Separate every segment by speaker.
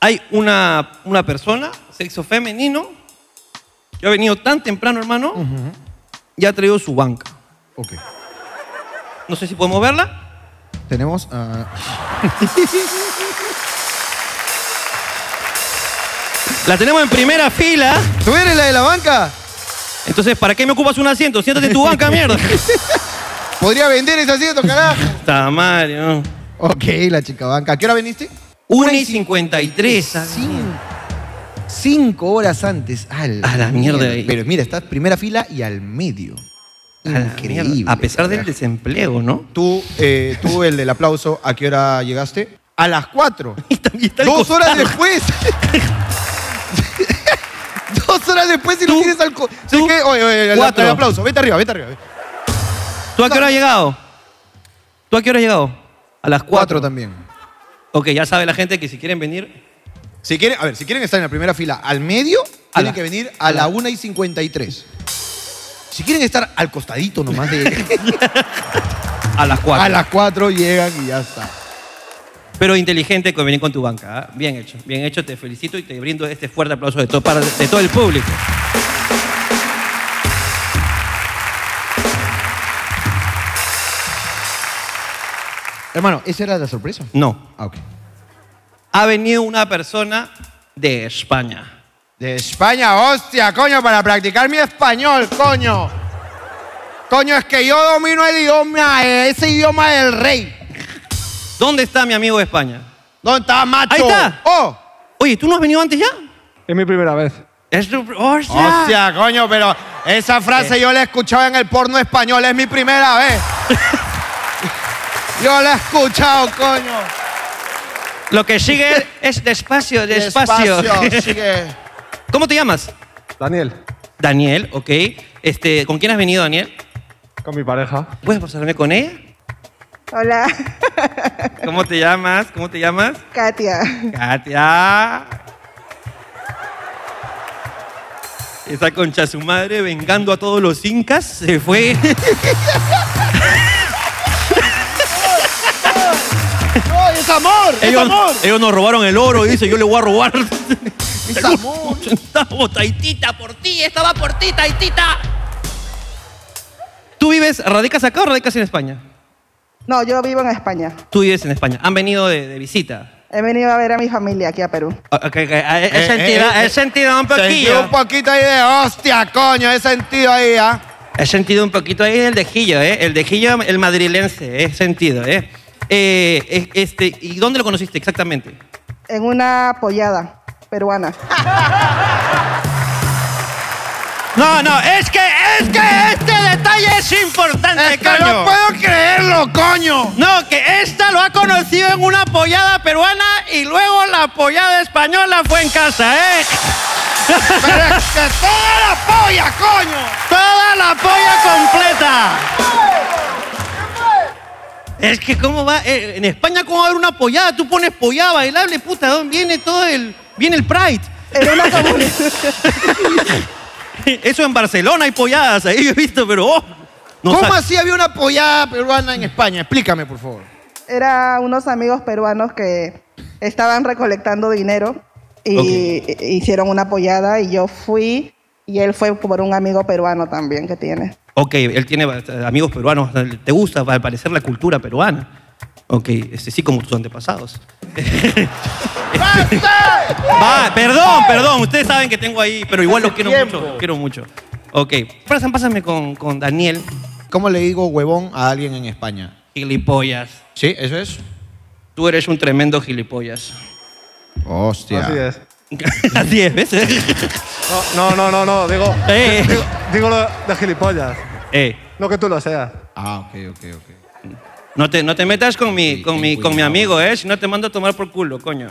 Speaker 1: hay una, una persona, sexo femenino, que ha venido tan temprano, hermano, y ha traído su banca.
Speaker 2: Ok.
Speaker 1: No sé si podemos verla.
Speaker 2: Tenemos. ah,
Speaker 1: La tenemos en primera fila.
Speaker 2: ¿Tú eres la de la banca?
Speaker 1: Entonces, ¿para qué me ocupas un asiento? Siéntate en tu banca, mierda.
Speaker 2: Podría vender ese asiento, carajo.
Speaker 1: Está Mario.
Speaker 2: Ok, la chica banca. ¿A qué hora viniste?
Speaker 1: 1 y 53.
Speaker 2: Cin- Cinco horas antes. A la,
Speaker 1: A la mierda ahí.
Speaker 2: Pero mira, estás primera fila y al medio.
Speaker 1: A la
Speaker 2: Increíble.
Speaker 1: mierda. A pesar del
Speaker 2: carajo.
Speaker 1: desempleo, ¿no?
Speaker 2: Tú, eh, tú, el del aplauso, ¿a qué hora llegaste? A las cuatro.
Speaker 1: Y también está al
Speaker 2: Dos
Speaker 1: costado.
Speaker 2: horas después. Dos horas después y lo
Speaker 1: Tú,
Speaker 2: tienes al... co- ¿Sabes
Speaker 1: tú,
Speaker 2: qué? Oye, oye, el,
Speaker 1: cuatro.
Speaker 2: el aplauso. Vete arriba, vete arriba.
Speaker 1: ¿Tú a qué hora has llegado? ¿Tú a qué hora has llegado? A las 4.
Speaker 2: Cuatro también.
Speaker 1: Ok, ya sabe la gente que si quieren venir.
Speaker 2: Si quieren, a ver, si quieren estar en la primera fila al medio,
Speaker 1: A
Speaker 2: tienen
Speaker 1: la-
Speaker 2: que venir a la 1 y 53. Si quieren estar al costadito nomás de...
Speaker 1: A las 4.
Speaker 2: a las 4 llegan y ya está.
Speaker 1: Pero inteligente con venir con tu banca. ¿ah? Bien hecho, bien hecho. Te felicito y te brindo este fuerte aplauso de, todo para, de todo el público.
Speaker 2: Hermano, ¿esa era la sorpresa?
Speaker 1: No.
Speaker 2: Ah, ok.
Speaker 1: Ha venido una persona de España.
Speaker 2: De España, hostia, coño, para practicar mi español, coño. Coño, es que yo domino el idioma, eh, ese idioma del rey.
Speaker 1: ¿Dónde está mi amigo de España?
Speaker 2: ¿Dónde está, macho?
Speaker 1: Ahí está.
Speaker 2: ¡Oh!
Speaker 1: Oye, ¿tú no has venido antes ya?
Speaker 3: Es mi primera vez.
Speaker 1: Es tu... ¡Hostia!
Speaker 2: Hostia, coño, pero esa frase yo la he escuchado en el porno español, es mi primera vez. yo la he escuchado, coño.
Speaker 1: Lo que sigue es despacio, despacio.
Speaker 2: Despacio, sigue.
Speaker 1: ¿Cómo te llamas?
Speaker 3: Daniel,
Speaker 1: Daniel, ok. Este, ¿Con quién has venido, Daniel?
Speaker 3: con mi pareja.
Speaker 1: ¿Puedes pasarme con ella?
Speaker 4: Hola,
Speaker 1: ¿Cómo te llamas? ¿Cómo te llamas?
Speaker 4: Katia.
Speaker 1: Katia. Esa concha su madre vengando a todos los incas se fue.
Speaker 2: ¡No, es amor! ¡Es
Speaker 1: Ellos,
Speaker 2: amor!
Speaker 1: ellos nos robaron el oro y dice, yo le voy a robar.
Speaker 2: ¡Es amor!
Speaker 1: Estamos, Taitita, por ti, esta va por ti, Taitita. ¿Tú vives, radicas acá o radicas en España?
Speaker 4: No, yo vivo en España.
Speaker 1: Tú vives en España. Han venido de, de visita.
Speaker 4: He venido a ver a mi familia aquí a Perú.
Speaker 1: Ok, ok, Ah, He, he
Speaker 2: Eh,
Speaker 1: sentido,
Speaker 2: eh, eh,
Speaker 1: he sentido un
Speaker 2: Sentí
Speaker 1: poquillo.
Speaker 2: un poquito ahí de hostia, coño, he sentido ahí, ¿ah?
Speaker 1: He sentido un poquito ahí el dejillo, ¿eh? El dejillo, el madrilense, he sentido, ¿eh? Eh, es- este, ¿Y dónde lo conociste exactamente?
Speaker 4: En una pollada peruana.
Speaker 1: No, no, es que, es que este detalle es importante,
Speaker 2: Es que no puedo creerlo, coño.
Speaker 1: No, que esta lo ha conocido en una pollada peruana y luego la pollada española fue en casa, ¿eh?
Speaker 2: Pero es que toda la polla, coño.
Speaker 1: Toda la polla completa. Es que cómo va, Eh, en España cómo va a haber una pollada, tú pones pollada bailable, puta, ¿dónde viene todo el, viene el Pride?
Speaker 4: En una comuni-
Speaker 1: Eso en Barcelona hay polladas, ahí yo he visto, pero oh, no
Speaker 2: ¿Cómo
Speaker 1: sa-
Speaker 2: así había una pollada peruana en España? Explícame, por favor.
Speaker 4: Era unos amigos peruanos que estaban recolectando dinero y
Speaker 1: Ok.
Speaker 4: y- hicieron una pollada y yo fui y él fue por un amigo peruano también que tiene.
Speaker 1: Ok, él tiene ba- amigos peruanos, te gusta al parecer la cultura peruana. Ok, este, sí como tus antepasados. Va, perdón, perdón, ustedes saben que tengo ahí, pero igual los quiero mucho, los quiero mucho. Ok, pasan, pásame con, con Daniel,
Speaker 2: ¿Cómo le digo huevón a alguien en España?
Speaker 1: gilipollas.
Speaker 2: ¿Sí? ¿Eso es?
Speaker 1: Tú eres un tremendo gilipollas.
Speaker 2: Hostia.
Speaker 3: Así es.
Speaker 1: Así es, ¿ves?
Speaker 3: No, no, no, no, no, digo,
Speaker 1: Eh.
Speaker 3: digo, digo lo de gilipollas.
Speaker 1: Eh,
Speaker 3: No que tú lo seas.
Speaker 2: Ah, ok, ok, ok.
Speaker 1: no te, no te metas con mi, con,
Speaker 2: ten
Speaker 1: mi, con mi
Speaker 2: cuidado.
Speaker 1: amigo, ¿eh? Si no te mando a tomar por culo, coño.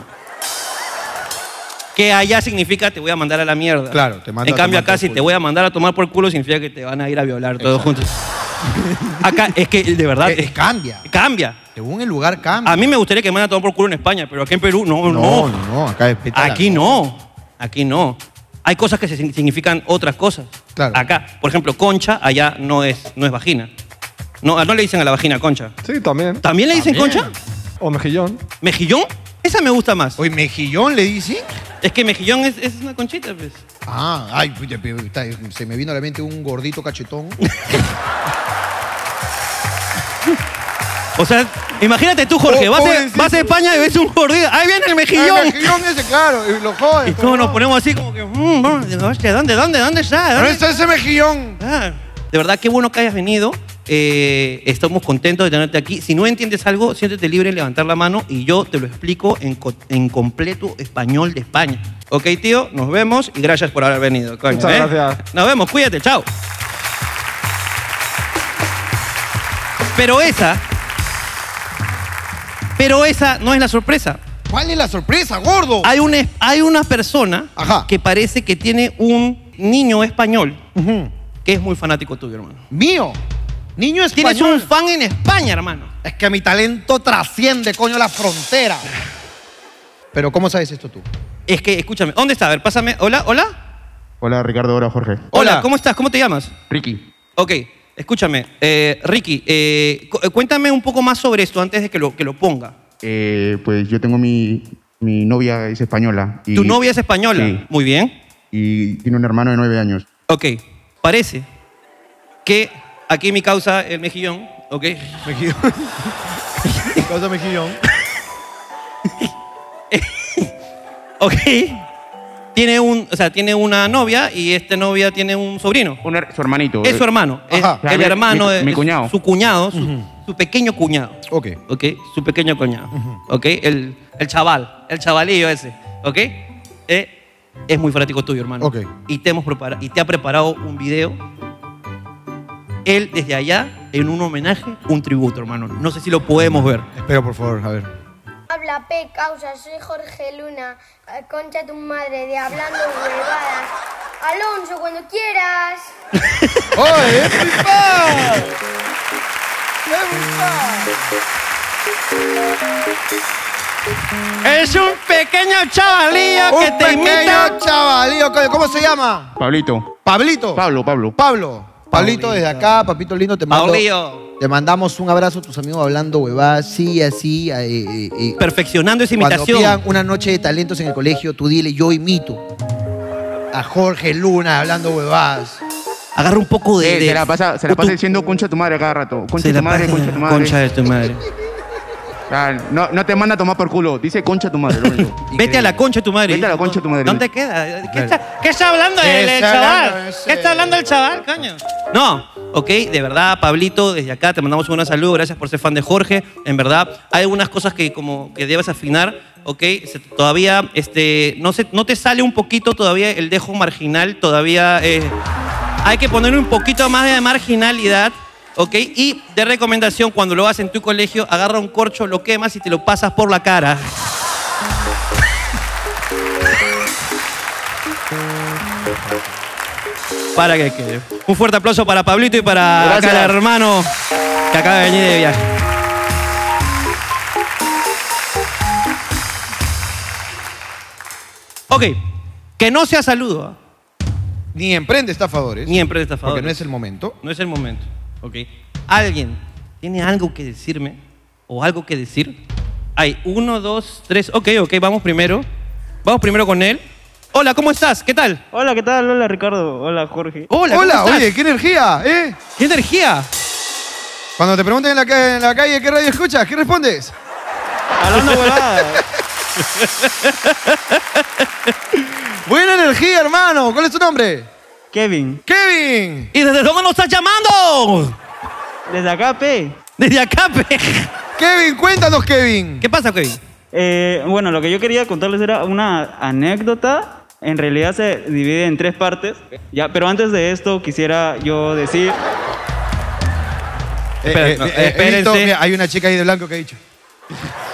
Speaker 1: Que allá significa te voy a mandar a la mierda.
Speaker 2: Claro, te mando
Speaker 1: En
Speaker 2: a
Speaker 1: cambio,
Speaker 2: tomar
Speaker 1: acá
Speaker 2: por
Speaker 1: si
Speaker 2: culo.
Speaker 1: te voy a mandar a tomar por culo significa que te van a ir a violar todos
Speaker 2: Exacto.
Speaker 1: juntos. acá es que de verdad
Speaker 2: Eh,
Speaker 1: es-
Speaker 2: cambia.
Speaker 1: cambia.
Speaker 2: Según el lugar cambia.
Speaker 1: A mí me gustaría que me van a tomar por culo en España, pero aquí en Perú no,
Speaker 2: no,
Speaker 1: no.
Speaker 2: no, no, acá es pétala.
Speaker 1: Aquí no. Aquí no. Hay cosas que se sin- significan otras cosas.
Speaker 2: Claro.
Speaker 1: Acá, por ejemplo, concha allá no es, no es vagina. No, no le dicen a la vagina concha.
Speaker 3: Sí, también.
Speaker 1: ¿También le dicen
Speaker 2: También.
Speaker 1: concha?
Speaker 3: O mejillón.
Speaker 1: ¿Mejillón? Esa me gusta más.
Speaker 3: Oye, mejillón le dicen.
Speaker 1: Es que mejillón es, es una conchita, pues.
Speaker 5: Ah, ay, puta, pero está- se me vino a la mente un gordito cachetón.
Speaker 1: O sea, imagínate tú, Jorge,
Speaker 3: Oh,
Speaker 1: vas, a,
Speaker 3: pobrecito.
Speaker 1: vas a España y ves un gordito. ¡Ahí viene el mejillón!
Speaker 3: El mejillón ese, claro, y lo jode.
Speaker 1: Y todos nos ponemos así como que, mm, vamos, digo, hostia, ¿dónde, dónde, dónde está?
Speaker 3: Pero
Speaker 1: ¿Dónde
Speaker 3: está ese mejillón.
Speaker 1: está? De verdad, qué bueno que hayas venido. Eh, estamos contentos de tenerte aquí. Si no entiendes algo, siéntete libre en levantar la mano y yo te lo explico en, co- en completo español de España. Ok, tío, nos vemos y gracias por haber venido. coño,
Speaker 6: Muchas
Speaker 1: ¿eh?
Speaker 6: gracias.
Speaker 1: Nos vemos, cuídate, chao. Pero esa, pero esa no es la sorpresa.
Speaker 5: ¿Cuál es la sorpresa, gordo?
Speaker 1: Hay una, hay una persona
Speaker 5: Ajá.
Speaker 1: que parece que tiene un niño español que es muy fanático tuyo, hermano.
Speaker 5: Mío. Niño
Speaker 1: Tienes un
Speaker 5: español.
Speaker 1: fan en España, hermano.
Speaker 5: Es que mi talento trasciende, coño, la frontera. Pero ¿cómo sabes esto tú?
Speaker 1: Es que, escúchame, ¿dónde está? A ver, pásame. Hola, hola.
Speaker 7: Hola Ricardo, hola Jorge.
Speaker 1: Hola,
Speaker 3: Hola.
Speaker 1: ¿cómo estás? ¿Cómo te llamas?
Speaker 7: Ricky.
Speaker 1: Ok, escúchame. eh, Ricky, eh, cu- eh, cuéntame un poco más sobre esto antes de que lo, que lo ponga.
Speaker 7: Eh, pues yo tengo mi, mi novia, es española. y-
Speaker 1: Tu novia es española.
Speaker 7: Sí.
Speaker 1: Muy bien.
Speaker 7: Y tiene un hermano de nueve años.
Speaker 1: Ok, parece que aquí mi causa, el mejillón, ok.
Speaker 3: Causa mejillón.
Speaker 1: Ok. Tiene un, o sea, tiene una novia y esta novia tiene un sobrino.
Speaker 7: Un her- su hermanito.
Speaker 1: Es su
Speaker 7: eh,
Speaker 1: hermano.
Speaker 5: Ajá.
Speaker 1: Es el
Speaker 7: Mi-
Speaker 1: hermano
Speaker 7: mi-
Speaker 1: de
Speaker 7: mi
Speaker 1: es
Speaker 7: cuñado.
Speaker 1: su cuñado, su, su pequeño cuñado.
Speaker 5: Ok.
Speaker 1: ¿Ok? Su pequeño cuñado. ¿Ok? El, el chaval, el chavalillo ese. ¿Ok? Eh, es muy fanático tuyo, hermano.
Speaker 5: Ok.
Speaker 1: Y te, hemos prepara- y te ha preparado un video. Él desde allá, en un homenaje, un tributo, hermano. No sé si lo podemos ver.
Speaker 5: Espera, por favor, a ver.
Speaker 8: Habla P, causa, soy Jorge Luna. Eh, Concha tu madre de hablando huevadas. Alonso, cuando quieras.
Speaker 3: Oye, es mi pan.
Speaker 1: Es un pequeño chavalillo que
Speaker 3: Un
Speaker 1: te imita.
Speaker 3: pequeño chavalío, coño, ¿cómo se llama?
Speaker 7: Pablito.
Speaker 5: Pablito.
Speaker 7: Pablo, Pablo.
Speaker 5: Pablo. Pablito desde acá, papito lindo, te mando.
Speaker 1: Pablillo.
Speaker 5: Te mandamos un abrazo a tus amigos hablando huevadas, sí, así. eh, eh, eh.
Speaker 1: Perfeccionando esa
Speaker 5: Cuando
Speaker 1: imitación.
Speaker 5: pidan una noche de talentos en el colegio, tú dile, yo imito a Jorge Luna hablando huevadas.
Speaker 1: Agarra un poco de.
Speaker 7: Eh,
Speaker 1: de-
Speaker 7: se la pasa, se la pasa
Speaker 1: tu-
Speaker 7: diciendo concha de tu madre cada rato. Concha
Speaker 1: se
Speaker 7: de
Speaker 1: la
Speaker 7: tu madre,
Speaker 1: pasa-
Speaker 7: concha de tu madre.
Speaker 1: concha de tu madre.
Speaker 7: Ah, no, no te manda a tomar por culo. Dice concha de tu madre. lo único.
Speaker 1: Vete a la concha de tu madre.
Speaker 7: Vete a la concha de tu madre.
Speaker 1: ¿Dónde queda? ¿Qué está, qué está hablando
Speaker 3: ¿Qué
Speaker 1: el, el
Speaker 3: está
Speaker 1: chaval?
Speaker 3: hablando ese?
Speaker 1: ¿Qué está hablando el chaval, coño? No, ok, de verdad, Pablito, desde acá te mandamos un gran saludo. Gracias por ser fan de Jorge. En verdad, hay algunas cosas que como que debes afinar, ok. se- todavía, este, no, se, no te sale un poquito todavía el dejo marginal, todavía. eh, hay que poner un poquito más de marginalidad, ¿ok? Y de recomendación, cuando lo hagas en tu colegio, agarra un corcho, lo quemas y te lo pasas por la cara. Para que quede. Un fuerte aplauso para Pablito y para
Speaker 7: Gracias.
Speaker 1: acá el hermano que acaba de venir de viaje. Ok, que no sea saludo, ¿ah?
Speaker 3: Ni emprende estafadores.
Speaker 1: ni empresa estafadora.
Speaker 3: Porque no es el momento.
Speaker 1: No es el momento. Ok. ¿Alguien tiene algo que decirme o algo que decir? Hay uno, dos, tres. Ok, ok, vamos primero. Vamos primero con él. Hola, ¿cómo estás? ¿Qué tal?
Speaker 9: Hola, ¿qué tal? Hola, Ricardo. Hola, Jorge.
Speaker 1: Hola, ¿cómo
Speaker 3: Hola,
Speaker 1: estás?
Speaker 3: oye, qué energía, ¿eh?
Speaker 1: ¡Qué energía!
Speaker 3: Cuando te pregunten en la, ca- en la calle qué radio escuchas, ¿qué respondes?
Speaker 9: Hablando huevadas.
Speaker 3: Buena energía, hermano. ¿Cuál es tu nombre?
Speaker 9: Kevin,
Speaker 3: Kevin.
Speaker 1: ¿Y desde dónde nos estás llamando?
Speaker 9: desde acá, P.
Speaker 1: Desde acá, pe.
Speaker 3: Kevin, cuéntanos, Kevin.
Speaker 1: ¿Qué pasa, Kevin?
Speaker 9: Eh, bueno, lo que yo quería contarles era una anécdota. En realidad se divide en tres partes. Ya, pero antes de esto quisiera yo decir...
Speaker 1: Eh, Espera,
Speaker 3: Eh,
Speaker 1: no, espérense.
Speaker 3: mira, hay una chica ahí de blanco que ha dicho.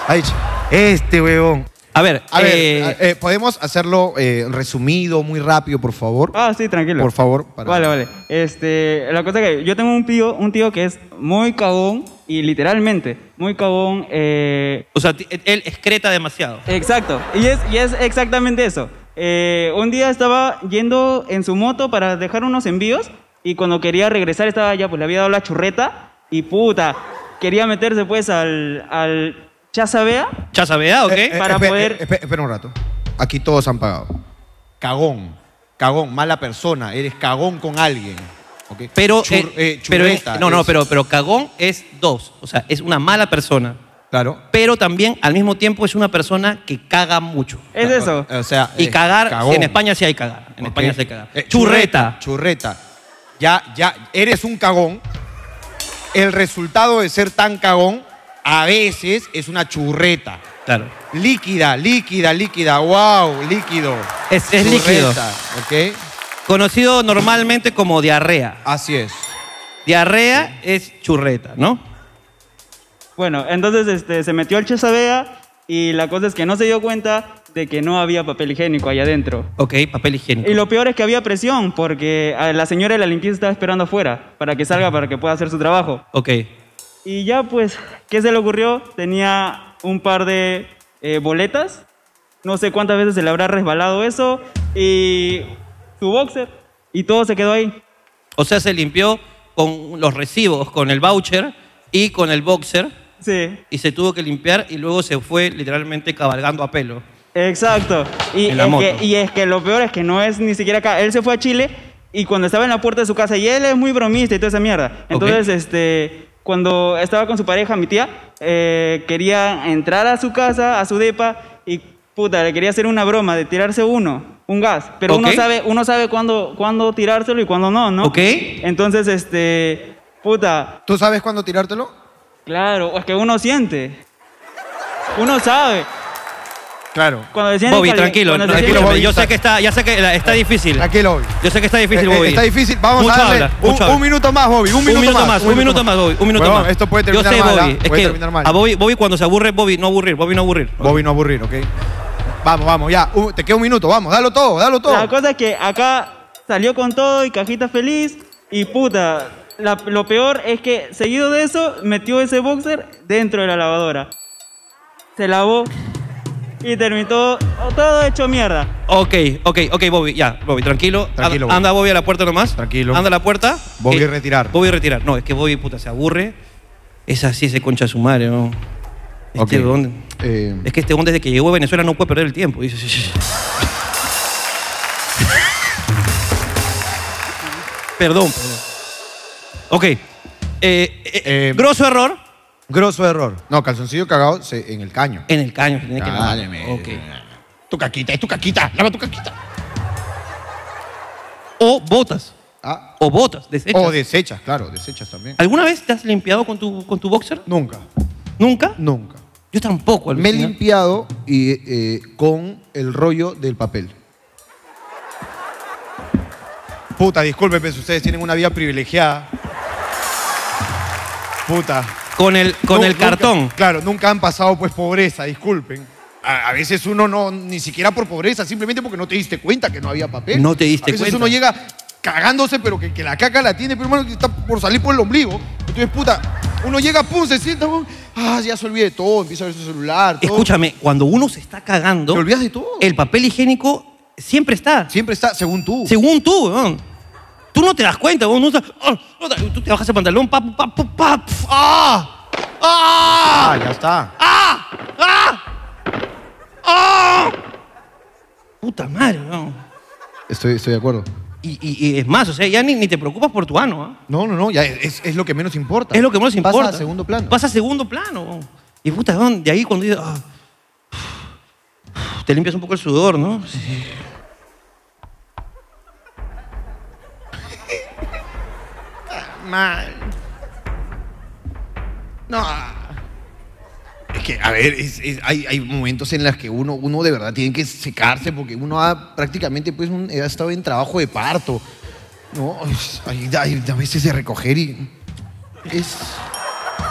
Speaker 3: Ha dicho. Este huevón.
Speaker 1: A ver,
Speaker 3: A
Speaker 1: eh,
Speaker 3: ver, a- eh, ¿podemos hacerlo eh, resumido, muy rápido, por favor?
Speaker 9: Ah, sí, tranquilo.
Speaker 3: Por favor. para-
Speaker 9: Vale, vale. Este, la cosa que yo tengo un tío, un tío que es muy cagón y literalmente muy cagón. eh,
Speaker 1: o sea, ti- él excreta demasiado.
Speaker 9: Exacto, y es, y es exactamente eso. Eh, un día estaba yendo en su moto para dejar unos envíos y cuando quería regresar estaba ya, pues le había dado la churreta y puta, quería meterse pues al, al Chazabea
Speaker 1: Chazabea, ¿ok?
Speaker 2: Eh, eh,
Speaker 9: Ah, Para
Speaker 2: espe-
Speaker 9: poder-
Speaker 2: eh, espe- espera un rato. Aquí todos han pagado. Cagón. Cagón. Mala persona. Eres cagón con alguien. ¿ok?
Speaker 1: Pero,
Speaker 2: Chur-
Speaker 1: eh,
Speaker 2: eh,
Speaker 1: pero en-
Speaker 2: churreta,
Speaker 1: no, no,
Speaker 2: es-
Speaker 1: pero, pero cagón es dos. O sea, es una mala persona.
Speaker 2: Claro.
Speaker 1: Pero también, al mismo tiempo, es una persona que caga mucho.
Speaker 9: Es eso.
Speaker 2: O sea,
Speaker 1: Y
Speaker 2: es
Speaker 1: cagar,
Speaker 2: cagón.
Speaker 1: en España sí hay cagar. En
Speaker 2: Ok.
Speaker 1: España sí hay cagar.
Speaker 2: Eh,
Speaker 1: churreta.
Speaker 2: Churreta. Ya, ya, eres un cagón. El resultado de ser tan cagón a veces es una churreta.
Speaker 1: Claro.
Speaker 2: Líquida, líquida, líquida. ¡Wow! Líquido.
Speaker 1: Es- es líquido.
Speaker 2: Churreta, ¿Ok?
Speaker 1: Conocido normalmente como diarrea.
Speaker 2: Así es.
Speaker 1: Diarrea es churreta, ¿no?
Speaker 9: Bueno, entonces este, se metió al Chazabea y la cosa es que no se dio cuenta de que no había papel higiénico allá adentro.
Speaker 1: Ok, papel higiénico.
Speaker 9: Y lo peor es que había presión porque a la señora de la limpieza estaba esperando afuera para que salga para que pueda hacer su trabajo.
Speaker 1: Ok.
Speaker 9: Y ya pues, ¿qué se le ocurrió? Tenía un par de eh, boletas, no sé cuántas veces se le habrá resbalado eso, y su boxer, y todo se quedó ahí.
Speaker 1: O sea, se limpió con los recibos, con el voucher y con el boxer.
Speaker 9: Sí,
Speaker 1: Y se tuvo que limpiar y luego se fue literalmente cabalgando a pelo.
Speaker 9: Exacto. Y
Speaker 1: En la
Speaker 9: es,
Speaker 1: moto.
Speaker 9: Que, y es que lo peor es que no es ni siquiera acá. Él se fue a Chile y cuando estaba en la puerta de su casa, y él es muy bromista y toda esa mierda. Entonces, este, cuando estaba con su pareja, mi tía, eh, quería entrar a su casa, a su depa, y puta, le quería hacer una broma de tirarse uno, un gas. Pero
Speaker 1: Ok.
Speaker 9: uno sabe, uno sabe cuándo, cuándo tirárselo y cuándo no, ¿no?
Speaker 1: Ok.
Speaker 9: Entonces, este, puta,
Speaker 2: ¿Tú sabes cuándo tirártelo?
Speaker 9: claro, es que uno siente. Uno sabe.
Speaker 2: Claro.
Speaker 9: Cuando decían
Speaker 1: Bobby,
Speaker 9: cali-
Speaker 1: tranquilo,
Speaker 9: cuando decían-
Speaker 1: tranquilo,
Speaker 2: Bobby,
Speaker 1: Yo
Speaker 2: está-
Speaker 1: sé que está, ya sé que la- está difícil.
Speaker 2: Tranquilo, Bobby.
Speaker 1: Yo sé que está difícil,
Speaker 2: Eh, eh,
Speaker 1: Bobby.
Speaker 2: está difícil. Vamos
Speaker 1: Mucho
Speaker 2: a darle
Speaker 1: habla,
Speaker 2: un,
Speaker 1: mucho habla.
Speaker 2: un minuto más, Bobby. Un minuto,
Speaker 1: más, un minuto más, Bobby, un minuto
Speaker 2: Huevón,
Speaker 1: más.
Speaker 2: Esto puede terminar
Speaker 1: Yo sé,
Speaker 2: mal. ¿ah?
Speaker 1: Bobby, es
Speaker 2: puede
Speaker 1: que
Speaker 2: terminar mal.
Speaker 1: a Bobby, Bobby cuando se aburre, Bobby no aburrir, Bobby no aburrir.
Speaker 2: Bobby no aburrir, ¿ok? Vamos, vamos, ya. Uh, te queda un minuto, vamos. Dalo todo, dalo todo.
Speaker 9: La cosa es que acá salió con todo y cajita feliz y puta. la- lo peor es que seguido de eso metió ese boxer dentro de la lavadora. Se lavó y terminó todo hecho mierda.
Speaker 1: Ok, ok, ok, Bobby, ya, Bobby, tranquilo.
Speaker 2: Tranquilo,
Speaker 1: Anda- Anda Bobby a la puerta nomás.
Speaker 2: Tranquilo.
Speaker 1: Anda a la puerta.
Speaker 2: Bobby
Speaker 1: Que-
Speaker 2: retirar.
Speaker 1: Bobby retirar. No, es que Bobby, puta, se aburre. Es así ese concha de su madre, ¿no? Este
Speaker 2: Ok.
Speaker 1: huevón-
Speaker 2: Eh,
Speaker 1: Es que este hombre desde que llegó a Venezuela no puede perder el tiempo. Dice, sí, sí, sí. perdón, perdón. Ok. eh, eh,
Speaker 2: Eh,
Speaker 1: grosso error
Speaker 2: grosso error. No, calzoncillo cagado se- en el caño.
Speaker 1: en el caño. se tiene que lavar.
Speaker 2: Cálmeme.
Speaker 1: Ok.
Speaker 2: Tu caquita, es tu caquita. Lava tu caquita.
Speaker 1: O botas.
Speaker 2: Ah,
Speaker 1: O botas. Desechas.
Speaker 2: o desechas, claro, desechas también.
Speaker 1: ¿Alguna vez te has limpiado con tu, con tu boxer?
Speaker 2: Nunca,
Speaker 1: ¿Nunca?
Speaker 2: nunca.
Speaker 1: Yo tampoco.
Speaker 2: Me he
Speaker 1: alucina.
Speaker 2: limpiado y, eh, con el rollo del papel. Puta, discúlpeme, ustedes tienen una vida privilegiada. Puta.
Speaker 1: Con el, con
Speaker 2: Nu-
Speaker 1: el
Speaker 2: nunca-
Speaker 1: cartón.
Speaker 2: Claro, nunca han pasado pues pobreza, disculpen. A, a veces uno no, ni siquiera por pobreza, simplemente porque no te diste cuenta que no había papel.
Speaker 1: No te diste
Speaker 2: A veces
Speaker 1: cuenta.
Speaker 2: uno llega cagándose, pero que, que la caca la tiene, pero hermano, que está por salir por el ombligo. Entonces, puta, uno llega, pum, se sienta, pum, ah, ya se olvida de todo, empieza a ver su celular, todo.
Speaker 1: Escúchame, cuando uno se está cagando,
Speaker 2: Te olvidas de todo.
Speaker 1: el papel higiénico siempre está.
Speaker 2: Siempre está, según tú.
Speaker 1: Según tú, weón. Tú no te das cuenta, weón. No estás- ah, no estás- tú te bajas el pantalón, pa, pa, pa, pa, pf, ¡Ah! ¡Ah!
Speaker 2: Ah, ya está.
Speaker 1: ¡Ah! ¡Ah! ¡Ah! Puta madre, weón.
Speaker 2: Estoy, estoy de acuerdo.
Speaker 1: Y, y- y es más, o sea, ya ni, ni te preocupas por tu ano, ¿ah?
Speaker 2: No, no, no, ya es, es lo que menos importa.
Speaker 1: Es lo que más importa.
Speaker 2: Pasa a segundo plano.
Speaker 1: Pasa a segundo plano, weón. Y puta, weón, de ahí cuando dices, ah, te limpias un poco el sudor, ¿no? Sí.
Speaker 2: Mal. No. Es que, a ver, es- es- hay, hay momentos en los que uno, uno de verdad tiene que secarse porque uno ha prácticamente pues, un- ha estado en trabajo de parto. No, Es- hay, hay a veces de recoger y. Es,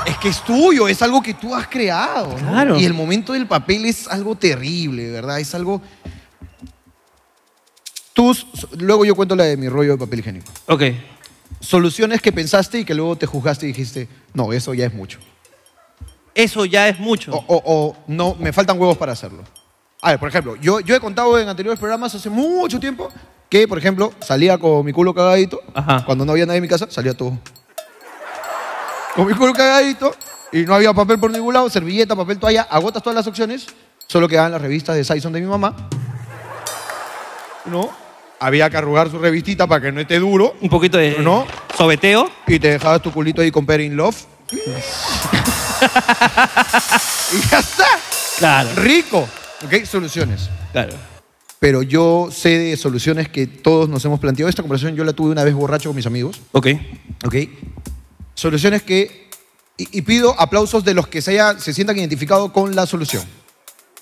Speaker 2: es que es tuyo, es algo que tú has creado. ¿no?
Speaker 1: Claro.
Speaker 2: Y el momento del papel es algo terrible, de ¿verdad? Es algo. Tus, luego yo cuento la de mi rollo de papel higiénico
Speaker 1: Ok.
Speaker 2: soluciones que pensaste y que luego te juzgaste y dijiste, no, eso ya es mucho.
Speaker 1: Eso ya es mucho.
Speaker 2: O, o- o, no, me faltan huevos para hacerlo. A ver, por ejemplo, yo, yo he contado en anteriores programas hace mucho tiempo que, por ejemplo, salía con mi culo cagadito.
Speaker 1: Ajá.
Speaker 2: Cuando no había nadie en mi casa, salía todo. Con mi culo cagadito, y no había papel por ningún lado, servilleta, papel, toalla, agotas todas las opciones, solo quedaban las revistas de Sison de mi mamá. ¿No? Había que arrugar su revistita para que no esté duro
Speaker 1: Un poquito de
Speaker 2: ¿No?
Speaker 1: sobeteo.
Speaker 2: y te dejabas tu culito ahí con Perry in Love. y ya está.
Speaker 1: Claro,
Speaker 2: Rico. ¿Ok? Soluciones.
Speaker 1: claro.
Speaker 2: Pero yo sé de soluciones que todos nos hemos planteado. Esta conversación yo la tuve una vez borracho con mis amigos.
Speaker 1: Ok.
Speaker 2: ¿Ok? Soluciones que... Y, y pido aplausos de los que se, haya, se sientan identificados con la solución.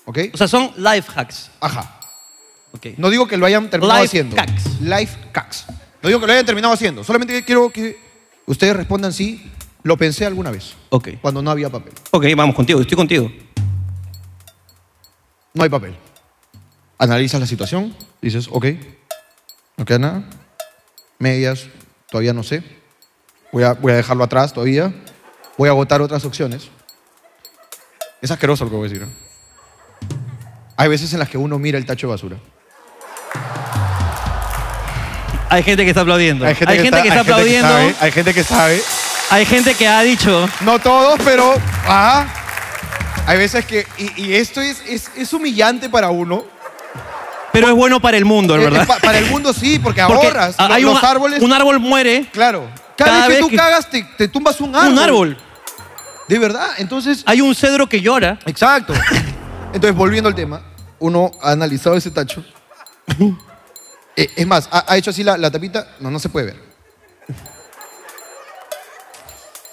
Speaker 2: ¿Ok?
Speaker 1: O sea, son life hacks.
Speaker 2: Ajá.
Speaker 1: Ok.
Speaker 2: No digo que lo hayan terminado
Speaker 1: Life
Speaker 2: haciendo.
Speaker 1: hacks.
Speaker 2: Life hacks. No digo que lo hayan terminado haciendo. Solamente quiero que ustedes respondan si lo pensé alguna vez.
Speaker 1: Ok.
Speaker 2: Cuando no había papel.
Speaker 1: Ok, vamos contigo, estoy contigo.
Speaker 2: No hay papel. Analizas la situación, dices, ok, no queda nada. Medias, todavía no sé. Voy a, voy a dejarlo atrás todavía. Voy a agotar otras opciones. Es asqueroso lo que voy a decir. ¿no? Hay veces en las que uno mira el tacho de basura.
Speaker 1: Hay gente que está aplaudiendo. Hay gente, que, está,
Speaker 3: hay gente que
Speaker 1: aplaudiendo.
Speaker 3: sabe, hay gente que sabe.
Speaker 1: hay gente que ha dicho.
Speaker 2: No todos, pero. ah, ajá. Hay veces que. Y, y esto es, es, es humillante para uno.
Speaker 1: Pero es bueno para el mundo,
Speaker 2: Eh,
Speaker 1: es verdad.
Speaker 2: pa- para el mundo sí, porque,
Speaker 1: Porque
Speaker 2: ahorras.
Speaker 1: a- hay
Speaker 2: los
Speaker 1: un-
Speaker 2: árboles.
Speaker 1: Un árbol muere.
Speaker 2: Claro. Cada, vez
Speaker 1: Cada
Speaker 2: que
Speaker 1: vez
Speaker 2: tú
Speaker 1: que-
Speaker 2: cagas, te, te tumbas un árbol.
Speaker 1: Un árbol.
Speaker 2: De verdad. Entonces.
Speaker 1: Hay un cedro que llora.
Speaker 2: Exacto. Entonces, volviendo al tema, uno ha analizado ese tacho. Eh, es más, ha, ha hecho así la, la tapita. No, no se puede ver.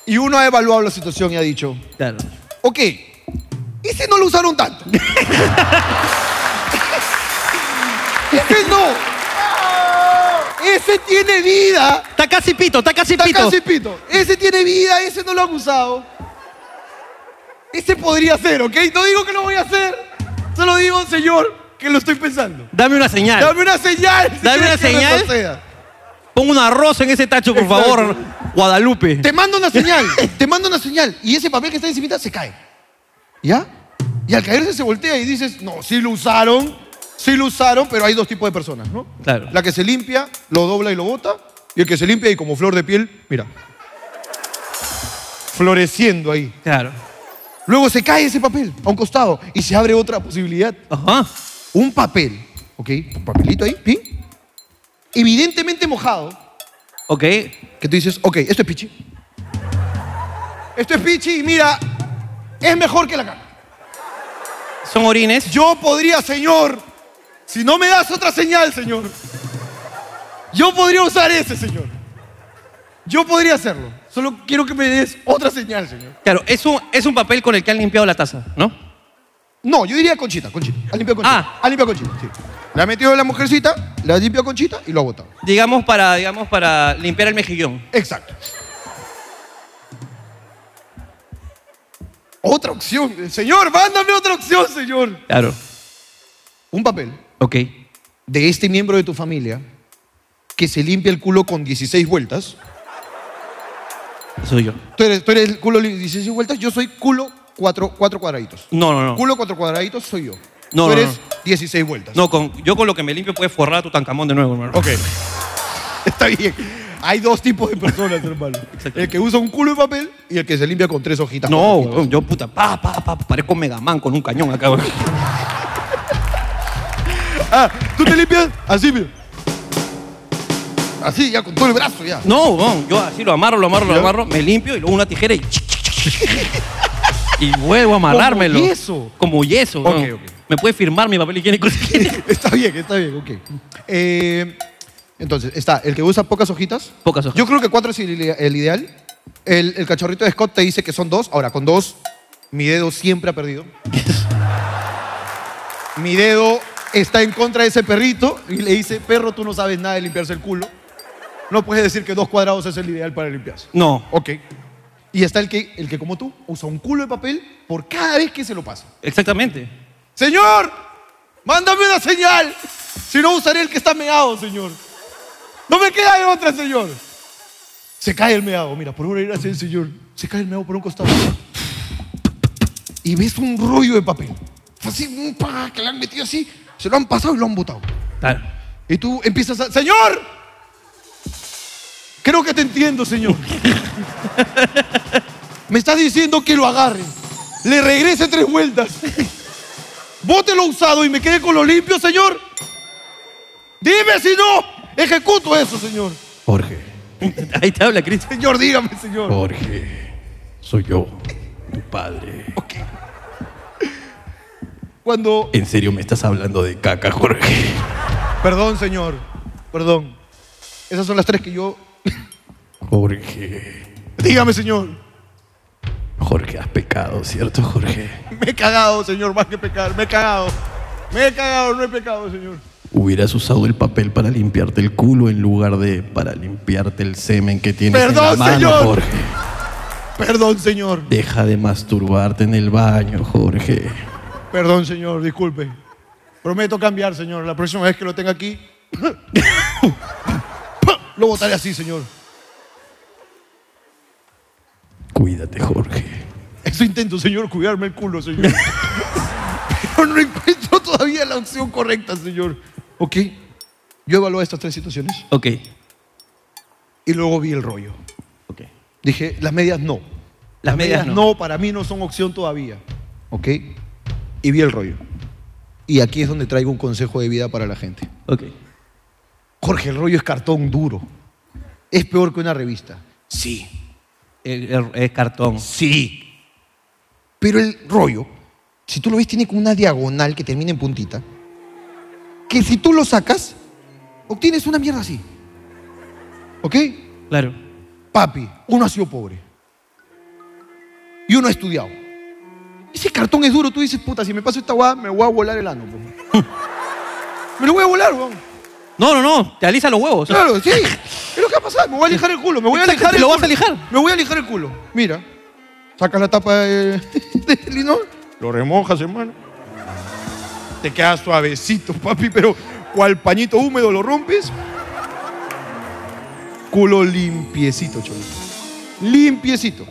Speaker 2: Y uno ha evaluado la situación y ha dicho,
Speaker 1: Claro.
Speaker 2: ok, ¿y si no lo usaron tanto? ¿Y si no? Ese tiene vida.
Speaker 1: Está casi pito, está casi
Speaker 2: Está
Speaker 1: pito.
Speaker 2: casi pito. Ese tiene vida, ese no lo han usado. Ese podría ser, ¿ok? No digo que lo voy a hacer. Solo digo, señor, que lo estoy pensando.
Speaker 1: Dame una señal.
Speaker 2: Dame una señal. si
Speaker 1: Dame
Speaker 2: quieres
Speaker 1: una
Speaker 2: que lo
Speaker 1: señal.
Speaker 2: proceda.
Speaker 1: Pon un arroz en ese tacho, por
Speaker 2: Exacto.
Speaker 1: favor. Guadalupe.
Speaker 2: Te mando una señal. te mando una señal. Y ese papel que está encima se cae. ¿Ya? Y al caerse se voltea y dices, no, sí lo usaron. Sí lo usaron, pero hay dos tipos de personas, ¿no?
Speaker 1: Claro.
Speaker 2: La que se limpia, lo dobla y lo bota. Y el que se limpia y como flor de piel, mira. Floreciendo ahí.
Speaker 1: Claro.
Speaker 2: Luego se cae ese papel a un costado y se abre otra posibilidad.
Speaker 1: Ajá.
Speaker 2: Un papel, ¿ok? Un papelito ahí, ¿sí? Evidentemente mojado,
Speaker 1: Ok.
Speaker 2: que tú dices, ok, esto es pichi. Esto es pichi y mira, es mejor que la caca.
Speaker 1: Son orines.
Speaker 2: Yo podría, señor, si no me das otra señal, señor, yo podría usar ese, señor. Yo podría hacerlo. Solo quiero que me des otra señal, señor.
Speaker 1: Claro, es un, es un papel con el que han limpiado la taza, ¿no?
Speaker 2: No, yo diría conchita, conchita. Ha limpiado conchita.
Speaker 1: Ah.
Speaker 2: Ha limpiado conchita, sí. La ha metido la mujercita, la ha limpiado conchita y lo ha botado.
Speaker 1: Digamos para, digamos para limpiar el mejillón.
Speaker 2: Exacto. Otra opción. Señor, mándame otra opción, señor.
Speaker 1: Claro.
Speaker 2: Un papel
Speaker 1: Ok.
Speaker 2: de este miembro de tu familia que se limpia el culo con 16 vueltas.
Speaker 1: Soy yo.
Speaker 2: Tú eres, tú eres el culo li- 16 vueltas, yo soy culo 4 cuatro cuadraditos.
Speaker 1: No, no, no.
Speaker 2: Culo 4 cuadraditos soy yo. tú
Speaker 1: No, no,
Speaker 2: eres
Speaker 1: no.
Speaker 2: 16 vueltas.
Speaker 1: No, con, yo con lo que me limpio puedes forrar a tu tancamón de nuevo, hermano.
Speaker 2: Ok. Está bien. Hay dos tipos de personas, hermano. El que usa un culo de papel y el que se limpia con tres hojitas.
Speaker 1: No,
Speaker 2: cuatro
Speaker 1: weón, yo puta, pa, pa, pa, parezco Megaman con un cañón acá, weón.
Speaker 2: hojitas. Ah, tú te limpias así, mira. Así, ya con todo el brazo, ya.
Speaker 1: No, weón, yo así lo amarro, lo amarro, lo amarro, me limpio y luego una tijera y. chic, chic, chic, chic. y vuelvo a amarrármelo. Como yeso. Como yeso, weón.
Speaker 2: ok.
Speaker 1: Me puede firmar mi papel higiénico. si quiere?
Speaker 2: Está bien, está bien, ok. Eh, entonces, está el que usa pocas hojitas.
Speaker 1: Pocas hojas.
Speaker 2: Yo creo que cuatro es el, ile- el ideal. El, el cachorrito de Scott te dice que son dos. Ahora, con dos, mi dedo siempre ha perdido. mi dedo está en contra de ese perrito y le dice, perro, tú no sabes nada de limpiarse el culo. No puedes decir que dos cuadrados es el ideal para limpiarse.
Speaker 1: No.
Speaker 2: Ok. Y está el que, el que como tú, usa un culo de papel por cada vez que se lo pasa.
Speaker 1: Exactamente.
Speaker 2: Señor, mándame una señal. Si no, usaré el que está meado, señor. No me queda de otra, señor. Se cae el meado. Mira, por una gracia del señor. Se cae el meado por un costado. Y ves un rollo de papel. Así, un pa, que le han metido así. Se lo han pasado y lo han botado.
Speaker 1: Claro.
Speaker 2: Y tú empiezas a... Señor, creo que te entiendo, señor. Me estás diciendo que lo agarre, le regrese tres vueltas, bote lo usado y me quede con lo limpio, señor. Dime si no, ejecuto eso, señor.
Speaker 5: Jorge,
Speaker 1: Ahí te habla, Cristo.
Speaker 2: Señor, dígame, señor.
Speaker 5: Jorge, soy yo, tu padre.
Speaker 2: Cuando.
Speaker 5: En serio, me estás hablando de caca, Jorge.
Speaker 2: Perdón, señor. Perdón. Esas son las tres que yo.
Speaker 5: Jorge,
Speaker 2: Dígame, señor.
Speaker 5: Jorge, has pecado, ¿cierto, Jorge?
Speaker 2: Me he cagado, señor, más que pecar. Me he cagado. Me he cagado, no he pecado, señor.
Speaker 5: Hubieras usado el papel para limpiarte el culo en lugar de para limpiarte el semen que tienes
Speaker 2: Perdón,
Speaker 5: en la mano,
Speaker 2: señor.
Speaker 5: Jorge.
Speaker 2: Perdón, señor.
Speaker 5: Deja de masturbarte en el baño, Jorge.
Speaker 2: Perdón, señor, disculpe. Prometo cambiar, señor. La próxima vez que lo tenga aquí, lo votaré así, señor.
Speaker 5: Cuídate, Jorge.
Speaker 2: Eso intento, señor, cuidarme el culo, señor. Pero no encuentro todavía la opción correcta, señor. Ok, yo evalué estas tres situaciones
Speaker 1: Ok.
Speaker 2: y luego vi el rollo.
Speaker 1: Ok.
Speaker 2: Dije, las medias no.
Speaker 1: Las medias no.
Speaker 2: para mí no son opción todavía. Ok, y vi el rollo. Y aquí es donde traigo un consejo de vida para la gente.
Speaker 1: Ok.
Speaker 2: Jorge, el rollo es cartón duro. Es peor que una revista. Sí,
Speaker 1: El- el- Es cartón.
Speaker 2: sí. Pero el rollo, si tú lo ves, tiene como una diagonal que termina en puntita. Que si tú lo sacas, obtienes una mierda así. ¿Ok?
Speaker 1: Claro.
Speaker 2: Papi, uno ha sido pobre. Y uno ha estudiado. Ese cartón es duro. Tú dices, puta, si me paso esta guada, me voy a volar el ano. pues. me lo voy a volar, weón.
Speaker 1: No, no, no. Te alisa los huevos.
Speaker 2: Claro, sí. Es lo que ha pasado. Me voy a lijar el culo. Me voy a
Speaker 1: Exacto,
Speaker 2: lijar
Speaker 1: te
Speaker 2: el
Speaker 1: lo vas
Speaker 2: culo.
Speaker 1: a lijar.
Speaker 2: Me voy a lijar el culo. Mira. Sacas la tapa de, de linol. Lo remojas, hermano. Te quedas suavecito, papi, pero cual pañito húmedo lo rompes. Culo limpiecito, cholito. Limpiecito.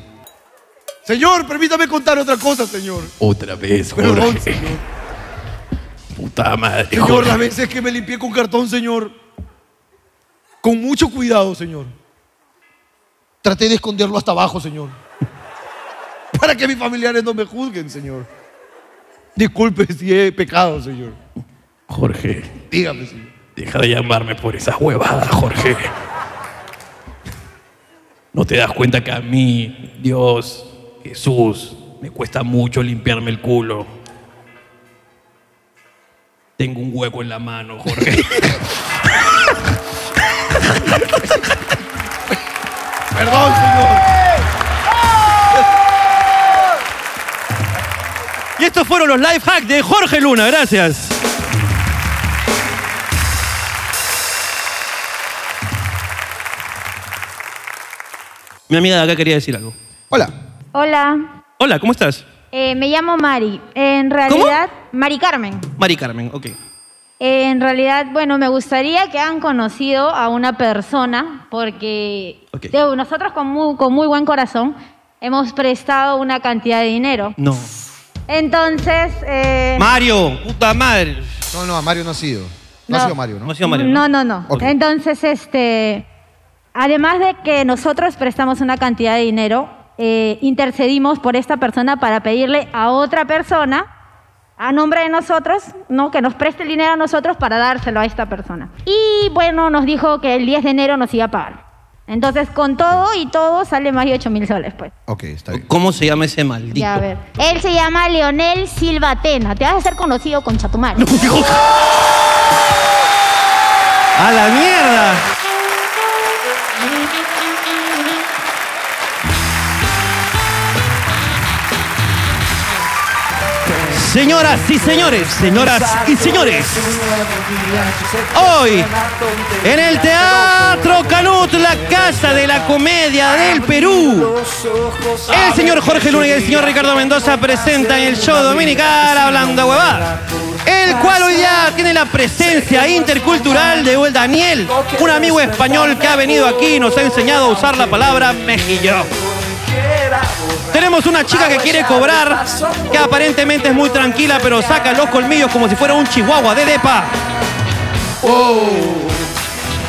Speaker 2: Señor, permítame contar otra cosa, señor.
Speaker 5: Otra vez, Jorge.
Speaker 2: Perdón, señor.
Speaker 5: Puta madre,
Speaker 2: Señor,
Speaker 5: Jorge.
Speaker 2: las veces que me limpié con cartón, señor. Con mucho cuidado, señor. Traté de esconderlo hasta abajo, señor. Para que mis familiares no me juzguen, señor. Disculpe si he pecado, señor.
Speaker 5: Jorge,
Speaker 2: Dígame, señor.
Speaker 5: deja de llamarme por esas huevadas, Jorge. ¿No te das cuenta que a mí, Dios, Jesús, me cuesta mucho limpiarme el culo? Tengo un hueco en la mano, Jorge.
Speaker 2: Perdón, señor.
Speaker 1: Y estos fueron los life hacks de Jorge Luna. Gracias. Mi amiga de acá quería decir algo.
Speaker 2: Hola.
Speaker 10: Hola,
Speaker 1: Hola, ¿cómo estás?
Speaker 10: eh, me llamo Mari. En realidad, Mari Carmen.
Speaker 1: Mari Carmen, ok.
Speaker 10: Eh, en realidad, bueno, me gustaría que han conocido a una persona, porque
Speaker 1: Ok.
Speaker 10: de- nosotros con muy, con muy buen corazón hemos prestado una cantidad de dinero.
Speaker 1: No.
Speaker 10: Entonces, eh,
Speaker 1: Mario, puta madre.
Speaker 5: No, no, a Mario no ha sido.
Speaker 10: No ha No. sido
Speaker 5: Mario,
Speaker 1: No ha sido Mario.
Speaker 10: no, no, no.
Speaker 1: Ok.
Speaker 10: Entonces, este, además de que nosotros prestamos una cantidad de dinero, eh, intercedimos por esta persona para pedirle a otra persona, a nombre de nosotros, ¿no? que nos preste el dinero a nosotros para dárselo a esta persona. Y bueno, nos dijo que el 10 de enero nos iba a pagar. Entonces, con todo y todo, sale más de 8 mil soles, pues.
Speaker 5: Ok, está bien.
Speaker 1: ¿Cómo se llama ese maldito?
Speaker 10: Ya, a ver. Él se llama Leonel Silva Atena. Te vas a hacer conocido con Chatumar.
Speaker 1: ¡A la mierda! Señoras y señores, señoras y señores, hoy en el Teatro Canut, la casa de la comedia del Perú, el señor Jorge Luna y el señor Ricardo Mendoza presentan el show dominical Hablando Huevada, el cual hoy ya tiene la presencia intercultural de Daniel, un amigo español que ha venido aquí y nos ha enseñado a usar la palabra mejillón. Tenemos una chica que quiere cobrar, que aparentemente es muy tranquila, pero saca los colmillos como si fuera un chihuahua de depa.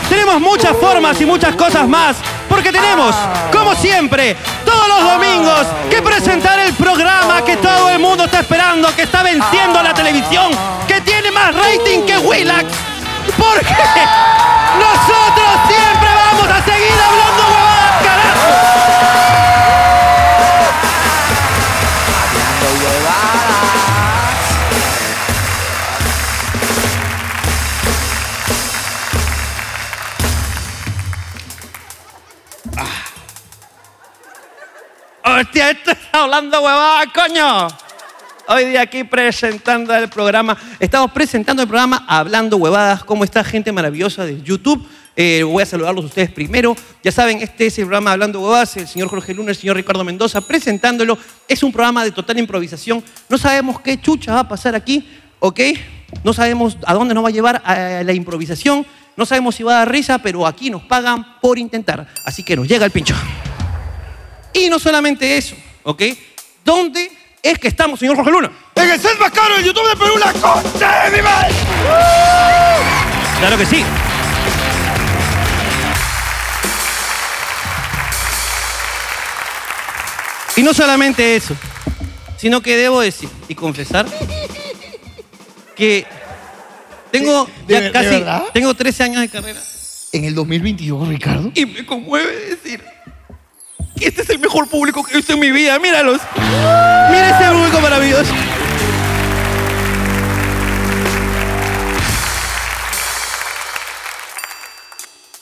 Speaker 1: Tenemos muchas formas y muchas cosas más, porque tenemos, como siempre, dos todos los domingos que presentar el programa que todo el mundo está esperando, que está venciendo a la televisión, que tiene más rating que Willax. Porque nosotros siempre vamos a seguir hablando huevadas, carajo. Hostia, esto está hablando huevadas, coño. Hoy día aquí presentando el programa. Estamos presentando el programa Hablando Huevadas. ¿Cómo está gente maravillosa de YouTube? Eh, voy a saludarlos a ustedes primero. Ya saben, este es el programa Hablando Huevadas. El señor Jorge Luna, el señor Ricardo Mendoza presentándolo. Es un programa de total improvisación. No sabemos qué chucha va a pasar aquí, ¿ok? No sabemos a dónde nos va a llevar eh, la improvisación. No sabemos si va a dar risa, pero aquí nos pagan por intentar. Así que nos llega el pincho. Y no solamente eso, ¿ok? ¿Dónde es que estamos, señor Jorge Luna?
Speaker 5: En el set más caro de YouTube de Perú, la concha de mi madre.
Speaker 1: Claro que sí. Y no solamente eso, sino que debo decir y confesar que tengo
Speaker 2: ¿De-
Speaker 1: ya
Speaker 2: de- de
Speaker 1: casi
Speaker 2: verdad?
Speaker 1: tengo 13 años de carrera
Speaker 2: En el 2022, Ricardo.
Speaker 1: y me conmueve decir que este es el mejor público que he visto en mi vida. Míralos. Mira este público maravilloso.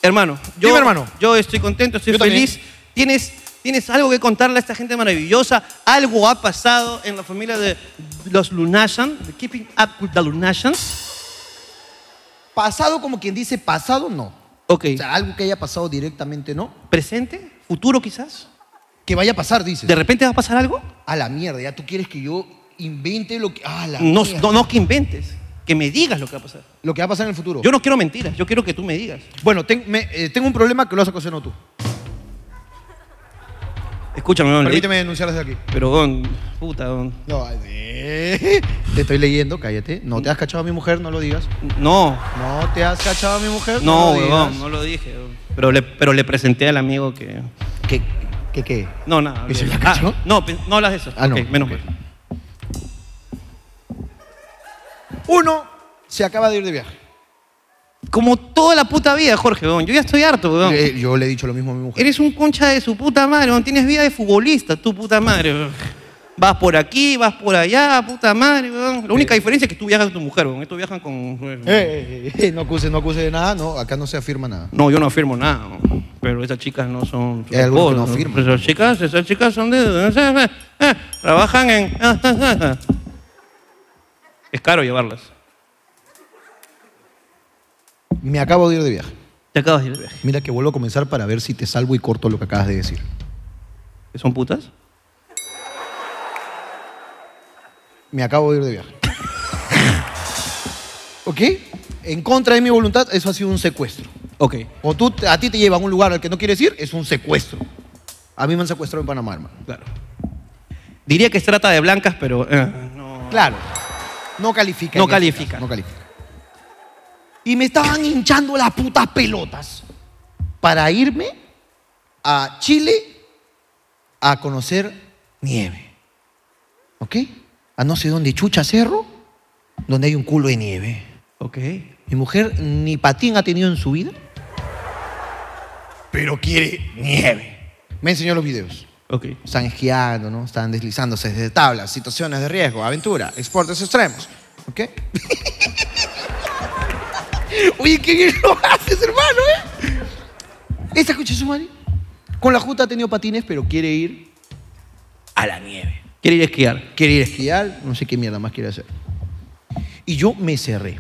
Speaker 1: Hermano, yo,
Speaker 5: Dime, hermano.
Speaker 1: yo estoy contento, estoy
Speaker 5: Yo también.
Speaker 1: feliz. Tienes, tienes algo que contarle a esta gente maravillosa. Algo ha pasado en la familia de los Lunashan, de Keeping Up with the Lunashans.
Speaker 2: Pasado, como quien dice, pasado no.
Speaker 1: Ok.
Speaker 2: O sea, algo que haya pasado directamente no.
Speaker 1: ¿Presente? ¿Futuro quizás?
Speaker 2: Que vaya a pasar, dices.
Speaker 1: ¿De repente va a pasar algo?
Speaker 2: A la mierda, ya tú quieres que yo invente lo que. A la
Speaker 1: No,
Speaker 2: mierda.
Speaker 1: no, no que inventes, que me digas lo que va a pasar.
Speaker 2: Lo que va a pasar en el futuro.
Speaker 1: Yo no quiero mentiras, yo quiero que tú me digas.
Speaker 2: Bueno, ten- me- eh, tengo un problema que lo has ocasionado tú.
Speaker 1: Escúchame, don,
Speaker 2: Permíteme denunciar desde aquí.
Speaker 1: pero don, puta, don.
Speaker 2: No, ay, sí. Te estoy leyendo, cállate. No te has cachado a mi mujer, no lo digas.
Speaker 1: No,
Speaker 2: No te has cachado a mi mujer,
Speaker 1: no,
Speaker 2: lo
Speaker 1: huevón,
Speaker 2: digas.
Speaker 1: no lo dije. huevón. Pero le, pero le presenté al amigo que...
Speaker 2: ¿Qué, qué, qué?
Speaker 1: No, nada.
Speaker 2: ¿Y se
Speaker 1: olvídalo.
Speaker 2: la cachó?
Speaker 1: Ah, no, pe- no hablas de eso.
Speaker 2: Ah, no,
Speaker 1: Ok, menos
Speaker 2: ok.
Speaker 1: mal.
Speaker 2: Uno se acaba de ir de viaje.
Speaker 1: Como toda la puta vida, Jorge, huevón, yo ya estoy harto, weón.
Speaker 2: Le- Eh, yo le he dicho lo mismo a mi mujer.
Speaker 1: Eres un concha de su puta madre, huevón. Tienes vida de futbolista, tu puta madre, huevón. Vas por aquí, vas por allá, puta madre, huevón. La única diferencia es que tú viajas con tu mujer, weón. Estos viajan con...
Speaker 2: Eh, eh, eh, no acuses, no acuses de nada, no, acá no se afirma nada.
Speaker 1: No, yo no afirmo nada, ¿no? pero esas chicas no son...
Speaker 2: Hay algunos que no
Speaker 1: esposas,
Speaker 2: afirman.
Speaker 1: Esas chicas, esas chicas son de... Trabajan en... Es caro llevarlas.
Speaker 2: Me acabo de ir de viaje.
Speaker 1: Te acabas de ir de viaje.
Speaker 2: Mira que vuelvo a comenzar para ver si te salvo y corto lo que acabas de decir.
Speaker 1: ¿Son putas?
Speaker 2: Me acabo de ir de viaje. ¿Ok? En contra de mi voluntad, eso ha sido un secuestro.
Speaker 1: Ok.
Speaker 2: O tú, a ti te llevan a un lugar al que no quieres ir, es un secuestro. A mí me han secuestrado en Panamá, hermano. Claro.
Speaker 1: Diría que se trata de blancas, pero... eh, no.
Speaker 2: Claro. No califica.
Speaker 1: No
Speaker 2: en ese
Speaker 1: califica.
Speaker 2: caso, No califica. Y me estaban hinchando las putas pelotas para irme a Chile a conocer nieve. ¿Ok? A no sé dónde, Chucha Cerro, donde hay un culo de nieve.
Speaker 1: Ok.
Speaker 2: Mi mujer ni patín ha tenido en su vida, pero quiere nieve. Me enseñó los videos.
Speaker 1: Ok.
Speaker 2: Están esquiando, ¿no? Están deslizándose desde tablas, situaciones de riesgo, aventura, deportes extremos. ¿Ok? Oye, qué bien lo haces, hermano, ¿eh? Esta coche su madre, Con la Juta ha tenido patines, pero quiere ir a la nieve.
Speaker 1: Quiere ir a esquiar.
Speaker 2: Quiere ir a esquiar, no sé qué mierda más quiere hacer. Y yo me cerré.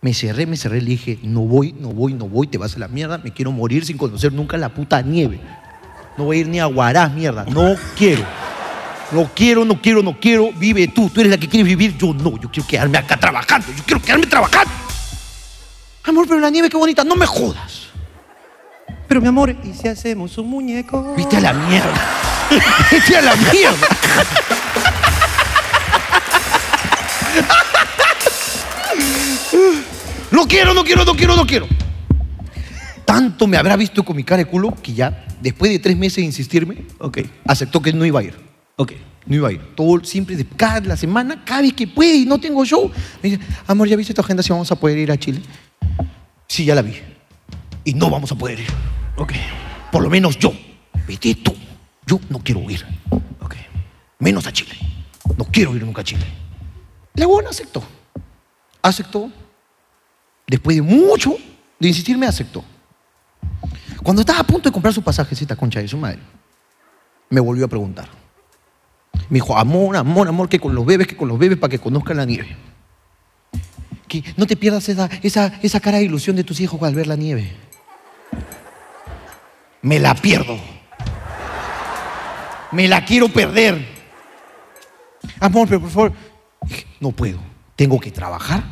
Speaker 2: Me cerré, me cerré, le dije, no voy, no voy, no voy, te vas a la mierda, me quiero morir sin conocer nunca la puta nieve. No voy a ir ni a Guarás, mierda, no quiero. No quiero, no quiero, no quiero, vive tú, tú eres la que quieres vivir, yo no, yo quiero quedarme acá trabajando, yo quiero quedarme trabajando. Amor, pero la nieve qué bonita, no me jodas.
Speaker 1: Pero mi amor, ¿y si hacemos un muñeco?
Speaker 2: Vete a la mierda. Vete a la mierda. No quiero, no quiero, no quiero, no quiero. tanto me habrá visto con mi cara de culo que ya, después de tres meses de insistirme, aceptó que no iba a ir. No iba a ir. Todo, siempre, de- cada la semana, cada vez que puede y no tengo show, me dice, amor, ¿ya viste tu agenda si vamos a poder ir a Chile? Sí, ya la vi. Y no vamos a poder ir. Ok. Por lo menos yo. Vete tú. Yo no quiero ir. Ok. Menos a Chile. No quiero ir nunca a Chile. La buena aceptó. Aceptó. Después de mucho de insistirme, aceptó. Cuando estaba a punto de comprar su pasajecita, concha de su madre, me volvió a preguntar. Me dijo, amor, amor, amor, que con los bebés, que con los bebés, para que conozcan la nieve. Que no te pierdas esa, esa, esa cara de ilusión de tus hijos al ver la nieve. Me la pierdo. Me la quiero perder. Amor, pero por favor, no puedo. Tengo que trabajar.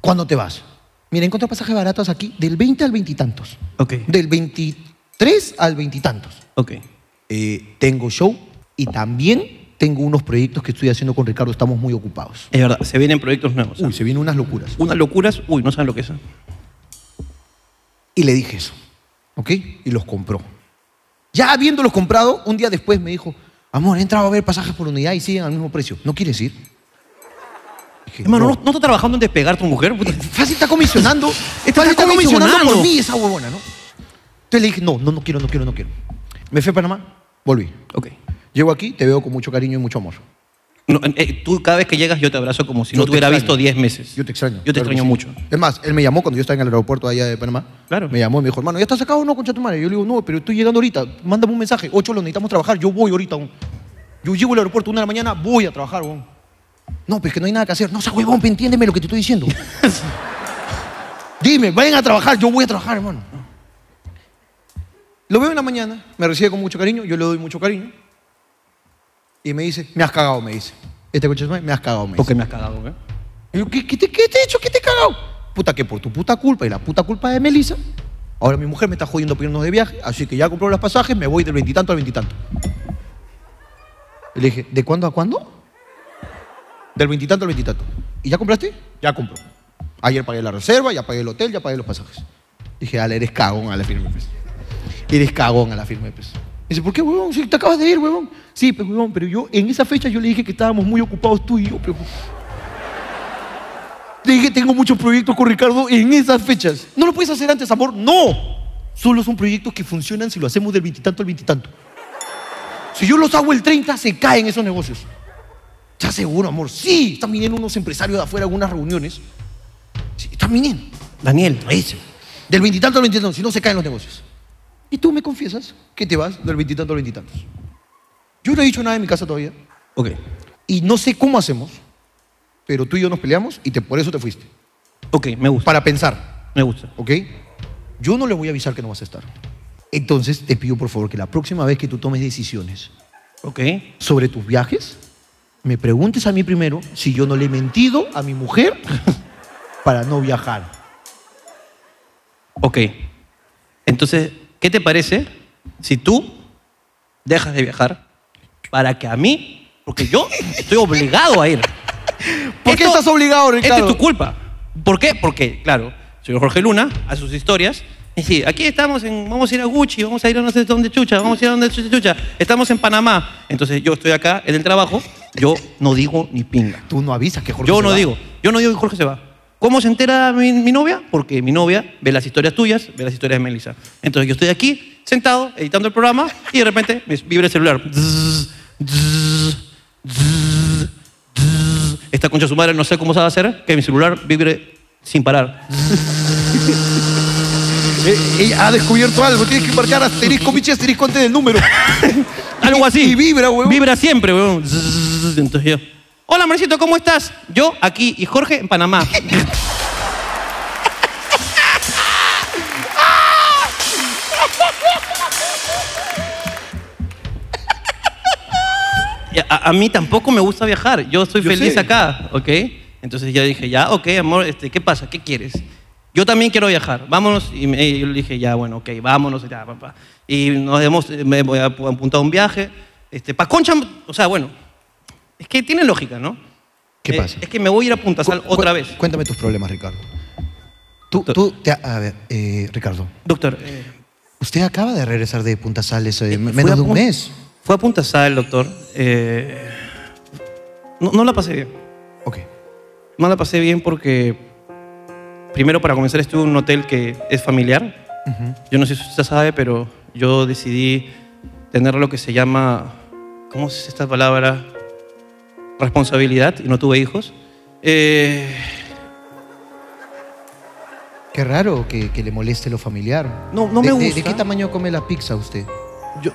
Speaker 2: ¿Cuándo te vas? Mira, encontré pasajes baratos aquí, del 20 al veintitantos.
Speaker 1: Ok.
Speaker 2: Del 23 al veintitantos.
Speaker 1: Ok.
Speaker 2: Eh, tengo show y también tengo unos proyectos que estoy haciendo con Ricardo. Estamos muy ocupados.
Speaker 1: Es verdad, se vienen proyectos nuevos. ¿ah?
Speaker 2: Uy, se vienen unas locuras.
Speaker 1: Unas locuras, uy, no saben lo que es.
Speaker 2: Y le dije eso. ¿Ok? Y los compró. Ya habiéndolos comprado, un día después me dijo, amor, he entrado a ver pasajes por unidad y siguen al mismo precio. ¿No quieres ir?
Speaker 1: Hermano, ¿no, no está trabajando en despegar tu mujer? Puta.
Speaker 2: Fácil está comisionando.
Speaker 1: Está,
Speaker 2: Fácil está comisionando por
Speaker 1: comisionando.
Speaker 2: mí esa huevona, ¿no? Entonces le dije, no, no, no quiero, no quiero, no quiero. Me fui a Panamá, volví.
Speaker 1: Ok.
Speaker 2: Llego aquí, te veo con mucho cariño y mucho amor.
Speaker 1: No, eh, tú cada vez que llegas yo te abrazo como si
Speaker 2: Yo
Speaker 1: no
Speaker 2: te
Speaker 1: te hubiera
Speaker 2: extraño.
Speaker 1: visto 10 meses.
Speaker 2: Yo te extraño.
Speaker 1: Yo te
Speaker 2: claro que
Speaker 1: extraño
Speaker 2: sí.
Speaker 1: mucho.
Speaker 2: Es más, él me llamó cuando yo estaba en el aeropuerto allá de Panamá.
Speaker 1: Claro.
Speaker 2: Me llamó y me dijo, hermano, ¿ya estás acá o no, concha tu madre? Yo le digo, no, pero estoy llegando ahorita. Mándame un mensaje. Ocho, lo necesitamos trabajar. Yo voy ahorita aún. Yo llego al aeropuerto una de la mañana, voy a trabajar, weón. No, pues que no hay nada que hacer. No, sea huevón, pe, entiéndeme lo que te estoy diciendo. Dime, vayan a trabajar, yo voy a trabajar, hermano. Lo veo en la mañana, me recibe con mucho cariño, yo le doy mucho cariño. Y me dice, me has cagado, me dice. Este coche es me has cagado, me dice.
Speaker 1: Porque me has cagado, ¿eh?
Speaker 2: Y yo, ¿Qué, qué te, qué te he hecho? ¿Qué te he cagado? Puta, que por tu puta culpa y la puta culpa de Melissa, ahora mi mujer me está jodiendo por irnos de viaje, así que ya compró los pasajes, me voy del veintitanto al veintitanto. Y Le dije, ¿de cuándo a cuándo? Del veintitanto al veintitanto. ¿Y ya compraste? Ya compro. Ayer pagué la reserva, ya pagué el hotel, ya pagué los pasajes. Dije, Ale, eres cagón a la firme, pues. Eres cagón a la firme, pues. Dice, ¿por qué, huevón? Si te acabas de ir, huevón. Sí, pues, huevón, pero yo en esa fecha yo le dije que estábamos muy ocupados tú y yo, pero... Le dije, tengo muchos proyectos con Ricardo en esas fechas. ¿No lo puedes hacer antes, amor? ¡No! Solo son proyectos que funcionan si lo hacemos del veintitanto al veintitanto. Si yo los hago el 30, se caen esos negocios. ¿Estás seguro, amor? Sí, están viniendo unos empresarios de afuera a algunas reuniones. Sí, están viniendo.
Speaker 1: Daniel.
Speaker 2: Ese. Del veintitanto al veintitanto, si no se caen los negocios. Y tú me confiesas que te vas del veintitanto al veintitantos. Yo no he dicho nada en mi casa todavía.
Speaker 1: Ok.
Speaker 2: Y no sé cómo hacemos, pero tú y yo nos peleamos y te- por eso te fuiste.
Speaker 1: Ok, me gusta.
Speaker 2: Para pensar,
Speaker 1: Me gusta.
Speaker 2: ¿ok? Yo no le voy a avisar que no vas a estar. Entonces te pido por favor que la próxima vez que tú tomes decisiones
Speaker 1: Ok.
Speaker 2: sobre tus viajes, me preguntes a mí primero si yo no le he mentido a mi mujer para no viajar.
Speaker 1: Ok. Entonces, ¿qué te parece si tú dejas de viajar para que a mí, porque yo estoy obligado a ir?
Speaker 5: ¿Por qué estás obligado,
Speaker 1: Esta es
Speaker 5: Ricardo?
Speaker 1: tu culpa. ¿Por qué? Porque, claro, señor Jorge Luna, a sus historias, y sí, aquí estamos, en, vamos a ir a Gucci, vamos a ir a no sé dónde chucha, vamos a ir a donde chucha, chucha. Estamos en Panamá. Entonces yo estoy acá en el trabajo, yo no digo ni pinga.
Speaker 2: Tú no avisas que Jorge
Speaker 1: Yo
Speaker 2: se
Speaker 1: no
Speaker 2: va.
Speaker 1: digo, yo no digo que Jorge se va. ¿Cómo se entera mi, mi novia? Porque mi novia ve las historias tuyas, ve las historias de Melissa. Entonces yo estoy aquí, sentado, editando el programa, y de repente me vibra el celular. Zzzz, zzzz, zzzz, zzzz. Esta concha de su madre no sé cómo sabe hacer que mi celular vibre sin parar.
Speaker 2: Eh, ella ha descubierto algo, tienes que marcar asterisco, biche, asterisco antes del número.
Speaker 1: Algo así.
Speaker 2: Y vibra, huevón.
Speaker 1: Vibra siempre, weón. Zzzz. Entonces yo. Hola, Marcito, ¿cómo estás? Yo aquí y Jorge en Panamá. Y A, a mí tampoco me gusta viajar. Yo estoy
Speaker 2: Yo
Speaker 1: feliz
Speaker 2: sé.
Speaker 1: acá, ¿ok? Entonces yo dije, ya, ok, amor, este, ¿qué pasa? ¿Qué quieres? Yo también quiero viajar, vámonos. Y, me- y yo le dije, ya, bueno, ok, vámonos. Y, ya, pa, pa. y nos hemos eh, me voy a ap- apuntado a un viaje. Este, pa' Concha, o sea, bueno, es que tiene lógica, ¿no?
Speaker 2: ¿Qué
Speaker 1: Eh,
Speaker 2: pasa?
Speaker 1: Es que me voy a ir a Punta Sal
Speaker 2: Cu-
Speaker 1: otra
Speaker 2: cu-
Speaker 1: vez.
Speaker 2: Cuéntame tus problemas, Ricardo. Tú, tú, te- a ver, eh, Ricardo.
Speaker 1: Doctor.
Speaker 2: Usted acaba de regresar de Punta Sales eh,
Speaker 1: Fue a
Speaker 2: menos de un
Speaker 1: Pun-
Speaker 2: mes.
Speaker 1: Fue a Punta Sal, doctor. Eh, no, no la pasé bien.
Speaker 2: Ok.
Speaker 1: No la pasé bien porque, primero, para comenzar, estuve en un hotel que es familiar. Yo no sé si usted sabe, pero yo decidí tener lo que se llama, ¿cómo es esta palabra? Responsabilidad, y no tuve hijos. Eh,
Speaker 2: Qué raro que, que le moleste lo familiar.
Speaker 1: No, no
Speaker 2: ¿De-
Speaker 1: me
Speaker 2: de- ¿De
Speaker 1: gusta.
Speaker 2: qué tamaño come la pizza usted?
Speaker 1: Yo-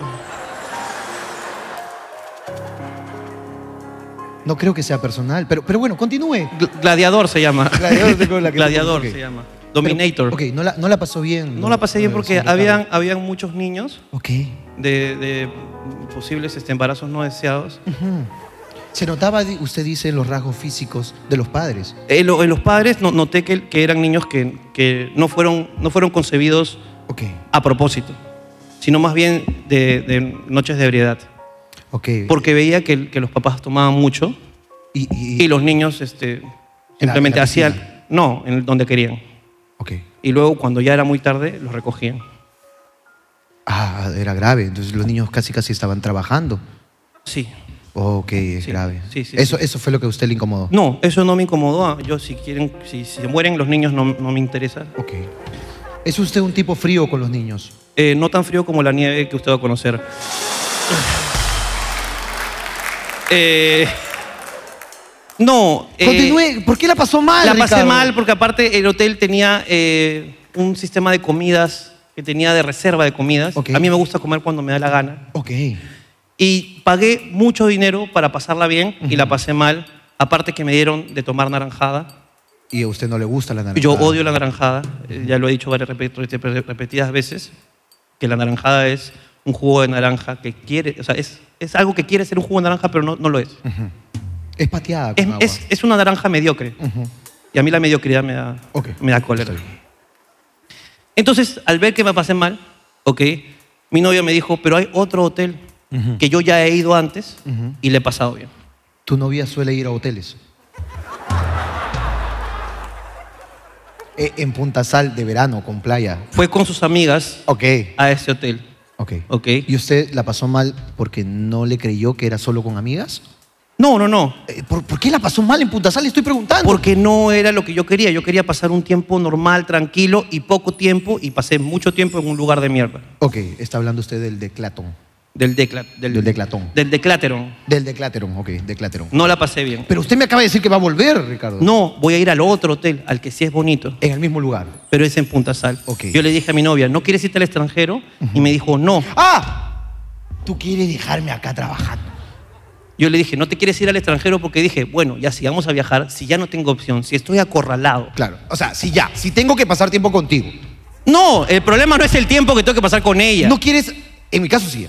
Speaker 2: No creo que sea personal, pero, pero bueno, continúe.
Speaker 1: Gl- Gladiador se llama.
Speaker 2: Gladiador, ¿te acuerdas la que-
Speaker 1: Gladiador
Speaker 2: ok.
Speaker 1: se llama. Dominator.
Speaker 2: Ok, no la, no la pasó bien.
Speaker 1: No la pasé bien
Speaker 2: eh,
Speaker 1: porque
Speaker 2: señor
Speaker 1: habían,
Speaker 2: Ricardo.
Speaker 1: habían muchos niños
Speaker 2: Ok.
Speaker 1: de, de posibles este, embarazos no deseados.
Speaker 2: Ujú. Se notaba, di- usted dice, los rasgos físicos de los padres.
Speaker 1: Eh, lo- eh, los padres no- noté que, que eran niños que, que no, fueron, no fueron concebidos
Speaker 2: Ok.
Speaker 1: a propósito, sino más bien de, de noches de ebriedad.
Speaker 2: Ok.
Speaker 1: Porque veía que, que los papás tomaban mucho
Speaker 2: y,
Speaker 1: los niños este, simplemente
Speaker 2: la piscina.
Speaker 1: hacían, no, en donde querían. Y luego cuando ya era muy tarde, los recogían.
Speaker 2: Ah, era grave. Entonces los niños casi casi estaban trabajando.
Speaker 1: Sí.
Speaker 2: Ok, es grave.
Speaker 1: sí, sí,
Speaker 2: eso,
Speaker 1: sí.
Speaker 2: eso fue lo que a usted le incomodó.
Speaker 1: No, eso no me incomodó. Ah, Yo, si quieren, si, si se mueren los niños, no, no me interesa.
Speaker 2: Ok. ¿Es usted un tipo frío con los niños?
Speaker 1: Eh, no tan frío como la nieve que usted va a conocer. Eh, no. eh,
Speaker 2: Continúe. ¿Por qué la pasó mal?
Speaker 1: La pasé
Speaker 2: Ricardo?
Speaker 1: mal porque, aparte, el hotel tenía eh, un sistema de comidas que tenía de reserva de comidas. A mí me gusta comer cuando me da la gana.
Speaker 2: Ok.
Speaker 1: Y pagué mucho dinero para pasarla bien y la pasé mal. Aparte, que me dieron de tomar naranjada.
Speaker 2: Y a usted no le gusta la naranja.
Speaker 1: Yo odio la naranjada, eh, ya lo he dicho varias repet- repet- repetidas veces, que la naranjada es un jugo de naranja que quiere, o sea, es, es algo que quiere ser un jugo de naranja, pero no, no lo es.
Speaker 2: Es pateada con
Speaker 1: Es,
Speaker 2: agua.
Speaker 1: es- es una naranja mediocre. Y a mí la mediocridad me da, me da cólera. Entonces, al ver que me pasé mal, ok, mi novio me dijo, pero hay otro hotel que yo ya he ido antes y le he pasado bien.
Speaker 2: Tu novia suele ir a hoteles. Eh, en Punta Sal de verano, con playa.
Speaker 1: Fue con sus amigas a ese hotel.
Speaker 2: Ok.
Speaker 1: Ok.
Speaker 2: ¿Y usted la pasó mal porque no le creyó que era solo con amigas? Eh,
Speaker 1: No, no, no.
Speaker 2: ¿por, por qué la pasó mal en Punta Sal? Estoy preguntando.
Speaker 1: Porque no era lo que yo quería. Yo quería pasar un tiempo normal, tranquilo y poco tiempo y pasé mucho tiempo en un lugar de mierda.
Speaker 2: Ok, está hablando usted del Declatón.
Speaker 1: Del, decla- del,
Speaker 2: Del Declatón.
Speaker 1: del Declateron.
Speaker 2: Del Declateron, ok, Declateron.
Speaker 1: No la pasé bien.
Speaker 2: Pero usted me acaba de decir que va a volver, Ricardo.
Speaker 1: No, voy a ir al otro hotel, al que sí es bonito.
Speaker 2: En el mismo lugar.
Speaker 1: Pero es en Punta Sal. Yo le dije a mi novia, ¿no quieres irte al extranjero? Y me dijo, no.
Speaker 2: ¡Ah! Tú quieres dejarme acá trabajando.
Speaker 1: Yo le dije, ¿no te quieres ir al extranjero? Porque dije, bueno, ya si vamos a viajar, si ya no tengo opción, si estoy acorralado.
Speaker 2: Claro. O sea, si ya, si tengo que pasar tiempo contigo.
Speaker 1: No, el problema no es el tiempo que tengo que pasar con ella.
Speaker 2: No quieres. En mi caso sí.